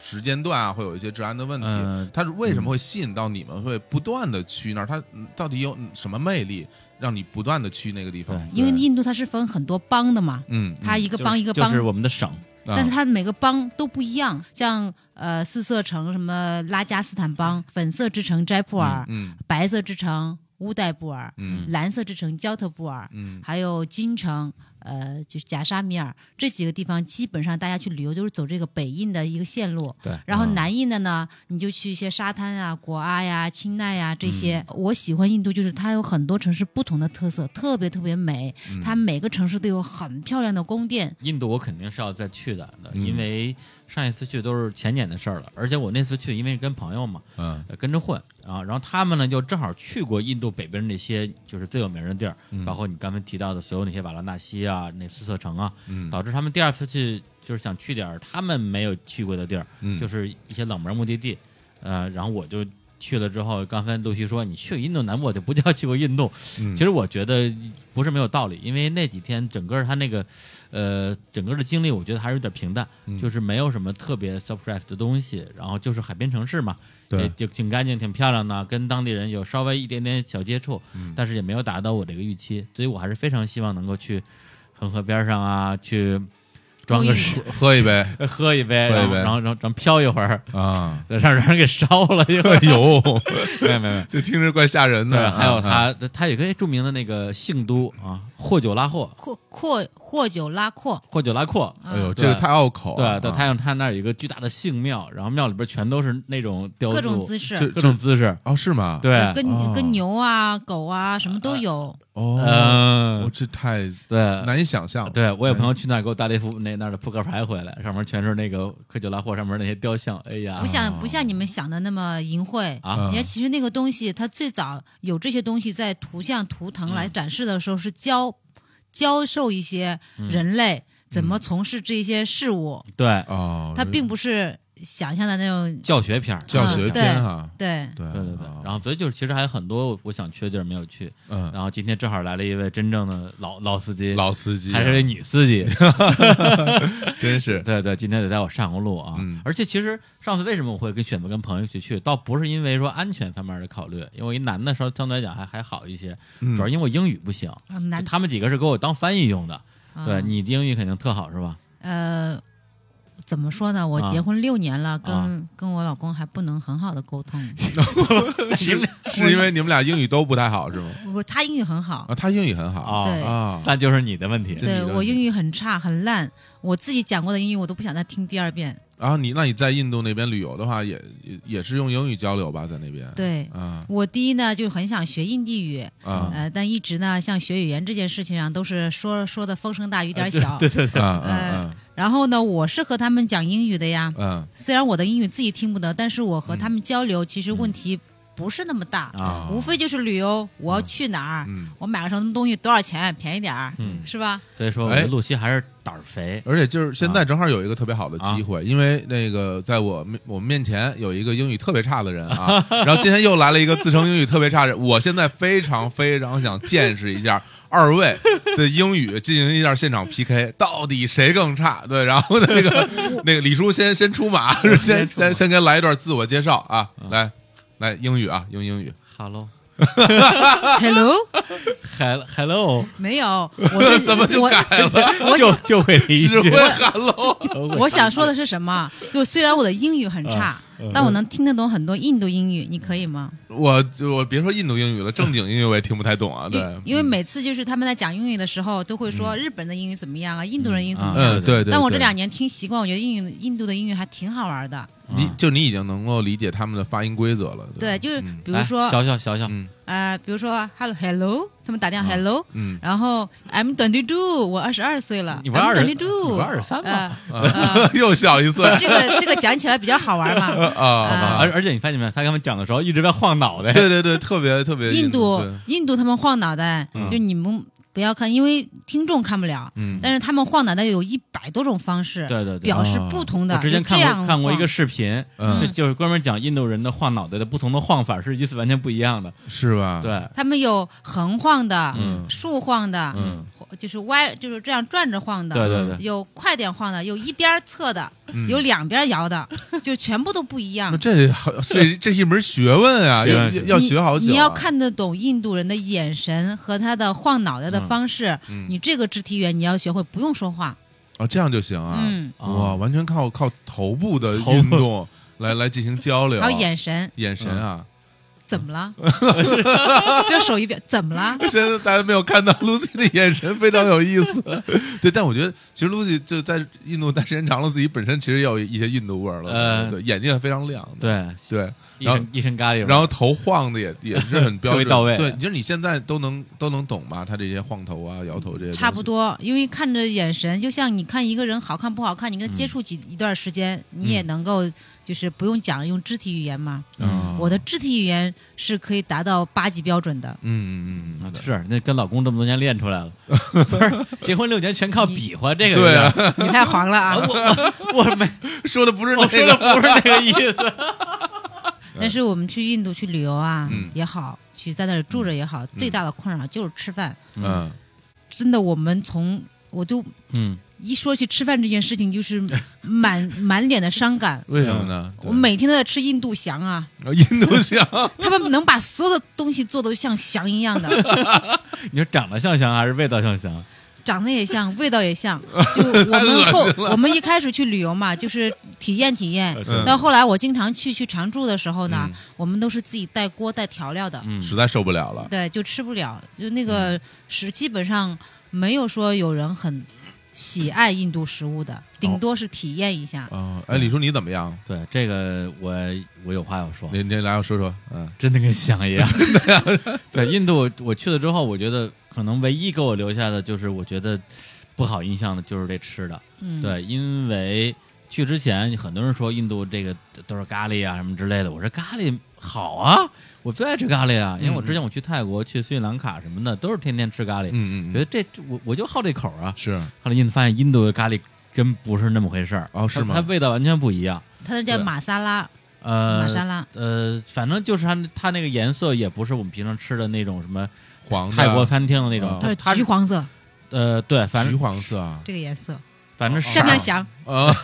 [SPEAKER 2] 时间段啊会有一些治安的问
[SPEAKER 1] 嗯
[SPEAKER 2] 题，它是为什么会吸引到你们会不断的去那儿？它到底有什么魅力让你不断的去那个地方？
[SPEAKER 3] 因为
[SPEAKER 2] 对
[SPEAKER 3] 印度它是分很多邦的嘛，
[SPEAKER 2] 嗯，
[SPEAKER 3] 它一
[SPEAKER 1] 就
[SPEAKER 3] 个
[SPEAKER 1] 是
[SPEAKER 3] 邦一个
[SPEAKER 1] 就
[SPEAKER 3] 邦
[SPEAKER 1] 是我们的省，
[SPEAKER 2] 啊
[SPEAKER 3] 但是它每个邦都不一样，像呃四色城、什么拉加斯坦邦、粉色之城斋普尔、
[SPEAKER 2] 嗯
[SPEAKER 3] 白色之城乌代布尔、
[SPEAKER 2] 嗯
[SPEAKER 3] 蓝色之城焦特布尔，
[SPEAKER 2] 嗯
[SPEAKER 3] 还有金城，呃，就是贾沙米尔这几个地方，基本上大家去旅游都是走这个北印的一个线路。
[SPEAKER 1] 对
[SPEAKER 2] 嗯
[SPEAKER 3] 然后南印的呢，你就去一些沙滩啊、果阿呀、钦奈呀这些。
[SPEAKER 2] 嗯
[SPEAKER 3] 我喜欢印度，就是它有很多城市不同的特色，特别特别美。
[SPEAKER 2] 嗯
[SPEAKER 3] 它每个城市都有很漂亮的宫殿，
[SPEAKER 1] 印度我肯定是要再去的，
[SPEAKER 2] 嗯
[SPEAKER 1] 因为上一次去都是前年的事儿了，而且我那次去因为是跟朋友嘛，
[SPEAKER 2] 嗯
[SPEAKER 1] 呃跟着混啊，然后他们呢就正好去过印度北边那些就是最有名的地儿，
[SPEAKER 2] 嗯
[SPEAKER 1] 包括你刚才提到的所有那些瓦拉纳西啊、那四色城啊，
[SPEAKER 2] 嗯
[SPEAKER 1] 导致他们第二次去就是想去点儿他们没有去过的地儿，
[SPEAKER 2] 嗯
[SPEAKER 1] 就是一些冷门目的地，呃，然后我就。去了之后，刚才陆续说你去印度南部就不叫去过印度，
[SPEAKER 2] 嗯
[SPEAKER 1] 其实我觉得不是没有道理，因为那几天整个他那个，呃，整个的经历我觉得还是有点平淡，
[SPEAKER 2] 嗯
[SPEAKER 1] 就是没有什么特别 surprise 的东西，然后就是海边城市嘛，
[SPEAKER 2] 对
[SPEAKER 1] 也就挺干净、挺漂亮的，跟当地人有稍微一点点小接触，
[SPEAKER 2] 嗯
[SPEAKER 1] 但是也没有达到我这个预期，所以我还是非常希望能够去恒河边上啊，去装个
[SPEAKER 3] 露营
[SPEAKER 1] 水，
[SPEAKER 2] 喝一杯
[SPEAKER 1] *laughs* 喝一杯，
[SPEAKER 2] 喝一
[SPEAKER 1] 然后
[SPEAKER 2] 杯
[SPEAKER 1] 然后然后然后飘一会儿，
[SPEAKER 2] 啊，
[SPEAKER 1] 再让让人给烧了，因
[SPEAKER 2] 哎
[SPEAKER 1] 为
[SPEAKER 2] 呦，
[SPEAKER 1] *laughs* 没有没有。
[SPEAKER 2] 这听着怪吓人
[SPEAKER 1] 对，
[SPEAKER 2] 的。
[SPEAKER 1] 还有
[SPEAKER 2] 啊，
[SPEAKER 1] 他，他有个著名的那个姓都啊，霍久拉霍，
[SPEAKER 3] 阔阔霍久拉阔。
[SPEAKER 1] 霍久拉阔，
[SPEAKER 3] 嗯
[SPEAKER 2] 哎呦，这个
[SPEAKER 1] 对
[SPEAKER 2] 太拗口
[SPEAKER 1] 对
[SPEAKER 2] 啊。
[SPEAKER 1] 对，
[SPEAKER 2] 啊
[SPEAKER 1] 他用他那儿有一个巨大的姓庙，然后庙里边全都是那种雕塑，
[SPEAKER 3] 各种姿势，
[SPEAKER 2] 这
[SPEAKER 1] 各种姿势，
[SPEAKER 2] 哦是吗？
[SPEAKER 1] 对，
[SPEAKER 3] 跟
[SPEAKER 2] 哦
[SPEAKER 3] 跟牛啊、狗啊什么都有。
[SPEAKER 2] 哦，
[SPEAKER 1] 嗯
[SPEAKER 2] 我，这太
[SPEAKER 1] 对。
[SPEAKER 2] 难以想象。
[SPEAKER 1] 对，我有朋友去那儿给我带了一副那那儿的扑克牌回来，上面全是那个科久拉霍上面那些雕像。哎呀
[SPEAKER 3] 不，像不像你们想的那么淫秽
[SPEAKER 1] 啊
[SPEAKER 3] 人家其实那个东西，它最早有这些东西在图像图腾
[SPEAKER 1] 嗯
[SPEAKER 3] 来展示的时候，是教、教授一些
[SPEAKER 1] 嗯
[SPEAKER 3] 人类
[SPEAKER 2] 嗯
[SPEAKER 3] 怎么从事这些事物，
[SPEAKER 1] 对，
[SPEAKER 2] 哦，
[SPEAKER 3] 它并不是想象的那种
[SPEAKER 1] 教学片儿，嗯
[SPEAKER 2] 教学
[SPEAKER 3] 嗯
[SPEAKER 2] 片哈，
[SPEAKER 3] 对。
[SPEAKER 2] 对
[SPEAKER 1] 对对对
[SPEAKER 2] 啊。
[SPEAKER 1] 然后所以就是其实还有很多我想去的地儿没有去。
[SPEAKER 2] 嗯，
[SPEAKER 1] 然后今天正好来了一位真正的老老司机，
[SPEAKER 2] 老司机啊
[SPEAKER 1] 还是位女司机，
[SPEAKER 2] *laughs* 真是
[SPEAKER 1] *laughs* 对对，今天得带我上个路啊！
[SPEAKER 2] 嗯
[SPEAKER 1] 而且其实上次为什么我会跟选择跟朋友一起去，倒不是因为说安全方面的考虑，因为我一男的时候相对来讲还还好一些，
[SPEAKER 2] 嗯
[SPEAKER 1] 主要因为我英语不行，
[SPEAKER 3] 啊男啊
[SPEAKER 1] 就他们几个是给我当翻译用的。对你的英语肯定特好是吧？
[SPEAKER 3] 嗯呃，怎么说呢？我
[SPEAKER 1] 啊
[SPEAKER 3] 结婚六年了，跟、
[SPEAKER 1] 啊
[SPEAKER 3] 跟我老公还不能很好的沟通。
[SPEAKER 1] 行，
[SPEAKER 2] 是因为你们俩英语都不太好是吗？
[SPEAKER 3] 我他英语很好，
[SPEAKER 2] 啊，他英语很好
[SPEAKER 1] 哦，
[SPEAKER 3] 对
[SPEAKER 2] 啊，
[SPEAKER 1] 那就是你的问题
[SPEAKER 2] 这你
[SPEAKER 3] 对
[SPEAKER 2] 的
[SPEAKER 3] 我英语很差很烂，我自己讲过的英语我都不想再听第二遍。
[SPEAKER 2] 然后你那你在印度那边旅游的话，也也也是用英语交流吧，在那边
[SPEAKER 3] 对
[SPEAKER 1] *laughs*
[SPEAKER 2] 啊
[SPEAKER 3] 我第一呢就很想学印地语，
[SPEAKER 2] 啊
[SPEAKER 3] 呃，但一直呢，像学语言这件事情上都是说说的风声大雨
[SPEAKER 2] *laughs*
[SPEAKER 3] 点小。
[SPEAKER 1] 对对
[SPEAKER 2] 啊啊
[SPEAKER 3] 然后呢，我是和他们讲英语的呀
[SPEAKER 2] 啊，啊嗯
[SPEAKER 3] 虽然我的英语自己听不得，但是我和他们交流，其实问题不是那么大，
[SPEAKER 1] 啊
[SPEAKER 3] 无非就是旅游，我要去哪儿，
[SPEAKER 2] 嗯
[SPEAKER 3] 我买个什么东西多少钱，便宜点儿，
[SPEAKER 1] 嗯
[SPEAKER 2] *laughs*
[SPEAKER 3] 是吧？
[SPEAKER 1] 所以说，我
[SPEAKER 2] 哎
[SPEAKER 1] 觉得露西还是胆儿肥，
[SPEAKER 2] 而且就是现在正好有一个特别好的机会，因为那个在我面我们面前有一个英语特别差的人 *laughs* 啊，然后今天又来了一个自称英语特别差的人，我现在非常非常想见识一下二位的英语，进行一下现场 PK，到底谁更差？对，然后那 *laughs* 个那个李叔先先出 *laughs* 马，先先先给来一段自我介绍啊，来来英语啊，用英语。
[SPEAKER 1] 哈喽，
[SPEAKER 3] Hello，
[SPEAKER 1] 海
[SPEAKER 2] *laughs*
[SPEAKER 1] hello，
[SPEAKER 3] 没有，我是
[SPEAKER 2] 怎么就
[SPEAKER 3] 我
[SPEAKER 2] 改 *laughs* 了？
[SPEAKER 3] 我
[SPEAKER 1] 就就会理
[SPEAKER 2] 只
[SPEAKER 1] 解
[SPEAKER 2] 会 hello，
[SPEAKER 1] *laughs*
[SPEAKER 3] 我想说的是什么？就虽然我的英语很
[SPEAKER 1] 啊
[SPEAKER 3] 差，
[SPEAKER 1] 嗯
[SPEAKER 3] 但我能听得懂很多印度英语，你可以吗？
[SPEAKER 2] *laughs* 我我别说印度英语了，正经英语我也听不太懂啊。对
[SPEAKER 3] 因，因为每次就是他们在讲英语的时候，都会说日本的英语怎么样啊，印度人英语怎么样。
[SPEAKER 1] 嗯
[SPEAKER 2] 嗯，对对。
[SPEAKER 3] 但我
[SPEAKER 2] 对
[SPEAKER 3] 这两年听习惯，我觉得英语印度的英语还挺好玩的。
[SPEAKER 2] 你就你已经能够理解他们的发音规则了。对吧，
[SPEAKER 3] 对，就是
[SPEAKER 2] 嗯
[SPEAKER 3] 比如说
[SPEAKER 1] 来哎小小小小，
[SPEAKER 2] 嗯
[SPEAKER 3] 呃，比如说 hello hello，他们打电话
[SPEAKER 1] 啊
[SPEAKER 3] hello，
[SPEAKER 2] 嗯
[SPEAKER 3] 然后 I'm twenty two，我二十二岁了，
[SPEAKER 1] 你不是二十
[SPEAKER 3] I'm，twenty-two，
[SPEAKER 1] 你不是23吗
[SPEAKER 3] 呃
[SPEAKER 2] 啊又小一岁
[SPEAKER 3] *laughs* 这个这个讲起来比较好玩
[SPEAKER 1] *laughs*
[SPEAKER 3] 嘛。
[SPEAKER 2] *laughs* 啊，好吧
[SPEAKER 1] 而而且你发现没有，他跟他们讲的时候一直在晃脑袋，
[SPEAKER 2] 对对对，特别特别
[SPEAKER 3] 印度
[SPEAKER 2] 对
[SPEAKER 3] 印度他们晃脑袋，
[SPEAKER 1] 嗯
[SPEAKER 3] 就你们不要看，因为听众看不了，
[SPEAKER 2] 嗯
[SPEAKER 3] 但是他们晃脑袋有一百多种方式，
[SPEAKER 1] 对对对
[SPEAKER 3] 表示不同的。
[SPEAKER 1] 我之前
[SPEAKER 3] 就这
[SPEAKER 1] 看
[SPEAKER 3] 样
[SPEAKER 1] 过看过一
[SPEAKER 3] 晃
[SPEAKER 1] 个视频，
[SPEAKER 2] 嗯
[SPEAKER 1] 就就是专门讲印度人的晃脑袋的不同的晃法是意思完全不一样的。
[SPEAKER 2] 是吧？，
[SPEAKER 1] 对，
[SPEAKER 3] 他们有横晃的，
[SPEAKER 2] 嗯
[SPEAKER 3] 竖晃的，
[SPEAKER 2] 嗯
[SPEAKER 3] 就是歪，就是这样转着晃的，
[SPEAKER 1] 对对嗯对
[SPEAKER 3] 有快点晃的，有一边侧的，有两边摇的，就全部都不一样
[SPEAKER 2] 那。这好这这是一门学问啊，
[SPEAKER 1] 是
[SPEAKER 2] 要
[SPEAKER 1] 是
[SPEAKER 2] 要学好久啊。
[SPEAKER 3] 你，你要看得懂印度人的眼神和他的晃脑袋的方式，
[SPEAKER 2] 嗯
[SPEAKER 3] 你这个肢体语言你要学会，不用说话。
[SPEAKER 2] 哦，这样就行啊。
[SPEAKER 3] 嗯，
[SPEAKER 2] 哇，完全靠靠头部的
[SPEAKER 1] 头部
[SPEAKER 2] 运动来来进行交流，啊
[SPEAKER 3] 还
[SPEAKER 1] 哦
[SPEAKER 3] 有眼神，
[SPEAKER 2] 眼神啊。
[SPEAKER 3] 怎么了？ *laughs* 这手一表，怎么了？
[SPEAKER 2] 现在大家没有看到 Lucy 的眼神非常有意思， *laughs* 对，但我觉得其实 Lucy 就在印度待时间长了，自己本身其实也有一些印度味儿了，
[SPEAKER 1] 呃
[SPEAKER 2] 对，眼睛也非常亮，
[SPEAKER 1] 对，
[SPEAKER 2] 对，
[SPEAKER 1] 一
[SPEAKER 2] 然后
[SPEAKER 1] 身一身咖喱味儿，
[SPEAKER 2] 然后头晃的也也是很
[SPEAKER 1] *laughs*
[SPEAKER 2] 标
[SPEAKER 1] 特别
[SPEAKER 2] 准，
[SPEAKER 1] 到位
[SPEAKER 2] 对，就是你现在都能都能懂吧？他这些晃头啊、摇头这些东西，
[SPEAKER 3] 差不多，因为看着眼神，就像你看一个人好看不好看，你跟他接触几、一段时间，你也能够就是不用讲，用肢体语言嘛。
[SPEAKER 2] 啊。
[SPEAKER 3] 我的肢体语言是可以达到八级标准的。
[SPEAKER 2] 嗯嗯嗯
[SPEAKER 1] 啊
[SPEAKER 2] 嗯，
[SPEAKER 1] 是那跟老公这么多年练出来
[SPEAKER 2] *laughs*
[SPEAKER 1] 了，不是结婚六年全靠比划，这个
[SPEAKER 2] 对啊
[SPEAKER 1] 有点儿
[SPEAKER 3] 你太黄了啊！
[SPEAKER 2] *laughs*
[SPEAKER 1] 我没
[SPEAKER 2] 嗯说的不是
[SPEAKER 1] 我
[SPEAKER 2] 那
[SPEAKER 1] 嗯哦说的
[SPEAKER 2] 个，
[SPEAKER 1] 不是这个意思，
[SPEAKER 3] *laughs* 但是我们去印度去旅游啊、
[SPEAKER 2] 嗯
[SPEAKER 3] 也好，去在那里住着也好，最大的困扰就是吃饭。
[SPEAKER 2] 嗯，
[SPEAKER 3] 真的，我们从我就
[SPEAKER 1] 嗯，
[SPEAKER 3] 一说起吃饭这件事情，就是满 *laughs* 满脸的伤感。
[SPEAKER 2] 为什么呢？
[SPEAKER 1] 嗯
[SPEAKER 2] 对哦
[SPEAKER 3] 我每天都在吃印度翔啊，
[SPEAKER 2] 印度香，
[SPEAKER 3] *laughs* 他们能把所有的东西做得像翔一
[SPEAKER 2] *laughs*
[SPEAKER 3] 样的，
[SPEAKER 1] 你说长得像香还是味道像香？
[SPEAKER 3] 长得也像，味道也像。就我们
[SPEAKER 2] *laughs* 太
[SPEAKER 3] 后
[SPEAKER 2] 恶心了
[SPEAKER 3] 我们一开始去旅游嘛，就是体验体验
[SPEAKER 2] 嗯。
[SPEAKER 3] 到后来我经常去去常住的时候呢
[SPEAKER 2] 嗯，
[SPEAKER 3] 我们都是自己带锅带调料的，
[SPEAKER 1] 嗯
[SPEAKER 2] 实在受不了了。
[SPEAKER 3] 对，就吃不了。就那
[SPEAKER 2] 嗯
[SPEAKER 3] 个是基本上没有说有人很喜爱印度食物
[SPEAKER 2] 哦
[SPEAKER 3] 的，顶多是体验一下。
[SPEAKER 2] 啊，哎，李叔你怎么样？
[SPEAKER 1] 对，这个我我有话要说，
[SPEAKER 2] 你你来我说说，嗯
[SPEAKER 1] 真的跟翔
[SPEAKER 2] *laughs*
[SPEAKER 1] 一样。真的对，印度我去了之后，我觉得可能唯一给我留下的就是我觉得不好印象的就是这吃的。
[SPEAKER 3] 嗯，
[SPEAKER 1] 对，因为去之前很多人说印度这个都是咖喱啊什么之类的，我说咖喱好啊，我最爱吃咖喱啊，
[SPEAKER 2] 嗯
[SPEAKER 1] 因为我之前我去泰国、去斯里兰卡什么的，都是天天吃咖喱，
[SPEAKER 2] 嗯嗯
[SPEAKER 1] 觉
[SPEAKER 2] 嗯，
[SPEAKER 1] 得这我我就好这口啊。
[SPEAKER 2] 是
[SPEAKER 1] 后来印度发现印度的咖喱真不是那么回事儿
[SPEAKER 2] 哦是
[SPEAKER 1] 它
[SPEAKER 2] 吗
[SPEAKER 1] 它味道完全不一样。
[SPEAKER 3] 它是叫
[SPEAKER 1] 对
[SPEAKER 3] 马萨拉，
[SPEAKER 1] 呃，
[SPEAKER 3] 玛莎拉
[SPEAKER 2] 哦
[SPEAKER 1] 呃，反正就是它它那个颜色也不是我们平常吃的那种什么
[SPEAKER 2] 黄的
[SPEAKER 1] 泰国餐厅的那种
[SPEAKER 2] 哦，
[SPEAKER 3] 它是
[SPEAKER 1] 它
[SPEAKER 3] 橘黄色
[SPEAKER 1] 呃对，反
[SPEAKER 2] 橘
[SPEAKER 1] 正
[SPEAKER 2] 黄色啊，
[SPEAKER 3] 这个颜色，
[SPEAKER 1] 反正色
[SPEAKER 3] 像不
[SPEAKER 1] 儿
[SPEAKER 3] 像翔？
[SPEAKER 2] 啊，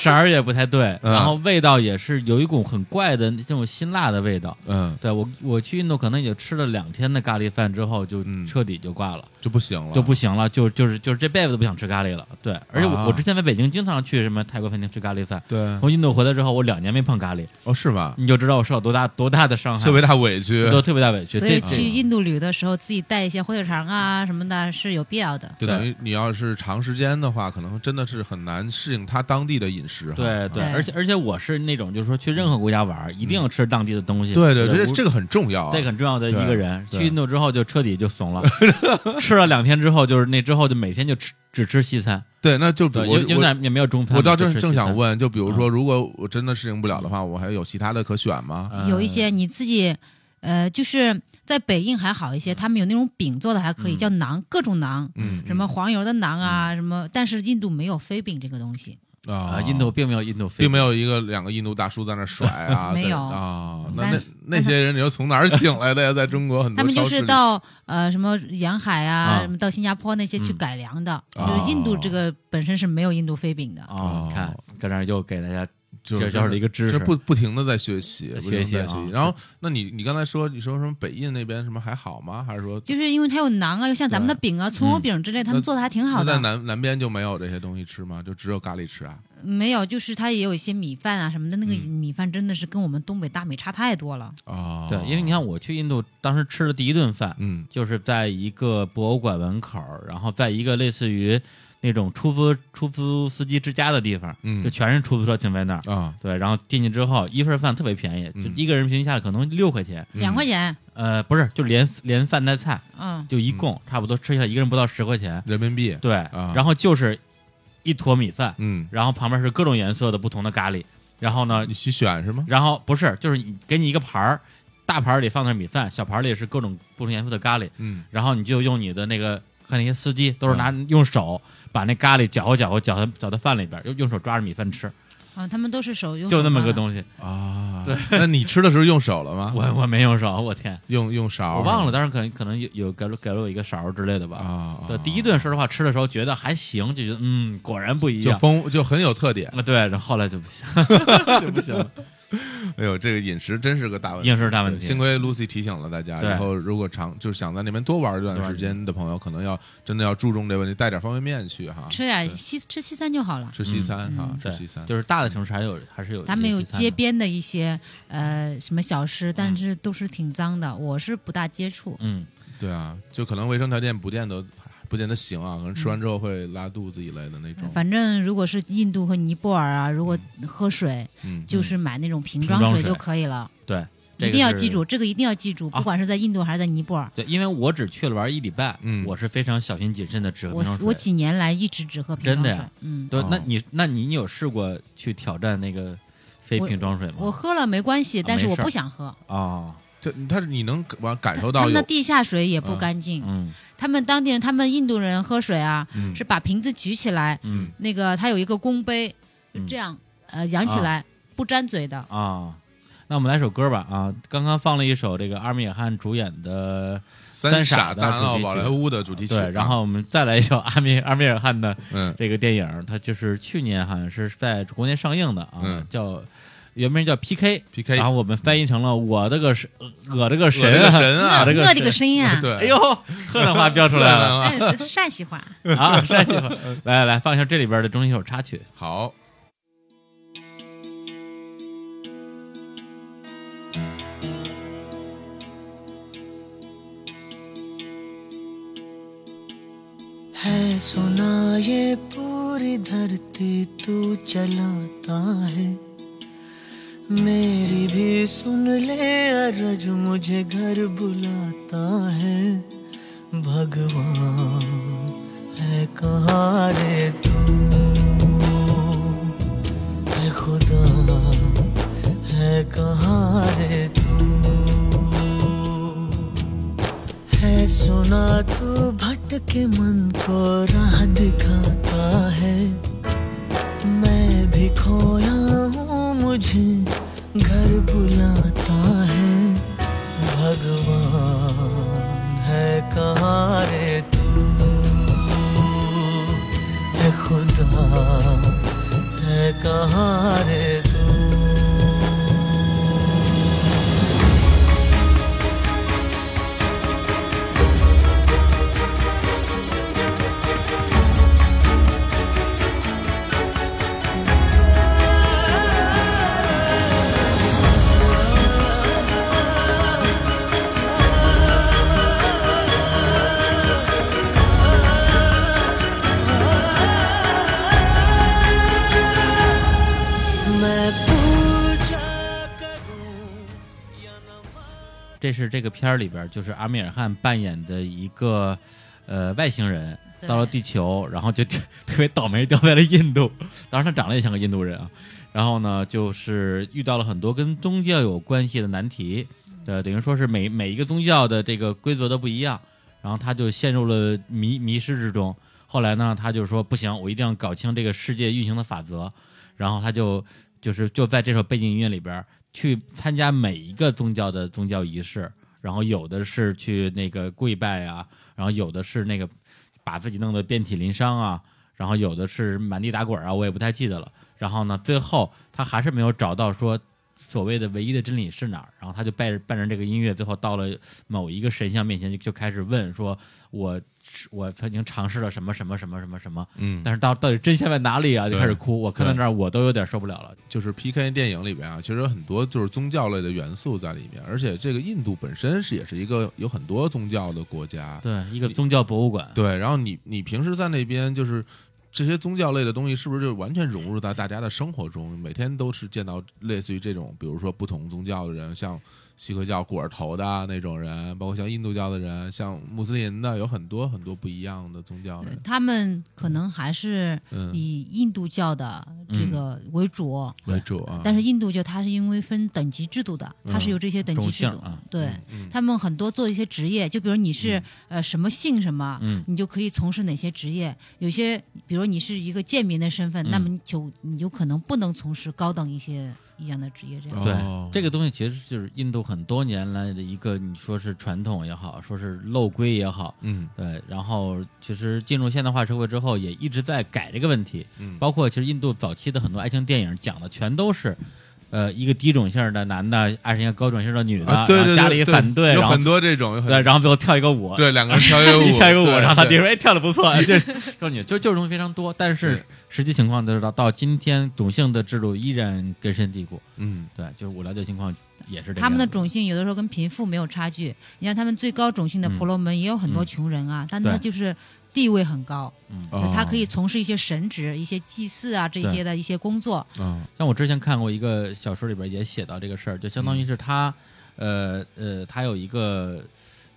[SPEAKER 1] 色儿也不太对，
[SPEAKER 2] 嗯
[SPEAKER 1] 然后味道也是有一股很怪的那种辛辣的味道。
[SPEAKER 2] 嗯，
[SPEAKER 1] 对我，我去印度可能也吃了两天的咖喱饭之后，就
[SPEAKER 2] 嗯
[SPEAKER 1] 彻底就挂了，
[SPEAKER 2] 就不行了，
[SPEAKER 1] 就不行了，就就是就是这辈子都不想吃咖喱了。对，而且我、
[SPEAKER 2] 啊
[SPEAKER 1] 我之前在北京经常去什么泰国餐厅吃咖喱饭，
[SPEAKER 2] 对
[SPEAKER 1] 从印度回来之后，我两年没碰咖喱，
[SPEAKER 2] 哦，是吧？
[SPEAKER 1] 你就知道我受了多大多大的伤害，
[SPEAKER 2] 特别大委屈，
[SPEAKER 1] 都特别大委屈。
[SPEAKER 3] 所
[SPEAKER 1] 这
[SPEAKER 3] 以去印度旅游的时候，自己带一些火腿肠啊什么的，是有必要的。
[SPEAKER 1] 对
[SPEAKER 2] 就等于你要是长时间的话，可能真的是很难适应他当地的饮食哈。
[SPEAKER 1] 对对，
[SPEAKER 3] 对
[SPEAKER 1] 而且而且我是那种就是说去任何国家玩儿一定要吃当地的东西，
[SPEAKER 2] 嗯对对，
[SPEAKER 1] 对，
[SPEAKER 2] 这
[SPEAKER 1] 无
[SPEAKER 2] 这个很重要啊。
[SPEAKER 1] 这个很重要的一个
[SPEAKER 2] 对
[SPEAKER 1] 人，去
[SPEAKER 2] 对
[SPEAKER 1] 印度之后就彻底就怂了， *laughs* 吃了两天之后，就是那之后就每天就吃只吃西餐，
[SPEAKER 2] 对，那就比
[SPEAKER 1] 对，
[SPEAKER 2] 我
[SPEAKER 1] 因为因为那
[SPEAKER 2] 我
[SPEAKER 1] 儿也没有中餐嘛，
[SPEAKER 2] 我倒
[SPEAKER 1] 就
[SPEAKER 2] 正
[SPEAKER 1] 吃
[SPEAKER 2] 正
[SPEAKER 1] 西
[SPEAKER 2] 想
[SPEAKER 1] 餐，
[SPEAKER 2] 问，就比如说，
[SPEAKER 1] 嗯
[SPEAKER 2] 如果我真的适应不了的话，我还有其他的可选吗？
[SPEAKER 1] 嗯
[SPEAKER 3] 有一些你自己，呃，就是在北印还好一些，他们有那种饼做的还可以，叫馕，各种馕，
[SPEAKER 2] 嗯，
[SPEAKER 3] 什么黄油的馕啊，什么，但是印度没有飞饼这个东西，
[SPEAKER 2] 啊
[SPEAKER 1] 啊，印度并没有印度
[SPEAKER 2] 并没
[SPEAKER 1] 有
[SPEAKER 2] 有一个两个印度大叔在那甩啊，
[SPEAKER 3] *laughs* 没
[SPEAKER 2] 在
[SPEAKER 3] 有
[SPEAKER 2] 啊，那
[SPEAKER 3] 但
[SPEAKER 2] 那那些人你又从哪儿请来的呀？在中国很多
[SPEAKER 3] 他们就
[SPEAKER 2] 超市
[SPEAKER 3] 是
[SPEAKER 2] 里
[SPEAKER 3] 到呃什么沿海啊，
[SPEAKER 1] 啊
[SPEAKER 3] 什么到新加坡那些去改良的，
[SPEAKER 2] 嗯
[SPEAKER 3] 就是印度这个本身是没有印度飞饼的。
[SPEAKER 1] 啊，看
[SPEAKER 2] 哦
[SPEAKER 1] 搁这儿又给大家
[SPEAKER 2] 就
[SPEAKER 1] 这
[SPEAKER 2] 是
[SPEAKER 1] 就是一个知识
[SPEAKER 2] 这不不停的在学习，不停地
[SPEAKER 1] 学习
[SPEAKER 2] 在
[SPEAKER 1] 啊
[SPEAKER 2] 学习。然后，那你你刚才说你说什么北印那边什么还好吗？还是说
[SPEAKER 3] 就是因为它有馕啊，又像咱们的饼啊、葱油饼之类，他们做的还挺好
[SPEAKER 2] 嗯那在
[SPEAKER 3] 的。
[SPEAKER 2] 南南边就没有这些东西吃吗？就只有咖喱吃啊？
[SPEAKER 3] 没有，就是它也有一些米饭啊什么的，那个
[SPEAKER 1] 嗯
[SPEAKER 3] 米饭真的是跟我们东北大米差太多了。
[SPEAKER 2] 啊，
[SPEAKER 1] 对，因为你看我去印度当时吃的第一顿饭，
[SPEAKER 2] 嗯
[SPEAKER 1] 就是在一个博物馆门口儿，然后在一个类似于那种出租出租司机之家的地方，
[SPEAKER 2] 嗯
[SPEAKER 1] 就全是出租车停在那儿。
[SPEAKER 2] 啊，
[SPEAKER 1] 对，然后进去之后，一份饭特别便宜，就
[SPEAKER 2] 嗯
[SPEAKER 1] 一个人平均下来可能六块钱，
[SPEAKER 3] 两块钱，
[SPEAKER 1] 呃，不是，就连连饭带菜，
[SPEAKER 3] 嗯，
[SPEAKER 1] 就一共差不多吃下来一个人不到十块钱。
[SPEAKER 2] 人民币
[SPEAKER 1] 对，
[SPEAKER 2] 啊
[SPEAKER 1] 然后就是一坨米饭，
[SPEAKER 2] 嗯，
[SPEAKER 1] 然后旁边是各种颜色的不同的咖喱，然后呢
[SPEAKER 2] 你，去选是吗？
[SPEAKER 1] 然后不是，就是你给你一个盘儿，大盘儿里放的是米饭，小盘儿里是各种不同颜色的咖喱，
[SPEAKER 2] 嗯
[SPEAKER 1] 然后你就用你的那个看那些司机都是拿用手把那咖喱搅和搅和搅和搅到饭里边，用用手抓着米饭吃，
[SPEAKER 3] 啊，他们都是手用
[SPEAKER 1] 就那么个
[SPEAKER 3] 西。
[SPEAKER 1] 东西。
[SPEAKER 2] 啊，对。那你吃的时候用手了吗？
[SPEAKER 1] 我我没用手，我天，
[SPEAKER 2] 用用勺？
[SPEAKER 1] 我忘了，当时可能可能有有给了给了我一个勺儿之类的吧。
[SPEAKER 2] 啊。
[SPEAKER 1] 对，第一顿说实话吃的时候觉得还行，就觉得嗯，果然不一
[SPEAKER 2] 就
[SPEAKER 1] 样。
[SPEAKER 2] 丰就很有特点。
[SPEAKER 1] 啊，对，然后后来就不行，就不行 *laughs* 了。
[SPEAKER 2] 哎呦，这个饮食真是个大问题。
[SPEAKER 1] 饮食大问
[SPEAKER 2] 对
[SPEAKER 1] 题，
[SPEAKER 2] 幸亏 Lucy 提醒了大家，
[SPEAKER 1] 对
[SPEAKER 2] 以后如果长就是想在那边多玩一段时间的朋友，可能要真的要注重这个问题，带点方便面去哈，
[SPEAKER 3] 吃点西吃西餐就好了。
[SPEAKER 2] 吃西餐哈，吃
[SPEAKER 1] 嗯对
[SPEAKER 2] 西餐。
[SPEAKER 1] 就是大的城市还有还是有一些西餐的，
[SPEAKER 3] 他们有街边的一些呃什么小吃，但是都是挺脏的，我是不大接触。
[SPEAKER 1] 嗯，
[SPEAKER 2] 对啊，就可能卫生条件不见得不见得行啊，可能吃完之后会拉肚子一类的那
[SPEAKER 1] 哦
[SPEAKER 2] 种。
[SPEAKER 3] 嗯反正如果是印度和尼泊尔啊，如果喝水
[SPEAKER 2] 嗯，
[SPEAKER 3] 就是买那种瓶
[SPEAKER 1] 瓶
[SPEAKER 3] 装
[SPEAKER 1] 装
[SPEAKER 3] 水
[SPEAKER 1] 水
[SPEAKER 3] 就可以了，
[SPEAKER 1] 对，这
[SPEAKER 3] 一
[SPEAKER 1] 个
[SPEAKER 3] 定要
[SPEAKER 1] 是
[SPEAKER 3] 记住。这个，一定要记住，
[SPEAKER 1] 啊
[SPEAKER 3] 不管是在印度还是在尼泊尔，
[SPEAKER 1] 对，因为我只去了玩一礼拜，
[SPEAKER 2] 嗯
[SPEAKER 1] 我是非常小心谨慎的，只喝
[SPEAKER 3] 我
[SPEAKER 1] 瓶装水。
[SPEAKER 3] 我几年来一直只喝瓶
[SPEAKER 1] 真
[SPEAKER 3] 装
[SPEAKER 1] 的
[SPEAKER 3] 水
[SPEAKER 1] 呀，
[SPEAKER 3] 嗯，
[SPEAKER 1] 对，那
[SPEAKER 2] 哦
[SPEAKER 1] 你那你你有试过去挑战那个非
[SPEAKER 3] 我
[SPEAKER 1] 瓶装水吗？
[SPEAKER 3] 我喝了没关系，但
[SPEAKER 1] 啊
[SPEAKER 3] 是
[SPEAKER 1] 没
[SPEAKER 3] 我
[SPEAKER 1] 事儿
[SPEAKER 3] 不想喝。
[SPEAKER 1] 啊，
[SPEAKER 2] 这他你能感感受
[SPEAKER 3] 他
[SPEAKER 2] 到
[SPEAKER 3] 们的
[SPEAKER 2] 有
[SPEAKER 3] 地下水也不干净，
[SPEAKER 1] 嗯
[SPEAKER 3] 他们当地人，他们印度人喝水啊，是把瓶子举起来，
[SPEAKER 1] 嗯
[SPEAKER 3] 那个它有一个弓杯，就
[SPEAKER 1] 嗯
[SPEAKER 3] 这样、呃扬起来，不沾嘴的。
[SPEAKER 1] 啊。那我们来首歌吧啊！刚刚放了一首这个阿米尔汗主演的
[SPEAKER 2] 三
[SPEAKER 1] 傻
[SPEAKER 2] 傻
[SPEAKER 1] 的
[SPEAKER 2] 大
[SPEAKER 1] 主
[SPEAKER 2] 闹
[SPEAKER 1] 题
[SPEAKER 2] 宝
[SPEAKER 1] 曲
[SPEAKER 2] 莱坞的主题曲啊，
[SPEAKER 1] 对，然后我们再来一首阿米阿米尔汗的
[SPEAKER 2] 嗯
[SPEAKER 1] 这个电影，它就是去年好像是在国内上映的啊，
[SPEAKER 2] 嗯
[SPEAKER 1] 叫原名叫 PK。
[SPEAKER 2] PK
[SPEAKER 1] 然后我们翻译成了我的个神，我的个神
[SPEAKER 2] 我的
[SPEAKER 1] 啊，
[SPEAKER 2] 个神啊
[SPEAKER 1] 我的
[SPEAKER 3] 我的个
[SPEAKER 1] 个神，
[SPEAKER 3] 声音啊！ *laughs*
[SPEAKER 2] 对，啊
[SPEAKER 1] 哎呦，河南话飙出来了
[SPEAKER 3] 哎，陕西话。
[SPEAKER 1] 啊！山西话，来来来，放一下这里边的中间一首插曲。
[SPEAKER 2] 好，
[SPEAKER 5] है सोना ये पूरी धरती तू चलाता है मेरी भी सुन ले अरज मुझे घर बुलाता है भगवान है कहाँ रे तू है खुदा है कहाँ रे तू है सुना तू भटक मन को राह दिखाता है मैं भी खोया हूँ मुझे घर बुलाता है भगवान है कहाँ रे तू है खुदा है कहाँ रे तू
[SPEAKER 1] 这是这个片儿里边儿，就是阿米尔汗扮演的一个呃外星人
[SPEAKER 3] 对
[SPEAKER 1] 到了地球，然后就 *laughs* 特别倒霉掉在了印度，当然他长得也像个印度人啊。然后呢，就是遇到了很多跟宗教有关系的难题，呃，等于说是每每一个宗教的这个规则都不一样，然后他就陷入了迷迷失之中。后来呢，他就说不行，我一定要搞清这个世界运行的法则。然后他就就是就在这首背景音乐里边儿去参加每一个宗教的宗教仪式，然后有的是去那个跪拜啊，然后有的是那个把自己弄得遍体鳞伤啊，然后有的是满地打滚啊，我也不太记得了。然后呢，最后他还是没有找到说所谓的唯一的真理是哪儿，然后他就伴着伴着这个音乐，最后到了某一个神像面前就就开始问说，我我曾经尝试了什么什么什么什么什么，
[SPEAKER 2] 嗯，
[SPEAKER 1] 但是到到底真相在哪里啊？就
[SPEAKER 2] 对
[SPEAKER 1] 开始哭。我看到
[SPEAKER 2] 对
[SPEAKER 1] 这儿，我都有点受不了了。
[SPEAKER 2] 就是 PK 电影里边啊，其实有很多就是宗教类的元素在里面，而且这个印度本身是也是一个有很多宗教的国家，
[SPEAKER 1] 对，一个宗教博物馆，
[SPEAKER 2] 对，然后你你平时在那边就是这些宗教类的东西，是不是就完全融入到大家的生活中？每天都是见到类似于这种，比如说不同宗教的人，像锡克教骨耳头的啊那种人，包括像印度教的人，像穆斯林的，有很多很多不一样的宗教人。
[SPEAKER 3] 他们可能还是
[SPEAKER 2] 嗯
[SPEAKER 3] 以印度教的这
[SPEAKER 1] 嗯
[SPEAKER 3] 个为主，
[SPEAKER 2] 为主啊，
[SPEAKER 3] 但是印度教它是因为分等级制度的，它是有这些等级制
[SPEAKER 1] 嗯种
[SPEAKER 3] 度。
[SPEAKER 1] 姓啊
[SPEAKER 3] 对、
[SPEAKER 2] 嗯
[SPEAKER 3] 他们很多做一些职业，就比如你是、呃什么姓什么，
[SPEAKER 1] 嗯
[SPEAKER 3] 你就可以从事哪些职业。有些比如你是一个贱民的身
[SPEAKER 2] 嗯
[SPEAKER 3] 份，那么你就你就可能不能从事高等一些一样的职业这样。
[SPEAKER 1] 对、
[SPEAKER 2] 哦
[SPEAKER 1] 这个东西，其实就是印度很多年来的一个，你说是传统也好，说是陋规也好，
[SPEAKER 2] 嗯
[SPEAKER 1] 对。然后其实进入现代化社会之后，也一直在改这个问题。
[SPEAKER 2] 嗯
[SPEAKER 1] 包括其实印度早期的很多爱情电影讲的全都是。呃，一个低种姓的男的爱上一个高种姓的女的，
[SPEAKER 2] 啊，对
[SPEAKER 1] 然后
[SPEAKER 2] 对，
[SPEAKER 1] 家
[SPEAKER 2] 对
[SPEAKER 1] 里
[SPEAKER 2] 对
[SPEAKER 1] 反对，
[SPEAKER 2] 有
[SPEAKER 1] 然后
[SPEAKER 2] 很多这种，有很
[SPEAKER 1] 对，然后最后跳一个舞，
[SPEAKER 2] 对两个人跳一
[SPEAKER 1] *laughs*
[SPEAKER 3] *laughs*
[SPEAKER 2] 个舞，
[SPEAKER 1] 你跳一个舞，
[SPEAKER 2] 对
[SPEAKER 1] 然后他
[SPEAKER 2] 对
[SPEAKER 1] 弟说：“哎，跳的不错。”
[SPEAKER 2] *laughs*
[SPEAKER 1] 这就是你就就是这种东西非常多，但是
[SPEAKER 2] 对
[SPEAKER 1] 实际情况就是到到今天，种姓的制度依然根深蒂固。
[SPEAKER 2] 嗯
[SPEAKER 1] 对，就是我了解情况也是这个样子。
[SPEAKER 3] 他们的种姓有的时候跟贫富没有差距，你看他们最高种姓
[SPEAKER 2] 嗯
[SPEAKER 3] 的婆罗门也有很多穷人啊，但他
[SPEAKER 1] 对
[SPEAKER 3] 就是地位很高，
[SPEAKER 1] 嗯
[SPEAKER 2] 哦
[SPEAKER 3] 他可以从事一些神职、一些祭祀啊这些的一些工作。
[SPEAKER 2] 啊
[SPEAKER 1] 像我之前看过一个小说里边也写到这个事儿，就相当
[SPEAKER 2] 嗯
[SPEAKER 1] 于是他，呃呃，他有一个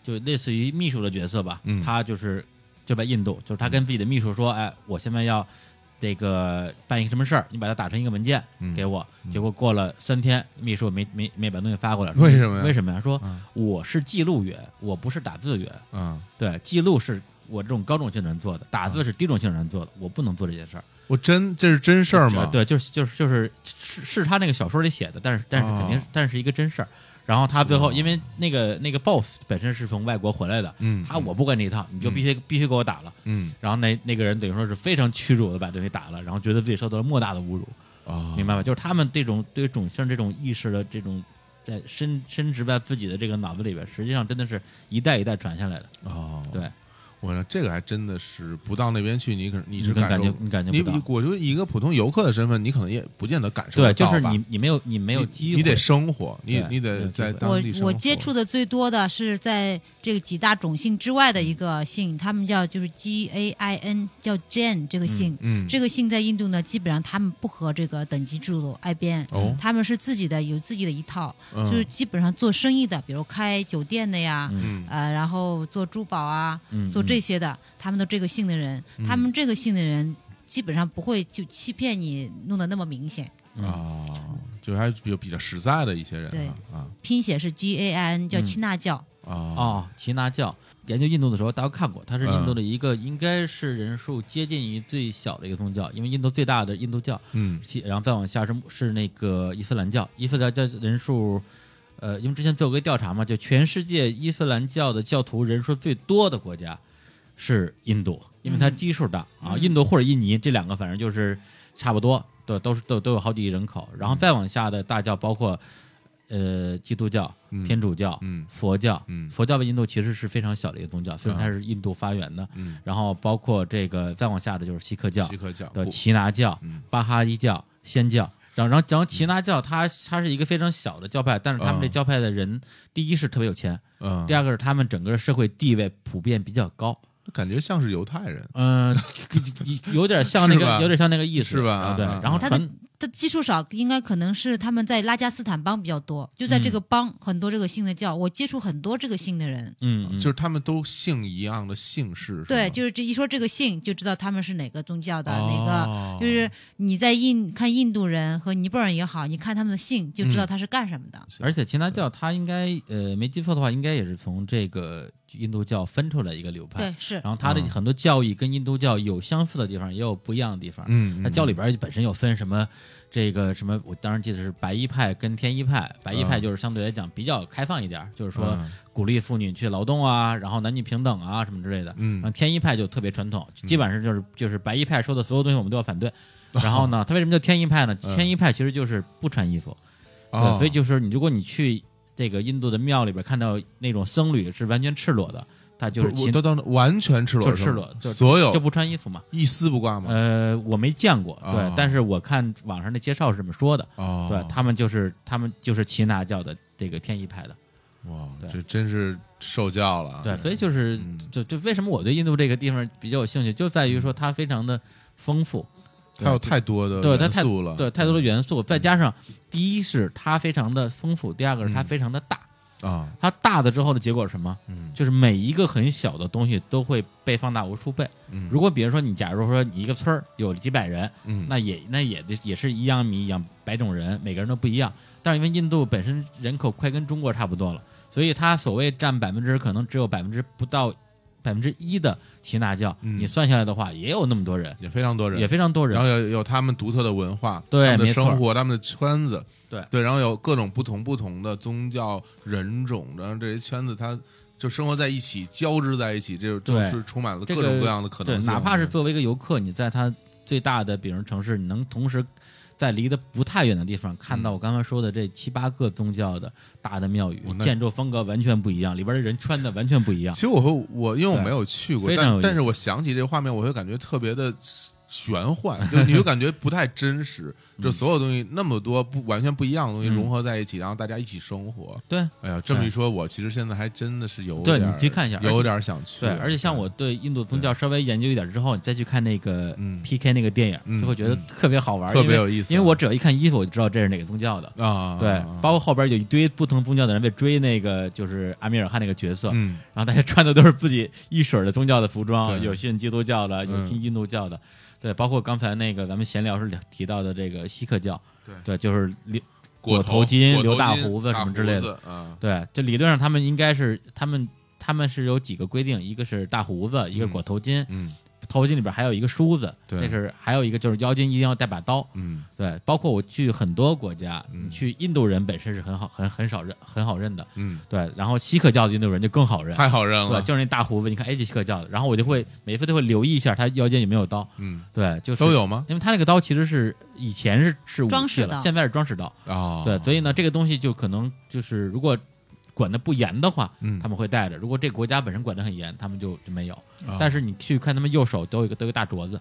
[SPEAKER 1] 就类似于秘书的角色吧，
[SPEAKER 2] 嗯
[SPEAKER 1] 他就是就在印度，就是他跟自己的秘书说，哎，我现在要这个办一个什么事儿，你把它打成一个文件
[SPEAKER 2] 嗯
[SPEAKER 1] 给我。结果过了三天，秘书没没没把东西发过来，
[SPEAKER 2] 为什么呀
[SPEAKER 1] 为什么呀？说、
[SPEAKER 2] 嗯
[SPEAKER 1] 我是记录员，我不是打字员。
[SPEAKER 2] 啊！
[SPEAKER 1] 对，记录是我这种高种姓人做的，打
[SPEAKER 2] 嗯
[SPEAKER 1] 字是低种姓人做的，我不能做这件事儿。
[SPEAKER 2] 我真这是真事儿吗？
[SPEAKER 1] 对，就是就是就是是是他那个小说里写的，但是但是
[SPEAKER 2] 哦
[SPEAKER 1] 肯定、但是一个真事儿。然后他最后因为那个那个 boss 本身是从外国回来的，
[SPEAKER 2] 嗯
[SPEAKER 1] 他我不管这一套，你就必须、必须给我打了。
[SPEAKER 2] 嗯
[SPEAKER 1] 然后那那个人等于说是非常屈辱的把东西打了，然后觉得自己受到了莫大的侮辱，
[SPEAKER 2] 啊，
[SPEAKER 1] 明白吧？就是他们这种对种姓这种意识的这种在深深植在自己的这个脑子里边，实际上真的是一代一代传下来的。
[SPEAKER 2] 哦，
[SPEAKER 1] 对，
[SPEAKER 2] 我呢，这个还真的是不到那边去，你可你
[SPEAKER 1] 你
[SPEAKER 2] 是
[SPEAKER 1] 跟
[SPEAKER 2] 感
[SPEAKER 1] 感觉
[SPEAKER 2] 受
[SPEAKER 1] 你感觉
[SPEAKER 2] 你
[SPEAKER 1] 不到，
[SPEAKER 2] 我觉得以一个普通游客的身份，你可能也不见得感受
[SPEAKER 1] 对，
[SPEAKER 2] 得
[SPEAKER 1] 就
[SPEAKER 2] 到吧
[SPEAKER 1] 是你你没有你没有机
[SPEAKER 2] 你
[SPEAKER 1] 会，
[SPEAKER 2] 你得生活，你
[SPEAKER 1] 对
[SPEAKER 2] 你
[SPEAKER 1] 没
[SPEAKER 2] 得
[SPEAKER 1] 有机
[SPEAKER 2] 在
[SPEAKER 1] 会
[SPEAKER 2] 当
[SPEAKER 3] 我
[SPEAKER 2] 地生活。
[SPEAKER 3] 我接触的最多的是在这个几大种姓之外的一个姓，他们叫就是 G A I N，叫 Jain 这个姓。
[SPEAKER 2] 嗯
[SPEAKER 3] 这个姓在印度呢，基本上他们不和这个等级制度挨边，
[SPEAKER 2] 哦
[SPEAKER 3] 他们是自己的有自己的一套，
[SPEAKER 2] 嗯
[SPEAKER 3] 就是基本上做生意的，比如开酒店的呀，
[SPEAKER 2] 嗯
[SPEAKER 3] 呃，然后做珠宝啊，
[SPEAKER 1] 嗯
[SPEAKER 3] 做
[SPEAKER 1] 嗯
[SPEAKER 3] 这些的，他们都这个姓的人，
[SPEAKER 2] 嗯
[SPEAKER 3] 他们这个姓的人基本上不会就欺骗你，弄得那么明显。
[SPEAKER 1] 嗯
[SPEAKER 2] 啊，就还比较比较实在的一些人啊
[SPEAKER 3] 拼写是 G A I N，叫
[SPEAKER 1] 嗯
[SPEAKER 3] 耆那教。
[SPEAKER 2] 啊嗯啊
[SPEAKER 1] 哦，耆那教研究印度的时候，大家看过，它是印度的一个、应该是人数接近于最小的一个宗教，因为印度最大的印度教，
[SPEAKER 2] 嗯
[SPEAKER 1] 其然后再往下是是那个伊斯兰教，伊斯兰教人数，呃，因为之前做过一个调查嘛，就全世界伊斯兰教的教徒人数最多的国家是印度，因为它基数大、
[SPEAKER 2] 嗯
[SPEAKER 1] 啊，印度或者印尼这两个反正就是差不多，对，都是都都有好几亿人口，然后再往下的大教包括呃基督教、
[SPEAKER 2] 嗯
[SPEAKER 1] 天主教、
[SPEAKER 2] 嗯
[SPEAKER 1] 佛教，
[SPEAKER 2] 嗯
[SPEAKER 1] 佛教在印度其实是非常小的一个宗教，虽然
[SPEAKER 2] 啊
[SPEAKER 1] 它是印度发源的，
[SPEAKER 2] 嗯，
[SPEAKER 1] 然后包括这个再往下的就是锡克教
[SPEAKER 2] 西可教
[SPEAKER 1] 的
[SPEAKER 2] 不
[SPEAKER 1] 耆那教
[SPEAKER 2] 嗯、
[SPEAKER 1] 巴哈伊教、仙教。然后，然后，然后耆那教它它是一个非常小的教派，但是他们这
[SPEAKER 2] 啊
[SPEAKER 1] 教派的人，第一是特别有钱，
[SPEAKER 2] 嗯
[SPEAKER 1] 第，二个是他们整个社会地位普遍比较高，
[SPEAKER 2] 感觉像是犹太人
[SPEAKER 1] 嗯，有有点像那
[SPEAKER 2] 是
[SPEAKER 1] 个
[SPEAKER 2] 吧，
[SPEAKER 1] 有点像那个意思，
[SPEAKER 2] 是吧
[SPEAKER 1] 啊对
[SPEAKER 2] 啊啊，
[SPEAKER 1] 然后
[SPEAKER 3] 他
[SPEAKER 1] 传
[SPEAKER 3] 的他基数少，应该可能是他们在拉加斯坦邦比较多，就在这个邦、很多这个姓的教，我接触很多这个姓的人。
[SPEAKER 1] 嗯，嗯
[SPEAKER 2] 啊就是他们都姓一样的姓氏，是吗
[SPEAKER 3] 对，就是这一说这个姓，就知道他们是哪个宗教的，
[SPEAKER 2] 哦
[SPEAKER 3] 哪个就是你在印看印度人和尼泊尔人也好，你看他们的姓就知道他是干什么的。
[SPEAKER 1] 而且耆那教它应该呃没记错的话，应该也是从这个印度教分出来一个流派
[SPEAKER 3] 对，。是
[SPEAKER 1] 然后它的
[SPEAKER 2] 嗯
[SPEAKER 1] 很多教义跟印度教有相似的地方，也有不一样的地方。
[SPEAKER 2] 嗯嗯
[SPEAKER 1] 它教里边本身有分什么，这个什么，我当时记得是白衣派跟天一派。白衣派就是相对来讲比较开放一点，就是说
[SPEAKER 2] 嗯
[SPEAKER 1] 鼓励妇女去劳动啊，然后男女平等啊什么之类的。
[SPEAKER 2] 嗯
[SPEAKER 1] 然后天一派就特别传统，基本上就是就是白衣派说的所有东西我们都要反对。然后呢，它为什么叫天一派呢？
[SPEAKER 2] 哦嗯
[SPEAKER 1] 天一派其实就是不穿衣服，
[SPEAKER 2] 哦
[SPEAKER 1] 对，所以就是你如果你去这个印度的庙里边看到那种僧侣是完全赤裸的，他就
[SPEAKER 2] 不
[SPEAKER 1] 是
[SPEAKER 2] 是我
[SPEAKER 1] 勤
[SPEAKER 2] 都到那完全赤裸
[SPEAKER 1] 就是赤
[SPEAKER 2] 吗
[SPEAKER 1] 裸就
[SPEAKER 2] 所有
[SPEAKER 1] 就不穿衣服嘛。
[SPEAKER 2] 一丝不挂吗？
[SPEAKER 1] 呃，我没见过，对，
[SPEAKER 2] 哦
[SPEAKER 1] 但是我看网上的介绍是这么说的，
[SPEAKER 2] 哦，
[SPEAKER 1] 呃对他们就是他们就是耆那教的这个天一派的，
[SPEAKER 2] 哇，
[SPEAKER 1] 对
[SPEAKER 2] 这真是受教了啊。
[SPEAKER 1] 对，所以就是
[SPEAKER 2] 嗯
[SPEAKER 1] 就就为什么我对印度这个地方比较有兴趣，就在于说它非常的丰富，
[SPEAKER 2] 它有太多的
[SPEAKER 1] 对它
[SPEAKER 2] 元
[SPEAKER 1] 太
[SPEAKER 2] 素了，
[SPEAKER 1] 对太多的元素，再加上第一是它非常的丰富，第二个是
[SPEAKER 2] 嗯
[SPEAKER 1] 它非常的大，
[SPEAKER 2] 啊，
[SPEAKER 1] 它大的之后的结果是什么？
[SPEAKER 2] 嗯
[SPEAKER 1] 就是每一个很小的东西都会被放大无数倍。
[SPEAKER 2] 嗯
[SPEAKER 1] 如果比如说你假如说你一个村儿有几百人，
[SPEAKER 2] 嗯，
[SPEAKER 1] 那也那也得也是一样米养百种人，每个人都不一样。但是因为印度本身人口快跟中国差不多了，所以它所谓占百分之可能只有百分之不到百分之一的耆那教，
[SPEAKER 2] 嗯
[SPEAKER 1] 你算下来的话也有那么多人，
[SPEAKER 2] 也非常多人，
[SPEAKER 1] 也非常多人
[SPEAKER 2] 然后。有有他们独特的文化，
[SPEAKER 1] 对
[SPEAKER 2] 他们的
[SPEAKER 1] 没错
[SPEAKER 2] 生活，他们的圈子，
[SPEAKER 1] 对
[SPEAKER 2] 对，然后有各种不同不同的宗教人种，然后这些圈子它就生活在一起，交织在一起，这就
[SPEAKER 1] 对
[SPEAKER 2] 是充满了各
[SPEAKER 1] 这
[SPEAKER 2] 种
[SPEAKER 1] 个
[SPEAKER 2] 各样的可
[SPEAKER 1] 对
[SPEAKER 2] 能，性，嗯
[SPEAKER 1] 哪怕是作为一个游客，你在它最大的比如城市，你能同时在离得不太远的地方看到我刚才说的这七八个宗教的大的庙宇
[SPEAKER 2] 嗯我，那
[SPEAKER 1] 建筑风格完全不一样，里边的人穿的完全不一样
[SPEAKER 2] *laughs* 其。实我会我因为我
[SPEAKER 1] 对
[SPEAKER 2] 没有去过，
[SPEAKER 1] 非常有
[SPEAKER 2] 但
[SPEAKER 1] 意思
[SPEAKER 2] 但是我想起这个画面，我会感觉特别的玄幻，就你就感觉不太真
[SPEAKER 1] *laughs*
[SPEAKER 2] 实，就所有东西那么多不完全不一样的东西
[SPEAKER 1] 嗯
[SPEAKER 2] 融合在一起，然后大家一起生活。
[SPEAKER 1] 对，
[SPEAKER 2] 哎呀，这么
[SPEAKER 1] 对
[SPEAKER 2] 一说，我其实现在还真的是有
[SPEAKER 1] 对
[SPEAKER 2] 点儿
[SPEAKER 1] 你去看一下而且
[SPEAKER 2] 有点儿想去。
[SPEAKER 1] 对，而且像我对印度宗教稍微研究一点之后，你再去看那个
[SPEAKER 2] 嗯
[SPEAKER 1] PK 那个电
[SPEAKER 2] 嗯
[SPEAKER 1] 影，就会觉得特别好玩，
[SPEAKER 2] 特别
[SPEAKER 1] 因为
[SPEAKER 2] 有意思
[SPEAKER 1] 因为我只要一看衣服，我就知道这是哪个宗教的。
[SPEAKER 2] 啊，
[SPEAKER 1] 对，包括后边有一堆不同宗教的人为追那个就是阿米尔汗那个角色，
[SPEAKER 2] 嗯
[SPEAKER 1] 然后大家穿的都是自己一水儿的宗教的服装，
[SPEAKER 2] 对
[SPEAKER 1] 有信基督教的，有
[SPEAKER 2] 嗯
[SPEAKER 1] 信印度教的，对，包括刚才那个咱们闲聊时提到的这个锡克教，
[SPEAKER 2] 对
[SPEAKER 1] 对，就是留
[SPEAKER 2] 裹
[SPEAKER 1] 头巾
[SPEAKER 2] 裹
[SPEAKER 1] 留大
[SPEAKER 2] 巾
[SPEAKER 1] 胡子什么之类的
[SPEAKER 2] 大胡子啊，
[SPEAKER 1] 对，就理论上他们应该是他们他们是有几个规定，一个是大胡子，一个是裹头巾，
[SPEAKER 2] 嗯
[SPEAKER 1] 头巾里边还有一个梳子，
[SPEAKER 2] 对
[SPEAKER 1] 那是还有一个就是腰间一定要带把刀，
[SPEAKER 2] 嗯
[SPEAKER 1] 对，包括我去很多国家，
[SPEAKER 2] 嗯
[SPEAKER 1] 你去印度人本身是很好很很少认很好认的，
[SPEAKER 2] 嗯，
[SPEAKER 1] 对，然后锡克教的印度人就更好认，
[SPEAKER 2] 太好认
[SPEAKER 1] 对，
[SPEAKER 2] 了，
[SPEAKER 1] 就是那大胡子，你看哎这锡克教的，然后我就会每次都会留意一下他腰间有没有刀，
[SPEAKER 2] 嗯，
[SPEAKER 1] 对，就是
[SPEAKER 2] 都。有吗？
[SPEAKER 1] 因为他那个刀其实是以前是是武
[SPEAKER 3] 装
[SPEAKER 1] 器
[SPEAKER 3] 饰
[SPEAKER 1] 了，
[SPEAKER 3] 刀
[SPEAKER 1] 现在是装饰刀。
[SPEAKER 2] 哦，
[SPEAKER 1] 对，所以呢，这个东西就可能就是如果管的不严的话，
[SPEAKER 2] 嗯
[SPEAKER 1] 他们会带着；如果这个国家本身管的很严，他们就就没有。
[SPEAKER 2] 啊
[SPEAKER 1] 但是你去看他们右手都有一个都有一个大镯子，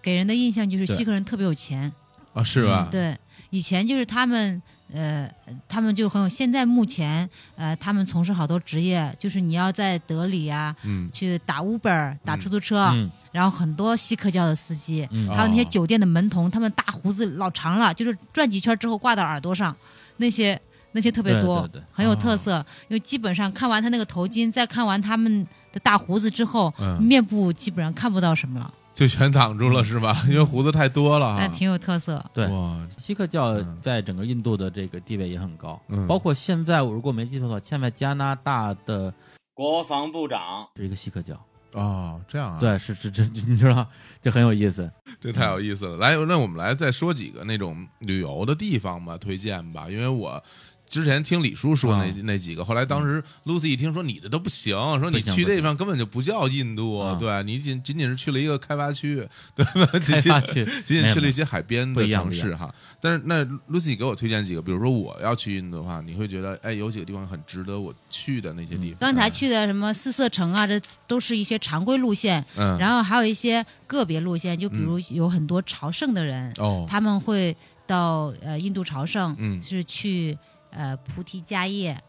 [SPEAKER 3] 给人的印象就是
[SPEAKER 1] 对
[SPEAKER 3] 锡克人特别有钱，
[SPEAKER 2] 啊是吧？
[SPEAKER 3] 对，以前就是他们，呃，他们就很有。现在目前，呃，他们从事好多职业，就是你要在德里啊，
[SPEAKER 2] 嗯
[SPEAKER 3] 去打 Uber、打出租车，
[SPEAKER 1] 嗯
[SPEAKER 3] 然后很多锡克教的司机，
[SPEAKER 1] 嗯
[SPEAKER 3] 还有那些
[SPEAKER 2] 哦
[SPEAKER 3] 酒店的门童，他们大胡子老长了，就是转几圈之后挂到耳朵上，那些那些特别
[SPEAKER 1] 对
[SPEAKER 3] 多，
[SPEAKER 1] 对对
[SPEAKER 3] 很有特色。因为基本上看完他那个头巾，再看完他们的大胡子之后，
[SPEAKER 2] 嗯
[SPEAKER 3] 面部基本上看不到什么了，
[SPEAKER 2] 就全挡住了是吧？因为胡子太多了啊。
[SPEAKER 3] 但嗯挺有特色。
[SPEAKER 1] 对
[SPEAKER 2] 哇，
[SPEAKER 1] 锡克教
[SPEAKER 2] 嗯
[SPEAKER 1] 在整个印度的这个地位也很高，
[SPEAKER 2] 嗯
[SPEAKER 1] 包括现在我如果没记错的话，现在加拿大的
[SPEAKER 6] 国防部长
[SPEAKER 1] 是一个锡克教，
[SPEAKER 2] 哦，这样啊，，
[SPEAKER 1] 对，是是这你知道，就很有意思。
[SPEAKER 2] 这太有意思了。来，那我们来再说几个那种旅游的地方吧，推荐吧，因为我。之前听李叔说那、
[SPEAKER 1] 啊嗯
[SPEAKER 2] 那几个，后来当时 Lucy 一听说你的都不行，说
[SPEAKER 1] 不
[SPEAKER 2] 你
[SPEAKER 1] 行
[SPEAKER 2] 去
[SPEAKER 1] 不
[SPEAKER 2] 这
[SPEAKER 1] 行
[SPEAKER 2] 地方根本就不叫印度，
[SPEAKER 1] 啊
[SPEAKER 2] 对你仅仅仅是去了一个开发区， *laughs* 对吧？仅
[SPEAKER 1] 开
[SPEAKER 2] 仅
[SPEAKER 1] 发区
[SPEAKER 2] 仅仅
[SPEAKER 1] *laughs* 没有
[SPEAKER 2] 去了
[SPEAKER 1] 没
[SPEAKER 2] 一
[SPEAKER 1] 有
[SPEAKER 2] 些海边
[SPEAKER 1] 不
[SPEAKER 2] 的
[SPEAKER 1] 一样
[SPEAKER 2] 城
[SPEAKER 1] 不一
[SPEAKER 2] 市哈。但是那 Lucy 给我推荐几个，比如说我要去印度的话，你会觉得哎有几个地方很值得我去的那些地方。
[SPEAKER 3] 嗯刚才去的什么四色城啊，这都是一些常规路线，
[SPEAKER 2] 嗯，
[SPEAKER 3] 然后还有一些个别路线，就比如有很多朝圣的人，
[SPEAKER 2] 哦，
[SPEAKER 3] 他们会到呃印度朝圣，
[SPEAKER 2] 嗯
[SPEAKER 3] 是去呃菩提迦叶，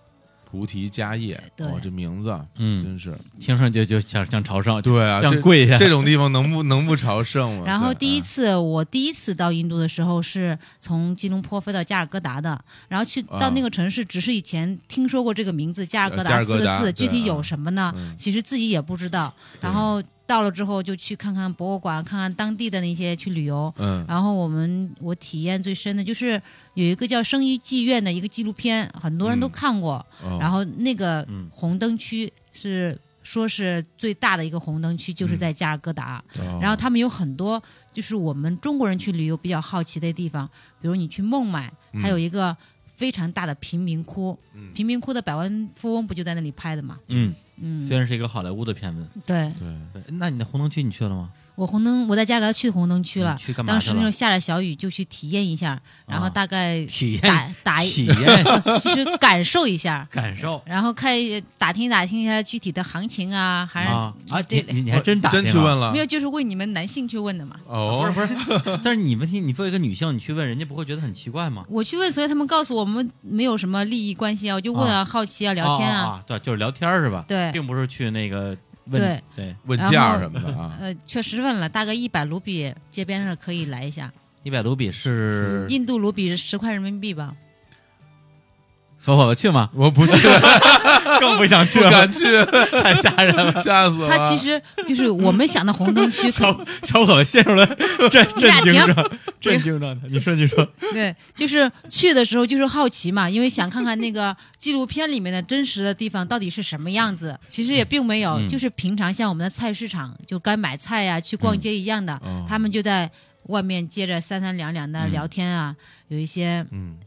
[SPEAKER 2] 菩提迦叶，哦
[SPEAKER 3] 对
[SPEAKER 2] 哇，这名字，
[SPEAKER 1] 嗯
[SPEAKER 2] 真是
[SPEAKER 1] 听上去就想想朝圣，
[SPEAKER 2] 对啊，
[SPEAKER 1] 想
[SPEAKER 2] 这
[SPEAKER 1] 跪下，
[SPEAKER 2] 这种地方能不能不朝圣吗？
[SPEAKER 3] 然后第一
[SPEAKER 2] 次
[SPEAKER 3] 次、我第一次到印度的时候，是从吉隆坡飞到加尔各答的，然后去到那个城市，只是以前听说过这个名字“加尔各
[SPEAKER 2] 啊呃加
[SPEAKER 3] 答”
[SPEAKER 2] 尔
[SPEAKER 3] 四
[SPEAKER 2] 各
[SPEAKER 3] 个
[SPEAKER 2] 答
[SPEAKER 3] 字，
[SPEAKER 2] 对
[SPEAKER 3] 具体有什么呢？
[SPEAKER 2] 嗯
[SPEAKER 3] 其实自己也不知道。然后到了之后，就去看看博物馆，看看当地的那些去旅游。
[SPEAKER 2] 嗯
[SPEAKER 3] 然后我们我体验最深的就是有一个叫《生于妓院》的一个纪录片，很多人都
[SPEAKER 2] 嗯
[SPEAKER 3] 看过。
[SPEAKER 2] 哦
[SPEAKER 3] 然后那个
[SPEAKER 1] 嗯
[SPEAKER 3] 红灯区是说是最大的一个红灯区，
[SPEAKER 2] 嗯
[SPEAKER 3] 就是在加尔各答。
[SPEAKER 1] 嗯
[SPEAKER 2] 哦
[SPEAKER 3] 然后他们有很多就是我们中国人去旅游比较好奇的地方，比如你去孟买，
[SPEAKER 1] 嗯
[SPEAKER 3] 它有一个非常大的贫民窟，
[SPEAKER 2] 嗯
[SPEAKER 3] 贫民窟的百万富翁不就在那里拍的嘛？
[SPEAKER 1] 嗯，
[SPEAKER 3] 嗯，
[SPEAKER 1] 虽然是一个好莱坞的片子，
[SPEAKER 3] 对
[SPEAKER 2] 对，
[SPEAKER 1] 对那你的红灯区你去了吗？
[SPEAKER 3] 我红灯，我在加尔各答去红灯区了
[SPEAKER 1] 你，嗯去干嘛
[SPEAKER 3] 当
[SPEAKER 1] 去
[SPEAKER 3] 时那时候
[SPEAKER 1] 了？
[SPEAKER 3] 下了小雨，就去体验一下，然后
[SPEAKER 1] 啊
[SPEAKER 3] 大概
[SPEAKER 1] 体
[SPEAKER 3] 打、
[SPEAKER 1] 验
[SPEAKER 3] 打一，
[SPEAKER 1] 体验
[SPEAKER 3] 就是感受一下。
[SPEAKER 1] 感
[SPEAKER 3] *laughs*
[SPEAKER 1] 受
[SPEAKER 3] 然后看打听打听一下具体的行情啊，还是、
[SPEAKER 1] 啊啊！
[SPEAKER 3] 这
[SPEAKER 1] 你你你还真打
[SPEAKER 2] 真
[SPEAKER 1] 听
[SPEAKER 2] 去问
[SPEAKER 1] 了？
[SPEAKER 2] 了
[SPEAKER 3] 没有，就是为你们男性去问的嘛。
[SPEAKER 1] 不是
[SPEAKER 2] 哦，
[SPEAKER 1] 不是，但是你问题，你作为一个女性，你去问人家不会觉得很奇怪吗？
[SPEAKER 3] 我去问，所以他们告诉我们没有什么利益关系啊，我就问啊，好奇啊，聊天
[SPEAKER 1] 啊
[SPEAKER 3] 啊，
[SPEAKER 1] 啊，对，就是聊天儿是吧？
[SPEAKER 3] 对
[SPEAKER 1] 并不是去那个问
[SPEAKER 3] 对
[SPEAKER 1] 对，
[SPEAKER 2] 问
[SPEAKER 3] 然后
[SPEAKER 2] 价什么的
[SPEAKER 3] *laughs*
[SPEAKER 2] 啊，
[SPEAKER 3] 呃，确实问了，大概一百卢比，街边上可以来一下，
[SPEAKER 1] 一百卢比是
[SPEAKER 3] 印度卢比十块人民币吧，
[SPEAKER 1] 小伙子去
[SPEAKER 2] *laughs*
[SPEAKER 1] 吗？
[SPEAKER 2] 我不去，
[SPEAKER 1] 更不想去
[SPEAKER 2] 不敢去，
[SPEAKER 1] *laughs* 太吓人了。
[SPEAKER 2] 吓死我了。
[SPEAKER 3] 它其实就是我们想的红灯区，可
[SPEAKER 1] 小 *laughs* 小伙子陷入了震
[SPEAKER 3] 你俩
[SPEAKER 1] 震惊
[SPEAKER 2] *laughs*
[SPEAKER 3] 停
[SPEAKER 1] 状震惊状态。你说，你说，
[SPEAKER 3] *laughs* 对，就是去的时候就是好奇嘛，因为想看看那个纪录片里面的真实的地方到底是什么样子。其实也并没有，
[SPEAKER 1] 嗯
[SPEAKER 3] 就是平常像我们的菜市场，就该买菜呀、去逛街一样的，
[SPEAKER 2] 哦
[SPEAKER 3] 他们就在外面接着三三两两的聊天啊，有一些呃
[SPEAKER 2] 嗯，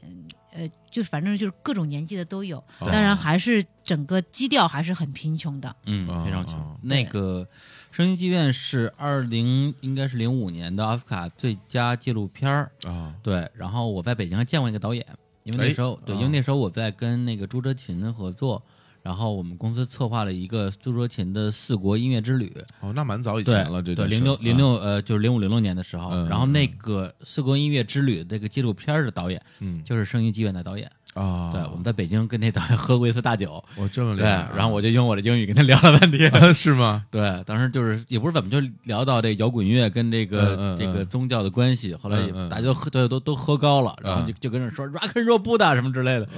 [SPEAKER 3] 就反正就是各种年纪的都有，
[SPEAKER 2] 哦
[SPEAKER 3] 当然还是整个基调还是很贫穷的。
[SPEAKER 1] 嗯
[SPEAKER 2] 啊，
[SPEAKER 1] 非常
[SPEAKER 2] 啊
[SPEAKER 1] 强。那个呃《声音剧院》是二零，应该是零五年的奥斯卡最佳纪录片儿。
[SPEAKER 2] 啊，
[SPEAKER 1] 对，然后我在北京还见过一个导演，因为
[SPEAKER 2] 哎
[SPEAKER 1] 那时候对，
[SPEAKER 2] 啊
[SPEAKER 1] 因为那时候我在跟那个朱哲琴合作，然后我们公司策划了一个朱哲琴的四国音乐之旅。
[SPEAKER 2] 哦，那蛮早以
[SPEAKER 1] 对
[SPEAKER 2] 前了，这
[SPEAKER 1] 对零
[SPEAKER 2] 件事
[SPEAKER 1] 六
[SPEAKER 2] 儿
[SPEAKER 1] 零，六呃，就是零五零六年的时候，
[SPEAKER 2] 嗯
[SPEAKER 1] 然后
[SPEAKER 2] 嗯
[SPEAKER 1] 那
[SPEAKER 2] 嗯
[SPEAKER 1] 个四国音乐之旅这个纪录片儿的导演
[SPEAKER 2] 嗯
[SPEAKER 1] 就是《生于剧院》的导演。
[SPEAKER 2] 啊，
[SPEAKER 1] 对，我们在北京跟那导演喝过一次
[SPEAKER 2] *laughs*
[SPEAKER 1] 大酒，
[SPEAKER 2] 我这么厉
[SPEAKER 1] 对，
[SPEAKER 2] 害啊，
[SPEAKER 1] 然后我就用我的英语跟他聊了半
[SPEAKER 2] *laughs*
[SPEAKER 1] 天。
[SPEAKER 2] 是吗？
[SPEAKER 1] 对，当时就是也不是怎么就聊到这摇滚乐跟这个、
[SPEAKER 2] 嗯嗯嗯
[SPEAKER 1] 这个宗教的关系，后来也
[SPEAKER 2] 嗯嗯啊
[SPEAKER 1] 大家都喝都都都喝高了，然后就就跟人说 rock and roll Buddha 什么之
[SPEAKER 2] *laughs*
[SPEAKER 1] 类的，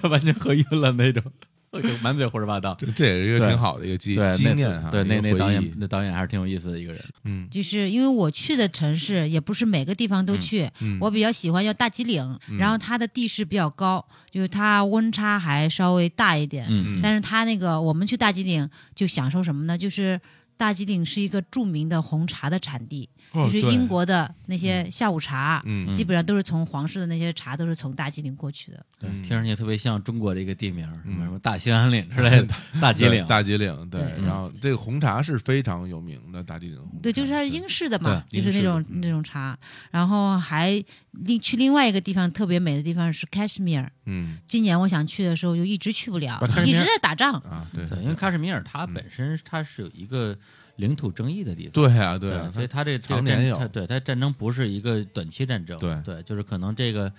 [SPEAKER 1] 他完全喝晕了那种，就满嘴胡说八道。
[SPEAKER 2] 这这也是一个
[SPEAKER 1] 对
[SPEAKER 2] 挺好的一个经
[SPEAKER 1] 对，那
[SPEAKER 2] 经验哈，
[SPEAKER 1] 对那
[SPEAKER 2] 啊一个
[SPEAKER 1] 那导
[SPEAKER 2] 回
[SPEAKER 1] 演
[SPEAKER 2] 忆，
[SPEAKER 1] 那导演还是挺有意思的一个人。
[SPEAKER 2] 嗯
[SPEAKER 3] 就是因为我去的城市也不是每个地方都去，
[SPEAKER 2] 嗯
[SPEAKER 3] 我比较喜欢要大吉岭，然后它的地势比较高，就是它温差还稍微大一点。
[SPEAKER 1] 嗯
[SPEAKER 3] 但是它那个我们去大吉岭就享受什么呢？就是大吉岭是一个著名的红茶的产地，
[SPEAKER 2] 哦
[SPEAKER 3] 就是
[SPEAKER 2] 对
[SPEAKER 3] 英国的那些下午茶，
[SPEAKER 2] 嗯
[SPEAKER 3] 基本上都是从皇室的那些茶都是从大吉岭过去的。
[SPEAKER 1] 对，
[SPEAKER 2] 嗯
[SPEAKER 1] 听上去特别像中国的一个地名，什么
[SPEAKER 2] 嗯
[SPEAKER 1] 什么大兴安岭之类的，大吉
[SPEAKER 2] *laughs* 对
[SPEAKER 1] 岭。
[SPEAKER 2] 大吉岭，对，
[SPEAKER 3] 对
[SPEAKER 2] 然后这个红茶是非常有名的，大吉岭红
[SPEAKER 3] 对，就是
[SPEAKER 2] 茶
[SPEAKER 3] 它是英式的嘛，
[SPEAKER 2] 对
[SPEAKER 3] 就是
[SPEAKER 2] 英
[SPEAKER 3] 那
[SPEAKER 2] 式的
[SPEAKER 3] 种那种茶。然后还另去另外一个地方特别美的地方是 Kashmir，
[SPEAKER 2] 嗯
[SPEAKER 3] 今年我想去的时候就一直去不了
[SPEAKER 1] 啊不是，
[SPEAKER 3] 一直
[SPEAKER 1] Kashmir-
[SPEAKER 3] 在打仗。
[SPEAKER 2] 啊，对
[SPEAKER 1] 对，因为喀什米尔它本身它是有一个领土争议的地方。
[SPEAKER 2] 对啊，对啊
[SPEAKER 1] 对，，所以它这这个
[SPEAKER 2] 常年
[SPEAKER 1] 战
[SPEAKER 2] 有
[SPEAKER 1] 它对它战争不是一个短期战争，
[SPEAKER 2] 对
[SPEAKER 1] 对，就是可能这个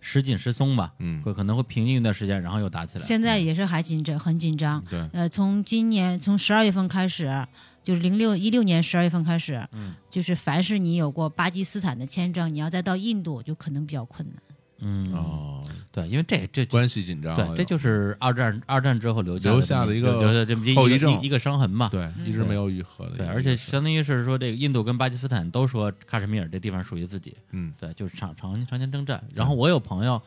[SPEAKER 1] 时紧时松吧，
[SPEAKER 2] 嗯
[SPEAKER 1] 会可能会平静一段时间，然后又打起来。
[SPEAKER 3] 现在也是还紧张，很紧
[SPEAKER 1] 嗯
[SPEAKER 3] 张。
[SPEAKER 2] 对，
[SPEAKER 3] 呃，从今年从十二月份开始，就是零六一六年十二月份开始，
[SPEAKER 1] 嗯，
[SPEAKER 3] 就是凡是你有过巴基斯坦的签证，你要再到印度就可能比较困难。
[SPEAKER 1] 嗯，
[SPEAKER 2] 哦，
[SPEAKER 1] 对，因为这这
[SPEAKER 2] 关系紧张了又，
[SPEAKER 1] 对，这就是二战二战之后留下
[SPEAKER 2] 留
[SPEAKER 1] 的
[SPEAKER 2] 下的
[SPEAKER 1] 这
[SPEAKER 2] 一
[SPEAKER 1] 么
[SPEAKER 2] 个
[SPEAKER 1] 留下这么一
[SPEAKER 2] 后
[SPEAKER 1] 一个
[SPEAKER 2] 遗症
[SPEAKER 1] 一一个伤痕吧。
[SPEAKER 2] 对一直没有愈合的一个事
[SPEAKER 1] 嗯对，
[SPEAKER 2] 儿，
[SPEAKER 1] 而且相当于是说，这个印度跟巴基斯坦都说喀什米尔这地方属于自己，
[SPEAKER 2] 嗯
[SPEAKER 1] 对，就是长长长年征战。然后我有朋友，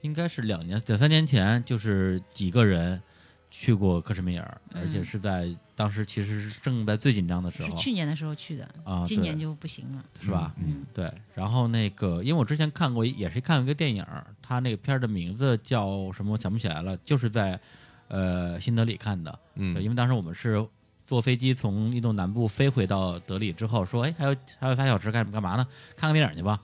[SPEAKER 1] 应该是两年两三年前，就是几个人去过喀什米尔，而且是在当时其实是正在最紧张的时
[SPEAKER 3] 是
[SPEAKER 1] 候
[SPEAKER 3] 去年的时候去的，
[SPEAKER 1] 啊，
[SPEAKER 3] 今年
[SPEAKER 1] 对
[SPEAKER 3] 就不行了。
[SPEAKER 1] 是吧？
[SPEAKER 3] 嗯，
[SPEAKER 1] 对，然后那个，因为我之前看过一，也是看过一个电影儿，它那个片儿的名字叫什么，我想不起来了，就是在呃新德里看的。对，
[SPEAKER 2] 嗯
[SPEAKER 1] 因为当时我们是坐飞机从印度南部飞回到德里之后，说，哎，还有还有仨小时干干嘛呢？看个电影去吧。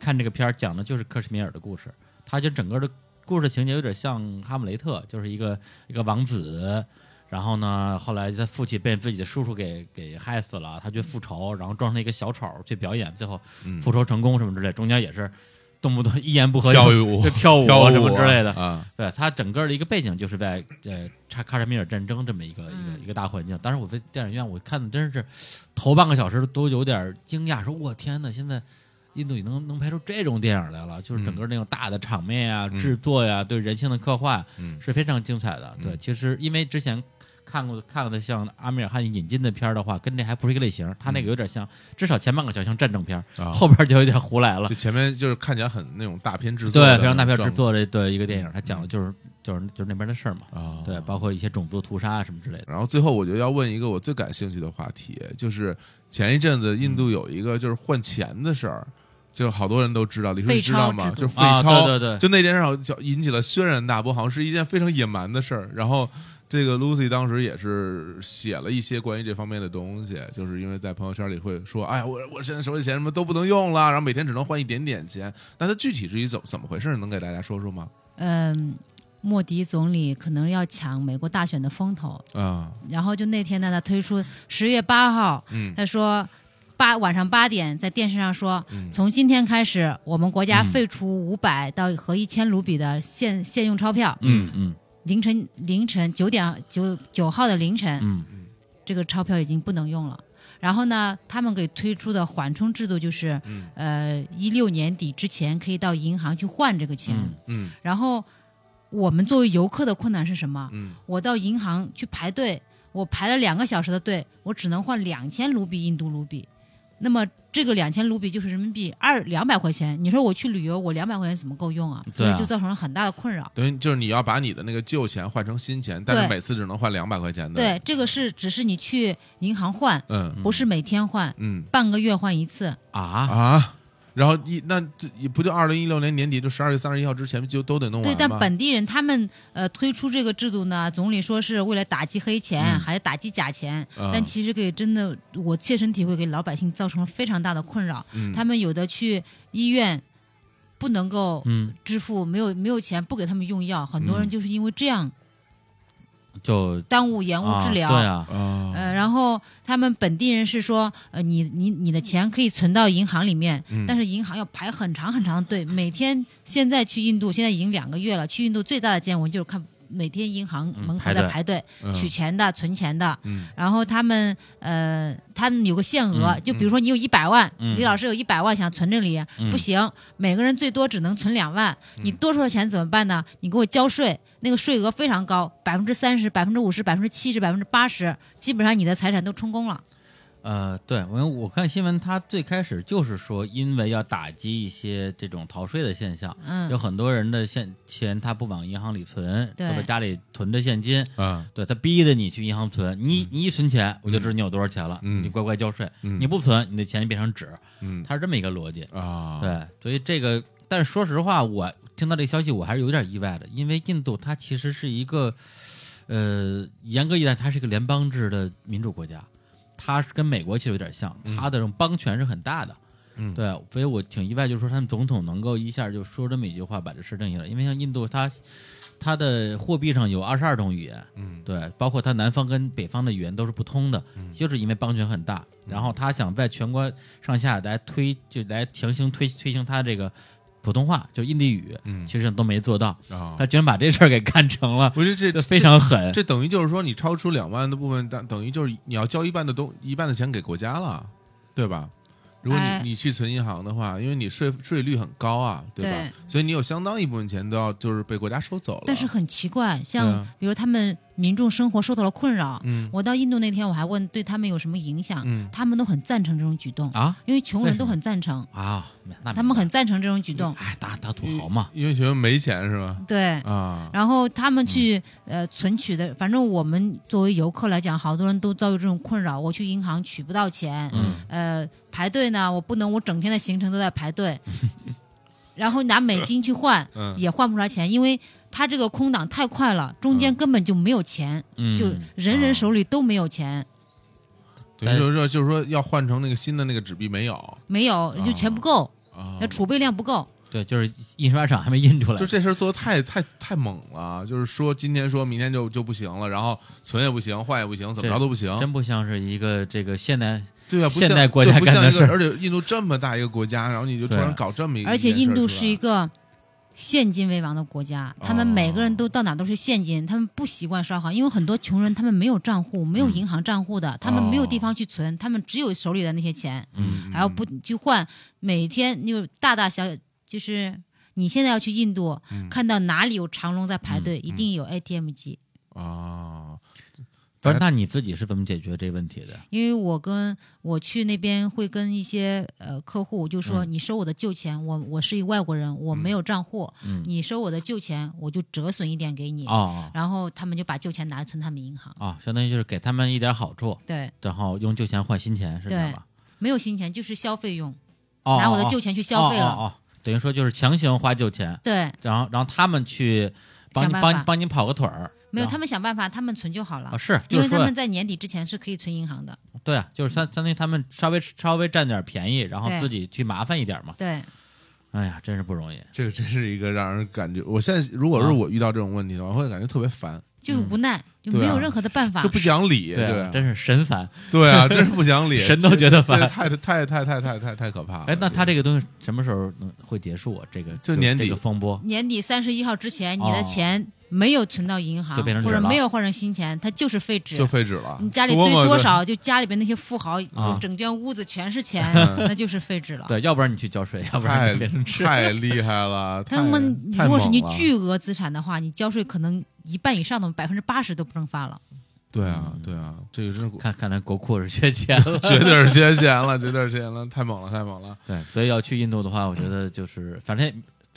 [SPEAKER 1] 看这个片儿讲的就是克什米尔的故事，它就整个的故事情节有点像《哈姆雷特》，就是一个一个王子，然后呢，后来他父亲被自己的叔叔给给害死了，他去复仇，然后装成一个小丑去表演，最后
[SPEAKER 2] 嗯
[SPEAKER 1] 复仇成功什么之类，中间也是动不动一言不合
[SPEAKER 2] 跳
[SPEAKER 1] 就
[SPEAKER 2] 舞
[SPEAKER 1] 就 *laughs* 跳舞
[SPEAKER 2] 跳
[SPEAKER 1] 啊什么之类的。
[SPEAKER 2] 啊，
[SPEAKER 1] 对，它整个的一个背景就是在呃查喀什米尔战争这么一个、一个一个大环境。当时我在电影院我看的真是头半个小时都有点惊讶，说我天呐，现在印度也能能拍出这种电影来了，就是整个那种大的场面啊、
[SPEAKER 2] 嗯
[SPEAKER 1] 制作呀、对人性的刻画
[SPEAKER 2] 嗯
[SPEAKER 1] 是非常精彩的。对，
[SPEAKER 2] 嗯
[SPEAKER 1] 其实因为之前。看过看过的像阿米尔汗引进的片儿的话，跟这还不是一个类型。他那个有点像，至少前半个小时像战争片儿，
[SPEAKER 2] 嗯啊
[SPEAKER 1] 后边就有点胡来了
[SPEAKER 2] 就。前面就是看起来很那种大片制作的那嗯
[SPEAKER 1] 对，
[SPEAKER 2] 种状态，
[SPEAKER 1] 非常大片制作的的一个电影，它讲的就是就是就是那边的事儿嘛。
[SPEAKER 2] 啊，
[SPEAKER 1] 对，包括一些种族屠杀啊什么之类的。
[SPEAKER 2] 然后最后，我就要问一个我最感兴趣的话题，就是前一阵子
[SPEAKER 1] 嗯
[SPEAKER 2] 印度有一个就是换钱的事儿，就好多人都知道，李叔你
[SPEAKER 3] 废
[SPEAKER 2] 知
[SPEAKER 3] 钞
[SPEAKER 2] 道吗？
[SPEAKER 3] 制度
[SPEAKER 2] 就是废
[SPEAKER 1] 啊
[SPEAKER 2] 钞，
[SPEAKER 1] 对对对
[SPEAKER 2] 就那件事儿就引起了轩然大波，好像是一件非常野蛮的事儿。然后这个 Lucy 当时也是写了一些关于这方面的东西，就是因为在朋友圈里会说，哎呀，我我现在手里钱什么都不能用了，然后每天只能换一点点钱。那它具体是一怎怎么回事？能给大家说说吗？
[SPEAKER 3] 嗯，莫迪总理可能要抢美国大选的风头，
[SPEAKER 2] 啊，
[SPEAKER 3] 然后就那天呢，他推出十月八号，
[SPEAKER 2] 嗯
[SPEAKER 3] 他说八晚上八点在电视上说，
[SPEAKER 2] 嗯
[SPEAKER 3] 从今天开始，我们国家废除五百到和一千卢比的现现用钞票。
[SPEAKER 1] 嗯嗯
[SPEAKER 3] 凌晨凌晨九点九九号的凌晨，
[SPEAKER 1] 嗯
[SPEAKER 3] 这个钞票已经不能用了。然后呢，他们给推出的缓冲制度就是，
[SPEAKER 1] 嗯
[SPEAKER 3] 呃，一六年底之前可以到银行去换这个钱。
[SPEAKER 1] 嗯
[SPEAKER 2] 嗯
[SPEAKER 3] 然后我们作为游客的困难是什么？
[SPEAKER 2] 嗯
[SPEAKER 3] 我到银行去排队，我排了两个小时的队，我只能换两千卢比印度卢比。那么这个两千卢比就是人民币二两百块钱，你说我去旅游，我两百块钱怎么够用啊？所
[SPEAKER 1] 对
[SPEAKER 3] 以
[SPEAKER 1] 啊
[SPEAKER 3] 就造成了很大的困扰。
[SPEAKER 2] 等于就是你要把你的那个旧钱换成新钱，但是
[SPEAKER 3] 对
[SPEAKER 2] 每次只能换两百块钱的。
[SPEAKER 3] 对，，这个是只是你去银行换，
[SPEAKER 2] 嗯
[SPEAKER 3] 不是每天换，
[SPEAKER 2] 嗯
[SPEAKER 3] 半个月换一次。
[SPEAKER 1] 啊，
[SPEAKER 2] 啊，然后一那这也不就二零一六年年底就十二月三十一号之前就都得弄完
[SPEAKER 3] 对，但
[SPEAKER 2] 吗
[SPEAKER 3] 本地人他们呃推出这个制度呢，总理说是为了打击黑钱，
[SPEAKER 1] 嗯
[SPEAKER 3] 还是打击假钱，
[SPEAKER 2] 啊
[SPEAKER 3] 但其实给真的我切身体会给老百姓造成了非常大的困扰。
[SPEAKER 2] 嗯
[SPEAKER 3] 他们有的去医院不能够
[SPEAKER 1] 嗯，
[SPEAKER 3] 支付，没有没有钱不给他们用药，很多人就是因为这样
[SPEAKER 1] 就
[SPEAKER 3] 耽误延误治疗。
[SPEAKER 1] 啊对啊，
[SPEAKER 2] 啊
[SPEAKER 3] 呃，然后他们本地人是说，呃，你你你的钱可以存到银行里面，
[SPEAKER 2] 嗯
[SPEAKER 3] 但是银行要排很长很长的队。每天现在去印度，现在已经两个月了，去印度最大的见闻就是看每天银行门口
[SPEAKER 1] 排
[SPEAKER 3] 在
[SPEAKER 1] 队
[SPEAKER 3] 排队、
[SPEAKER 2] 嗯
[SPEAKER 3] 取钱的、存钱的。
[SPEAKER 2] 嗯
[SPEAKER 3] 然后他们呃，他们有个限额，就比如说你有
[SPEAKER 2] 嗯
[SPEAKER 3] 一百万，李老师有一百万想存这里，不行，每个人最多只能存两万，
[SPEAKER 2] 嗯
[SPEAKER 3] 你多出的钱怎么办呢？你给我交税，那个税额非常高，百分之三十、百分之五十、百分之七十、百分之八十，基本上你的财产都充公了。
[SPEAKER 1] 呃，对，因为我看新闻，他最开始就是说，因为要打击一些这种逃税的现象，
[SPEAKER 3] 嗯
[SPEAKER 1] 有很多人的现钱他不往银行里存，
[SPEAKER 3] 对
[SPEAKER 1] 或者家里囤着现金。
[SPEAKER 2] 啊
[SPEAKER 1] 对他逼着你去银行存，你你一存钱，我就知道你有多少钱了，
[SPEAKER 2] 嗯
[SPEAKER 1] 你乖乖交税。
[SPEAKER 2] 嗯
[SPEAKER 1] 你不存，你的钱就变成纸，
[SPEAKER 2] 嗯
[SPEAKER 1] 它是这么一个逻辑。
[SPEAKER 2] 啊
[SPEAKER 1] 对，所以这个，但是说实话，我听到这个消息，我还是有点意外的，因为印度它其实是一个，呃，严格意义上它是一个联邦制的民主国家，它是跟美国其实有点像，它的这种邦权是很大的。
[SPEAKER 2] 嗯
[SPEAKER 1] 对，所以我挺意外，就是说他们总统能够一下就说这么一句话把这事定下来，因为像印度它，它的货币上有二十二种语言，
[SPEAKER 2] 嗯
[SPEAKER 1] 对，包括它南方跟北方的语言都是不通的，就是因为邦权很大。然后他想在全国上下来推，就来强行推推行他这个普通话，就印地语，
[SPEAKER 2] 嗯
[SPEAKER 1] 其实都没做到。
[SPEAKER 2] 啊
[SPEAKER 1] 他，居然把这事儿给干成了，
[SPEAKER 2] 我觉得这
[SPEAKER 1] 哦这非常狠
[SPEAKER 2] 这。这等于就是说你超出两万的部分，但等于就是你要交一半的东一半的钱给国家了，对吧？如果
[SPEAKER 3] 哎
[SPEAKER 2] 你你去存银行的话，因为你税税率很高啊，对吧？所以你有相当一部分钱都要就是被国家收走了。
[SPEAKER 3] 但是很奇怪，像、
[SPEAKER 2] 对啊
[SPEAKER 3] 比如他们民众生活受到了困扰，
[SPEAKER 2] 嗯
[SPEAKER 3] 我到印度那天我还问对他们有什么影响，
[SPEAKER 2] 嗯
[SPEAKER 3] 他们都很赞成这种举动，
[SPEAKER 1] 啊
[SPEAKER 3] 因为穷
[SPEAKER 1] 为什
[SPEAKER 3] 人
[SPEAKER 1] 么
[SPEAKER 3] 都很赞成，
[SPEAKER 1] 啊，那
[SPEAKER 3] 他们很赞成这种举动，
[SPEAKER 1] 哎大大土豪嘛，
[SPEAKER 2] 因为学生没钱是吧？
[SPEAKER 3] 对。
[SPEAKER 2] 啊，
[SPEAKER 3] 然后他们去、呃存取的，反正我们作为游客来讲，好多人都遭遇这种困扰。我去银行取不到钱，呃，排队呢，我不能，我整天的行程都在排队，然后拿美金去换、
[SPEAKER 2] 嗯
[SPEAKER 3] 也换不出来钱，因为他这个空档太快了，中间根本就没有钱，
[SPEAKER 1] 嗯，
[SPEAKER 3] 就人人手里都没有钱，
[SPEAKER 2] 等于就是说就是说要换成那个新的那个纸币没有
[SPEAKER 3] 没有就钱不够，
[SPEAKER 2] 啊
[SPEAKER 3] 那、储备量不够。
[SPEAKER 1] 对，就是印刷厂还没印出来
[SPEAKER 2] 就，这事儿做的太太太猛了，就是说今天说明天就就不行了，然后存也不行，换也不行，怎么着都不行，
[SPEAKER 1] 真不像是一个这个现代
[SPEAKER 2] 对啊，不像
[SPEAKER 1] 现代国家
[SPEAKER 2] 对不像
[SPEAKER 1] 干的
[SPEAKER 2] 一个
[SPEAKER 1] 事儿
[SPEAKER 2] 而且印度这么大一个国家，然后你就突
[SPEAKER 1] 对
[SPEAKER 2] 然搞这么一个，
[SPEAKER 3] 而且印度是一
[SPEAKER 2] 个，
[SPEAKER 3] 个现金为王的国家，他们每个人都到哪都是现金，他们不习惯刷卡，因为很多穷人他们没有账户，没有银行账户的，他们没有地方去存，他们只有手里的那些钱，
[SPEAKER 1] 嗯
[SPEAKER 3] 还要不去换，每天就大大小小就是。你现在要去印度，
[SPEAKER 2] 嗯
[SPEAKER 3] 看到哪里有长龙在排队，一定有 ATM 机。
[SPEAKER 2] 啊，
[SPEAKER 1] 不是，那你自己是怎么解决这问题的？
[SPEAKER 3] 因为我跟我去那边会跟一些呃客户就
[SPEAKER 1] 嗯
[SPEAKER 3] 说，你收我的旧钱，我我是一外国人，我没有账户，你收我的旧钱，我就折损一点给你，
[SPEAKER 1] 嗯哦
[SPEAKER 3] 然后他们就把旧钱拿去存他们银行，
[SPEAKER 1] 哦，相当于就是给他们一点好处，
[SPEAKER 3] 对，
[SPEAKER 1] 然后用旧钱换新钱，是这样吧？
[SPEAKER 3] 没有新钱就是消费用，
[SPEAKER 1] 哦，
[SPEAKER 3] 拿我的
[SPEAKER 1] 哦
[SPEAKER 3] 旧钱去消费了
[SPEAKER 1] 哦哦哦等于说就是强行花旧钱，
[SPEAKER 3] 对，
[SPEAKER 1] 然后然后他们去帮你
[SPEAKER 3] 想办法
[SPEAKER 1] 帮你帮你跑个腿儿，
[SPEAKER 3] 没有
[SPEAKER 1] 然后
[SPEAKER 3] 他们想办法，他们存就好
[SPEAKER 1] 啊
[SPEAKER 3] 了，
[SPEAKER 1] 哦是，
[SPEAKER 3] 因
[SPEAKER 1] 就
[SPEAKER 3] 为
[SPEAKER 1] 是
[SPEAKER 3] 他
[SPEAKER 1] 说
[SPEAKER 3] 们在年底之前是可以存银行的，
[SPEAKER 1] 对啊，就是相相当于他们稍微稍微占点便宜，然后
[SPEAKER 3] 对
[SPEAKER 1] 自己去麻烦一点嘛。
[SPEAKER 3] 对，
[SPEAKER 1] 哎呀，真是不容易。
[SPEAKER 2] 这个真是一个让人感觉，我现在如
[SPEAKER 1] 啊
[SPEAKER 2] 果是我遇到这种问题的话，会感觉特别烦，
[SPEAKER 3] 就是无奈，就
[SPEAKER 2] 对啊
[SPEAKER 3] 没有任何的办法
[SPEAKER 2] 就，不讲理，
[SPEAKER 1] 嗯对
[SPEAKER 2] 对
[SPEAKER 1] 啊，
[SPEAKER 2] 啊
[SPEAKER 1] 真是神烦，
[SPEAKER 2] 对啊，真是不讲理，
[SPEAKER 1] 神都觉得
[SPEAKER 2] 这
[SPEAKER 1] 烦。
[SPEAKER 2] 太太太太太太太可怕了。
[SPEAKER 1] 哎，那他
[SPEAKER 2] 这
[SPEAKER 1] 这个东西什么时候能会结束啊？这个
[SPEAKER 2] 就年底
[SPEAKER 1] 这个风波
[SPEAKER 3] 年底三十一号之前，
[SPEAKER 1] 哦
[SPEAKER 3] 你的钱没有存到银行
[SPEAKER 1] 就变成纸
[SPEAKER 3] 或者
[SPEAKER 1] 了
[SPEAKER 3] 没有换成新钱，它就是废纸，
[SPEAKER 2] 就废纸了，
[SPEAKER 3] 你家里
[SPEAKER 2] 多
[SPEAKER 3] 堆
[SPEAKER 2] 么
[SPEAKER 3] 多
[SPEAKER 2] 的？
[SPEAKER 3] 少，就家里边那些富豪
[SPEAKER 1] 啊，
[SPEAKER 3] 整间屋子全是钱，
[SPEAKER 2] 嗯
[SPEAKER 3] *laughs* 那就是废纸了。
[SPEAKER 1] 对，要不然你去交税，要不
[SPEAKER 2] 太
[SPEAKER 1] 然你变成吃。
[SPEAKER 2] 太厉害
[SPEAKER 3] *laughs*
[SPEAKER 2] 了！太
[SPEAKER 3] 他们
[SPEAKER 2] 太
[SPEAKER 3] 如果是你
[SPEAKER 2] 猛了
[SPEAKER 3] 巨额资产的话，你交税可能一半以上的百分之八十都不能发了。
[SPEAKER 2] 对啊，对啊，这个真是，
[SPEAKER 1] 看看来国库是缺钱了
[SPEAKER 2] *laughs* 绝对是缺钱了，绝对是缺钱了，太猛了，太猛
[SPEAKER 3] *laughs*
[SPEAKER 2] 了！
[SPEAKER 1] 对，所以要去印度的话，我觉得就是反正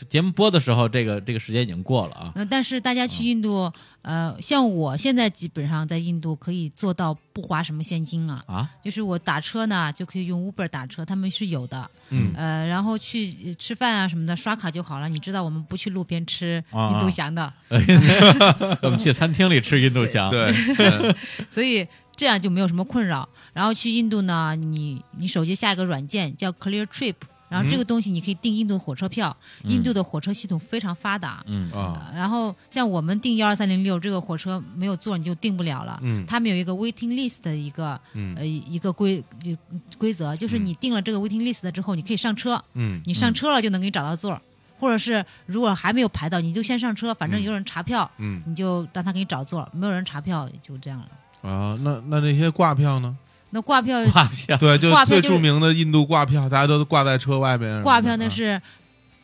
[SPEAKER 1] 节目播的时候，这个这个时间已经过了啊。
[SPEAKER 3] 呃，但是大家去印度，呃，像我现在基本上在印度可以做到不花什么现金了。
[SPEAKER 1] 啊，
[SPEAKER 3] 就是我打车呢，就可以用 Uber 打车，他们是有的。
[SPEAKER 2] 嗯
[SPEAKER 3] 呃，然后去呃吃饭啊什么的，刷卡就好了。你知道我们不去路边吃
[SPEAKER 1] 啊
[SPEAKER 3] 印度翔的，
[SPEAKER 1] 我们去餐厅里吃印度香，
[SPEAKER 2] 对，嗯
[SPEAKER 3] 所以这样就没有什么困扰。然后去印度呢，你你手机下一个软件叫 Clear Trip，然
[SPEAKER 2] 嗯
[SPEAKER 3] 后这个东西你可以订印度火车票，印度的火车系统非常发达。
[SPEAKER 1] 嗯
[SPEAKER 2] 啊，
[SPEAKER 3] 然后像我们订幺二三零六这个火车没有座你就订不了了，
[SPEAKER 2] 嗯
[SPEAKER 3] 他们有一个 waiting list 的一个、
[SPEAKER 2] 嗯
[SPEAKER 3] 呃一个规一个规则，就是你订了这个 waiting list 了之后，你可以上车，
[SPEAKER 2] 嗯
[SPEAKER 3] 你上车了就能给你找到座儿，或者是如果还没有排到，你就先上车，反正有人查票，
[SPEAKER 2] 嗯
[SPEAKER 3] 你就让他给你找座儿，没有人查票就这样了。
[SPEAKER 2] 啊，那那那些挂票呢？
[SPEAKER 3] 那挂票 *laughs*
[SPEAKER 1] 挂票
[SPEAKER 2] 对，就
[SPEAKER 3] 挂票
[SPEAKER 2] 最
[SPEAKER 3] 就是
[SPEAKER 2] 著名的印度挂票，大家都挂在车外边。
[SPEAKER 3] 挂票那，是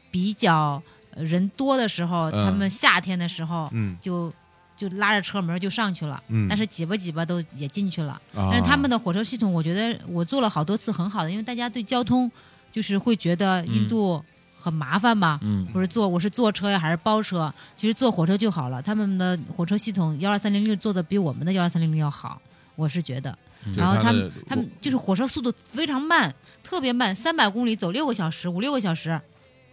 [SPEAKER 3] 比较呃人多的时候，
[SPEAKER 2] 嗯
[SPEAKER 3] 他们夏天的时候
[SPEAKER 2] 嗯
[SPEAKER 3] 就就拉着车门就上去了，
[SPEAKER 2] 嗯，
[SPEAKER 3] 但是挤吧挤吧都也进去了。
[SPEAKER 2] 啊
[SPEAKER 3] 但是他们的火车系统，我觉得我做了好多次很好的，因为大家对交通就是会觉得
[SPEAKER 2] 嗯
[SPEAKER 3] 印度很麻烦嘛。
[SPEAKER 1] 嗯
[SPEAKER 3] 不是坐我是坐车呀还是包车？其实坐火车就好了。他们的火车系统幺二三零六做的比我们的幺二三零六要好，我是觉得。
[SPEAKER 2] 就是
[SPEAKER 3] 然后
[SPEAKER 2] 他
[SPEAKER 3] 他
[SPEAKER 2] 的
[SPEAKER 3] 们他们就是火车速度非常慢，特别慢，三百公里走六个小时，五六个小时，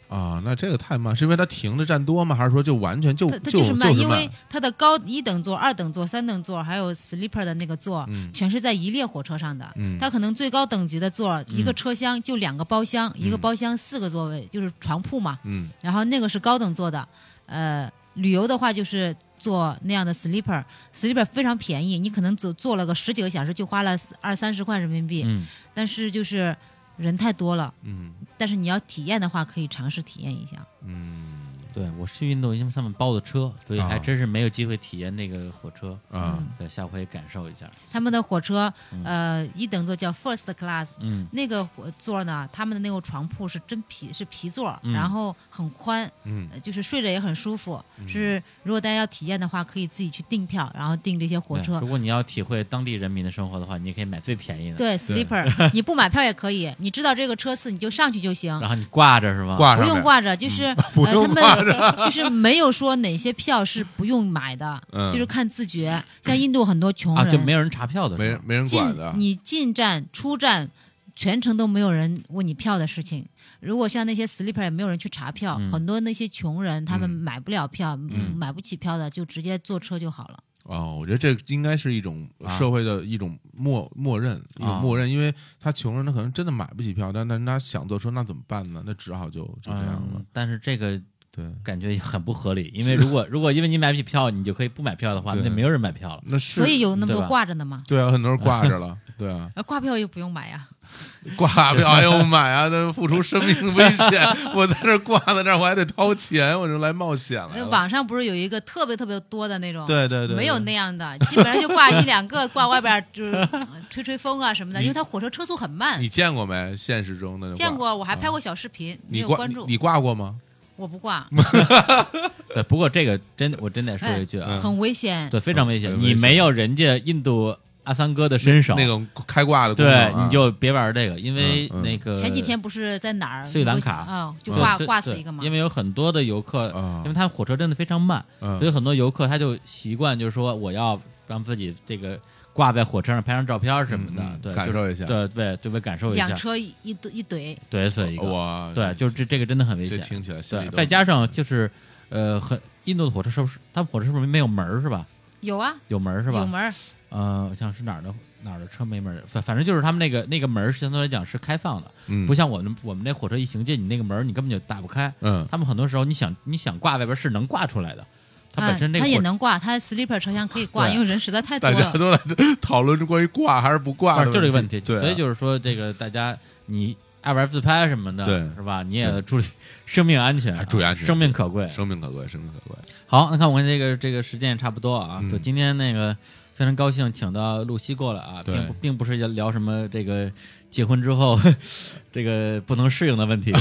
[SPEAKER 2] 啊，那这个太慢，是因为他停的站多吗？还是说就完全就
[SPEAKER 3] 它它
[SPEAKER 2] 就是慢？
[SPEAKER 3] 因为它的高一等座、二等座、三等座，还有 sleeper 的那个座，
[SPEAKER 2] 嗯
[SPEAKER 3] 全是在一列火车上的。
[SPEAKER 2] 嗯
[SPEAKER 3] 它可能最高等级的座，一个车厢就两个包厢，一个包厢四个座位，就是床铺嘛。
[SPEAKER 2] 嗯
[SPEAKER 3] 然后那个是高等座的，呃，旅游的话就是坐那样的 sleeper，sleeper 非常便宜，你可能只坐了个十几个小时，就花了二三十块人民币，
[SPEAKER 1] 嗯，
[SPEAKER 3] 但是就是人太多了，
[SPEAKER 2] 嗯
[SPEAKER 3] 但是你要体验的话，可以尝试体验一下。
[SPEAKER 2] 嗯
[SPEAKER 1] 对我去印度，因为上面包的车，所以
[SPEAKER 2] 啊
[SPEAKER 1] 还真是没有机会体验那个火车。嗯
[SPEAKER 2] 啊
[SPEAKER 1] 对，下回感受一下。
[SPEAKER 3] 他们的火车，呃，一等座叫 first class，
[SPEAKER 1] 嗯
[SPEAKER 3] 那个火座呢，他们的那个床铺是真皮是皮座，
[SPEAKER 1] 嗯
[SPEAKER 3] 然后很宽，
[SPEAKER 2] 嗯
[SPEAKER 3] 呃就是睡着也很舒服。
[SPEAKER 1] 嗯
[SPEAKER 3] 是如果大家要体验的话，可以自己去订票，然后订这些火
[SPEAKER 1] 对
[SPEAKER 3] 车
[SPEAKER 1] 如。果你要体会当地人民的生活的话，你也可以买最便宜的，
[SPEAKER 3] 对 sleeper，
[SPEAKER 1] *laughs*
[SPEAKER 3] 你不买票也可以，你知道这个车次你就上去就行，
[SPEAKER 1] 然后你挂着是吧？
[SPEAKER 2] 挂
[SPEAKER 3] 不
[SPEAKER 2] 上
[SPEAKER 3] 用
[SPEAKER 2] 面
[SPEAKER 3] 挂
[SPEAKER 1] 嗯
[SPEAKER 3] 着，就是、
[SPEAKER 1] *laughs*
[SPEAKER 2] 不用挂
[SPEAKER 3] 呃、他们 *laughs* 就是没有说哪些票是不用买的，
[SPEAKER 2] 嗯
[SPEAKER 3] 就是看自觉。像印度很多穷
[SPEAKER 1] 啊，
[SPEAKER 3] 人，
[SPEAKER 1] 就没有人查票的
[SPEAKER 2] 没
[SPEAKER 1] 是
[SPEAKER 2] 人
[SPEAKER 1] 吧，
[SPEAKER 2] 没人管
[SPEAKER 3] 进
[SPEAKER 2] 的，
[SPEAKER 3] 你进站、出站，全程都没有人问你票的事情。如果像那些 sleeper 也没有人去查票，
[SPEAKER 2] 嗯
[SPEAKER 3] 嗯很多那些穷人他们买不了票、买不起票的，就直接坐车就好了。
[SPEAKER 2] 啊、哦，我觉得这应该是一种
[SPEAKER 1] 啊
[SPEAKER 2] 社会的一种默默认，一种
[SPEAKER 1] 啊
[SPEAKER 2] 默认，因为他穷人，他可能真的买不起票，但但他想坐车，那怎么办呢？那只好就就这样了
[SPEAKER 1] 嗯。但是这个
[SPEAKER 2] 对，
[SPEAKER 1] 感觉很不合理，因为如果如果因为你买不起票，你就可以不买票的话，
[SPEAKER 2] 对
[SPEAKER 1] 那就没有人买票了。
[SPEAKER 2] 那是
[SPEAKER 3] 所以有那么
[SPEAKER 1] 对
[SPEAKER 3] 多
[SPEAKER 1] 吧
[SPEAKER 3] 挂着呢嘛，
[SPEAKER 2] 对啊，很多人挂着了，对啊，
[SPEAKER 3] 而挂票又不用买啊呀、
[SPEAKER 1] *laughs*
[SPEAKER 2] 挂票，哎呦买啊，那付出生命危险，我在这儿挂在那儿，我还得掏钱，我就来冒险来
[SPEAKER 3] 那
[SPEAKER 2] 了。
[SPEAKER 3] 网上不是有一个特别特别多的那种？
[SPEAKER 2] 哎对对对，
[SPEAKER 3] 没有
[SPEAKER 2] 对
[SPEAKER 3] 那样的，基本上就挂一两
[SPEAKER 2] *laughs*
[SPEAKER 3] 个，挂外边儿就是吹吹风啊什么的，因为它火车车速很慢
[SPEAKER 2] 你。见过没？现实中的那挂
[SPEAKER 3] 见，过，我还拍过小视频，没
[SPEAKER 2] 你
[SPEAKER 3] 有
[SPEAKER 2] 挂
[SPEAKER 3] 关注
[SPEAKER 2] 你，你挂
[SPEAKER 1] *laughs*
[SPEAKER 2] 过吗？
[SPEAKER 3] 我
[SPEAKER 2] *laughs*
[SPEAKER 3] 不挂，
[SPEAKER 1] 对，不过这个真我真得
[SPEAKER 3] 哎
[SPEAKER 1] 说一句啊，
[SPEAKER 3] 很危险。
[SPEAKER 1] 对，非常危险，
[SPEAKER 2] 嗯
[SPEAKER 1] 你没有人家印度阿三哥的身手，
[SPEAKER 2] 那种开挂的功能
[SPEAKER 1] 对
[SPEAKER 2] 啊，
[SPEAKER 1] 你就别玩这个，因为
[SPEAKER 2] 嗯嗯
[SPEAKER 1] 那个
[SPEAKER 3] 前几天不是在哪儿？
[SPEAKER 1] 呃斯里兰卡
[SPEAKER 3] 啊，就
[SPEAKER 1] 对
[SPEAKER 3] 挂
[SPEAKER 1] 所以
[SPEAKER 3] 挂死
[SPEAKER 1] 对
[SPEAKER 3] 一个嘛
[SPEAKER 1] 因。为有很多的游客
[SPEAKER 2] 啊，
[SPEAKER 1] 因为他火车真的非常慢，
[SPEAKER 2] 嗯
[SPEAKER 1] 所以很多游客他就习惯就是说我要让自己这个挂在火车上拍张照片什么
[SPEAKER 2] 嗯
[SPEAKER 1] 的
[SPEAKER 2] 嗯，
[SPEAKER 1] 对，
[SPEAKER 2] 感
[SPEAKER 1] 就是
[SPEAKER 2] 受一下
[SPEAKER 1] 对对，就为感受一下
[SPEAKER 3] 两，车一一堆一怼，
[SPEAKER 1] 怼死一个，
[SPEAKER 2] 哇，
[SPEAKER 1] 对，就是这这个真的很危
[SPEAKER 2] 这
[SPEAKER 1] 险，
[SPEAKER 2] 听起来心里
[SPEAKER 1] 对，
[SPEAKER 2] 都
[SPEAKER 1] 再加上就是呃，很印度的火车是不是他们火车是不是没有门儿是吧？
[SPEAKER 3] 有啊，
[SPEAKER 1] 有门儿是吧？
[SPEAKER 3] 有门儿，
[SPEAKER 1] 呃，我想是哪儿的哪儿的车没门儿，反反正就是他们那个那个门儿相对来讲是开放的，
[SPEAKER 2] 嗯
[SPEAKER 1] 不像我们我们那火车一行进，你那个门儿你根本就打不开。
[SPEAKER 2] 嗯
[SPEAKER 1] 他们很多时候你想你想挂外边是能挂出来的，它
[SPEAKER 3] 啊
[SPEAKER 1] 本身这个
[SPEAKER 3] 它也
[SPEAKER 1] 火车
[SPEAKER 3] 能挂，它 sleeper 车厢可以挂，
[SPEAKER 1] 对
[SPEAKER 3] 因为人实在太
[SPEAKER 2] *laughs*
[SPEAKER 3] 多
[SPEAKER 2] 大家
[SPEAKER 3] 了。
[SPEAKER 2] 都来讨论关于挂还是不挂
[SPEAKER 1] 反
[SPEAKER 2] 的
[SPEAKER 1] 正就这个问题，
[SPEAKER 2] 对啊，
[SPEAKER 1] 所以就是说这个大家你爱玩自拍什么的，
[SPEAKER 2] 对
[SPEAKER 1] 是吧？你也注意生命安全啊，
[SPEAKER 2] 哎注意安全
[SPEAKER 1] 生命可贵。
[SPEAKER 2] 生命可贵，生命可贵。
[SPEAKER 1] 好，那看我们这个这个时间也差不多啊，
[SPEAKER 2] 嗯
[SPEAKER 1] 对，今天那个非常高兴请到露西过来啊，
[SPEAKER 2] 对
[SPEAKER 1] 并不并不是要聊什么这个结婚之后 *laughs* 这个不能适应的问
[SPEAKER 2] *laughs*
[SPEAKER 1] 题， *laughs*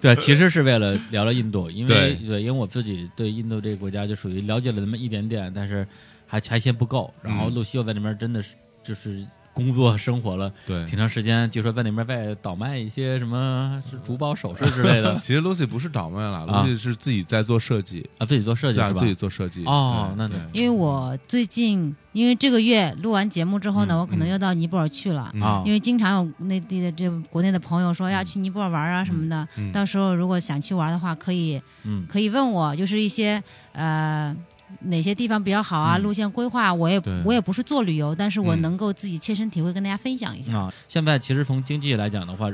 [SPEAKER 1] 对，其实是为了聊聊印度，因为
[SPEAKER 2] 对
[SPEAKER 1] 因为我自己对印度这个国家就属于了解了那么一点点，但是还还嫌不够，然后
[SPEAKER 2] 嗯
[SPEAKER 1] 露西又在那边真的是就是。工作生活了
[SPEAKER 2] 对
[SPEAKER 1] 挺长时间，据说在那边在倒卖一些什么是珠宝首饰之类
[SPEAKER 2] *laughs*
[SPEAKER 1] 的
[SPEAKER 2] 其实 Lucy 不是倒卖了
[SPEAKER 1] 啊
[SPEAKER 2] ，Lucy 是自己在做设计，
[SPEAKER 1] 啊，自己做设计是
[SPEAKER 2] 在
[SPEAKER 1] 吧？
[SPEAKER 2] 自己做设计。
[SPEAKER 1] 哦
[SPEAKER 2] 对
[SPEAKER 1] 那
[SPEAKER 2] 对
[SPEAKER 1] 那
[SPEAKER 3] 因为我最近，因为这个月录完节目之后呢，
[SPEAKER 2] 嗯
[SPEAKER 3] 我可能
[SPEAKER 2] 嗯
[SPEAKER 3] 又到尼泊尔去了。
[SPEAKER 1] 啊，
[SPEAKER 3] 因为经常有内地的这国内的朋友
[SPEAKER 1] 嗯
[SPEAKER 3] 说要去尼泊尔玩啊什么的，
[SPEAKER 2] 嗯嗯
[SPEAKER 3] 到时候如果想去玩的话，可以
[SPEAKER 1] 嗯
[SPEAKER 3] 可以问我，就是一些呃哪些地方比较好啊，
[SPEAKER 1] 嗯
[SPEAKER 3] 路线规划，我也
[SPEAKER 2] 对
[SPEAKER 3] 我也不是做旅游，但是我
[SPEAKER 2] 嗯
[SPEAKER 3] 能够自己切身体会跟大家分享一下。
[SPEAKER 1] 啊，现在其实从经济来讲的话，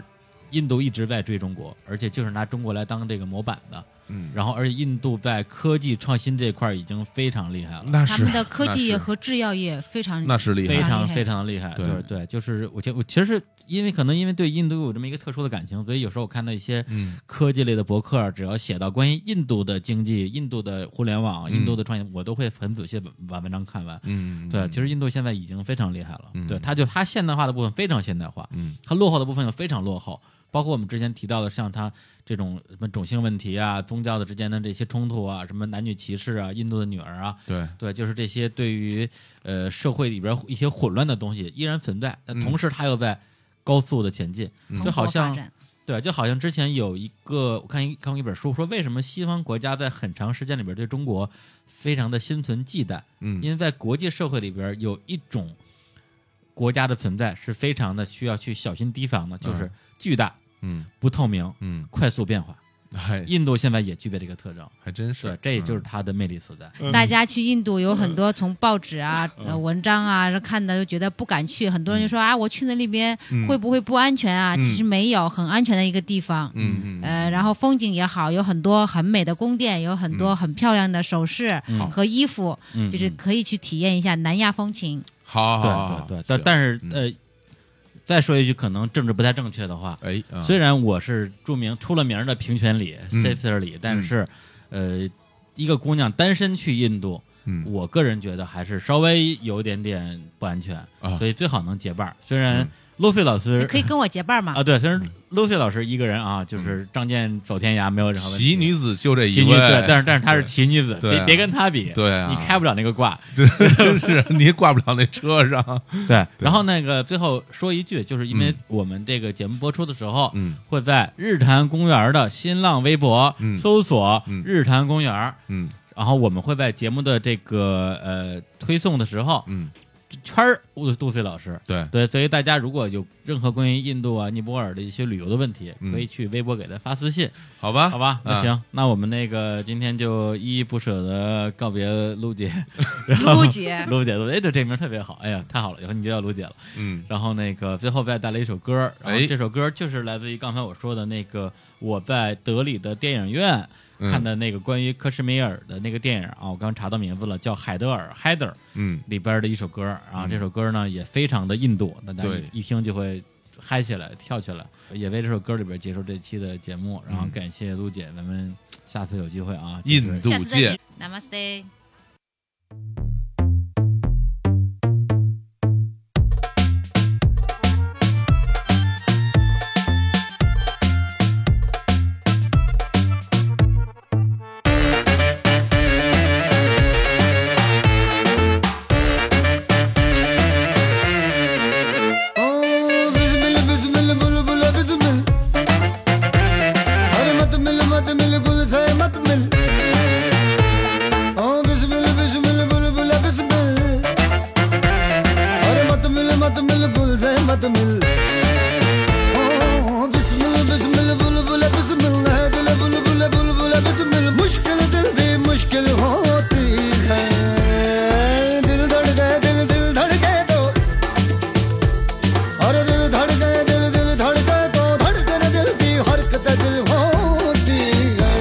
[SPEAKER 1] 印度一直在追中国，而且就是拿中国来当这个模板的。
[SPEAKER 2] 嗯，
[SPEAKER 1] 然后，而且印度在科技创新这块儿已经非常厉害了，
[SPEAKER 2] 那
[SPEAKER 3] 他
[SPEAKER 2] 是
[SPEAKER 3] 们的科技
[SPEAKER 2] 那
[SPEAKER 3] 业
[SPEAKER 2] 是
[SPEAKER 3] 和制药业非常
[SPEAKER 2] 那是厉
[SPEAKER 1] 非
[SPEAKER 2] 害，
[SPEAKER 1] 常
[SPEAKER 3] 厉害
[SPEAKER 1] 非常厉害。
[SPEAKER 2] 对
[SPEAKER 1] 对对，就是我觉我其实因为可能因为对印度有这么一个特殊的感情，所以有时候我看到一些
[SPEAKER 2] 嗯
[SPEAKER 1] 科技类的博客，啊只要写到关于印度的经济、印度的互联网、
[SPEAKER 2] 嗯
[SPEAKER 1] 印度的创业，我都会很仔细地把把文章看完。
[SPEAKER 2] 嗯，
[SPEAKER 1] 对，啊
[SPEAKER 2] 嗯
[SPEAKER 1] 其实印度现在已经非常厉害了，
[SPEAKER 2] 嗯
[SPEAKER 1] 对，它就它现代化的部分非常现代化，
[SPEAKER 2] 嗯，
[SPEAKER 1] 它落后的部分又非常落后，包括我们之前提到的，像它这种什么种姓问题啊、宗教的之间的这些冲突啊、什么男女歧视啊、印度的女儿啊，
[SPEAKER 2] 对
[SPEAKER 1] 对，就是这些对于呃社会里边一些混乱的东西依然存在，但
[SPEAKER 2] 嗯
[SPEAKER 1] 同时它又在高速的前进，
[SPEAKER 3] 蓬
[SPEAKER 1] 就好
[SPEAKER 3] 勃发
[SPEAKER 1] 像
[SPEAKER 3] 展。
[SPEAKER 1] 对，就好像之前有一个我看一看过一本书，说为什么西方国家在很长时间里边对中国非常的心存忌惮，
[SPEAKER 2] 嗯
[SPEAKER 1] 因为在国际社会里边有一种国家的存在是非常的需要去小心提防的，就是巨大、
[SPEAKER 2] 嗯
[SPEAKER 1] 不透明、
[SPEAKER 2] 嗯，
[SPEAKER 1] 快速变化。
[SPEAKER 2] 还
[SPEAKER 1] 印度现在也具备这个特征，
[SPEAKER 2] 还真
[SPEAKER 1] 对
[SPEAKER 2] 是，，嗯
[SPEAKER 1] 这就是它的魅力所在。
[SPEAKER 3] 大家去印度有很多从报纸啊、
[SPEAKER 2] 嗯
[SPEAKER 3] 呃文章啊看的，就觉得不敢去。很多人就说啊，我去那里边
[SPEAKER 2] 嗯
[SPEAKER 3] 会不会不安全啊？
[SPEAKER 2] 嗯
[SPEAKER 3] 其实没有，很安全的一个地方。
[SPEAKER 2] 嗯嗯
[SPEAKER 3] 呃，然后风景也好，有很多很美的宫殿，有很
[SPEAKER 2] 嗯
[SPEAKER 3] 多很漂亮的首饰
[SPEAKER 1] 嗯
[SPEAKER 3] 和衣服，
[SPEAKER 1] 嗯，
[SPEAKER 3] 就是可以去体验一下南亚风情。
[SPEAKER 2] 好
[SPEAKER 1] 对
[SPEAKER 2] 好好，
[SPEAKER 1] 对对，
[SPEAKER 2] 行
[SPEAKER 1] 但但是
[SPEAKER 2] 嗯
[SPEAKER 1] 呃，再说一句可能政治不太正确的话，
[SPEAKER 2] 哎，啊
[SPEAKER 1] 虽然我是著名出了名儿的平权里、
[SPEAKER 2] 嗯
[SPEAKER 1] s a f e r 里，但是呃，一个姑娘单身去印度，
[SPEAKER 2] 嗯
[SPEAKER 1] 我个人觉得还是稍微有点点不安全，
[SPEAKER 2] 啊
[SPEAKER 1] 所以最好能结伴儿。虽然
[SPEAKER 2] 嗯
[SPEAKER 1] Lucy 老师
[SPEAKER 3] 你可以跟我结伴嘛？
[SPEAKER 1] 啊，对，虽然 Lucy 老师一个人啊，就是仗剑走天涯，没有任何问题。
[SPEAKER 2] 嗯奇女子就这一
[SPEAKER 1] 奇
[SPEAKER 2] 位，
[SPEAKER 1] 女对，但是但是她是奇女子，
[SPEAKER 2] 对啊
[SPEAKER 1] 别别跟她比，
[SPEAKER 2] 对啊
[SPEAKER 1] 你开不了那个挂。
[SPEAKER 2] 真是你也挂不了那车上，
[SPEAKER 1] 对，然后那个最后说一句，就是因为我们这个节目播出的时候，
[SPEAKER 2] 嗯，
[SPEAKER 1] 会在日坛公园的新浪微博
[SPEAKER 2] 嗯
[SPEAKER 1] 搜索
[SPEAKER 2] 嗯
[SPEAKER 1] “日坛公园”，
[SPEAKER 2] 嗯
[SPEAKER 1] 然后我们会在节目的这个呃推送的时候，
[SPEAKER 2] 嗯
[SPEAKER 1] 圈儿杜杜飞老师。
[SPEAKER 2] 对
[SPEAKER 1] 对，所以大家如果有任何关于印度啊、尼泊尔的一些旅游的问题，
[SPEAKER 2] 嗯
[SPEAKER 1] 可以去微博给他发私信，
[SPEAKER 2] 好吧，
[SPEAKER 1] 好吧？那
[SPEAKER 2] 嗯
[SPEAKER 1] 行，，那我们那个今天就依依不舍的告别陆
[SPEAKER 2] *laughs*
[SPEAKER 1] 姐，然后
[SPEAKER 3] *laughs* 陆姐
[SPEAKER 1] 陆姐，陆姐，哎，对，这名儿特别好，哎呀，太好了，以后你就叫陆姐了。
[SPEAKER 2] 嗯，
[SPEAKER 1] 然后那个最后再带来一首歌，然后
[SPEAKER 2] 哎
[SPEAKER 1] 这首歌就是来自于刚才我说的那个我在德里的电影院
[SPEAKER 2] 嗯
[SPEAKER 1] 看的那个关于克什米尔的那个电影啊，我刚查到名字了，叫《海德尔》（Heider）
[SPEAKER 2] 嗯，
[SPEAKER 1] 里边的一首歌啊，这首歌呢也非常的印度，大家
[SPEAKER 2] 对
[SPEAKER 1] 一听就会。嗨起来，跳起来，也为这首歌里边结束这期的节目，然后感谢陆姐，咱们下次有机会啊，
[SPEAKER 2] 嗯印
[SPEAKER 1] 就是
[SPEAKER 2] 度
[SPEAKER 3] 下次再
[SPEAKER 2] 见
[SPEAKER 3] 见。Namaste。
[SPEAKER 5] मुश्किल दिल भी मुश्किल होती है दिल धड़के दिल दिल धड़के तो अरे दिल धड़के दिल दिल धड़के तो धड़कन दिल की हरकत दिल होती है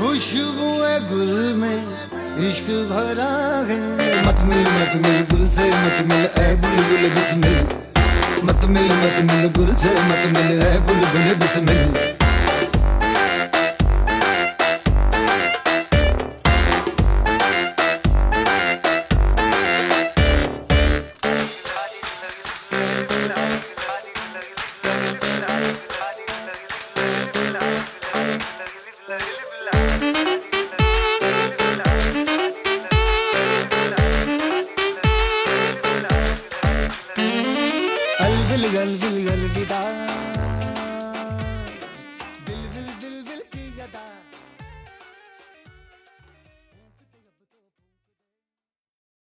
[SPEAKER 5] खुशबुए गुल में इश्क भरा है मत मिल मत मिल गुल से मत मिल ऐ बुलबुल बिस्मिल मत मिल मत मिल गुल से मत मिल ऐ बुलबुल बिस्मिल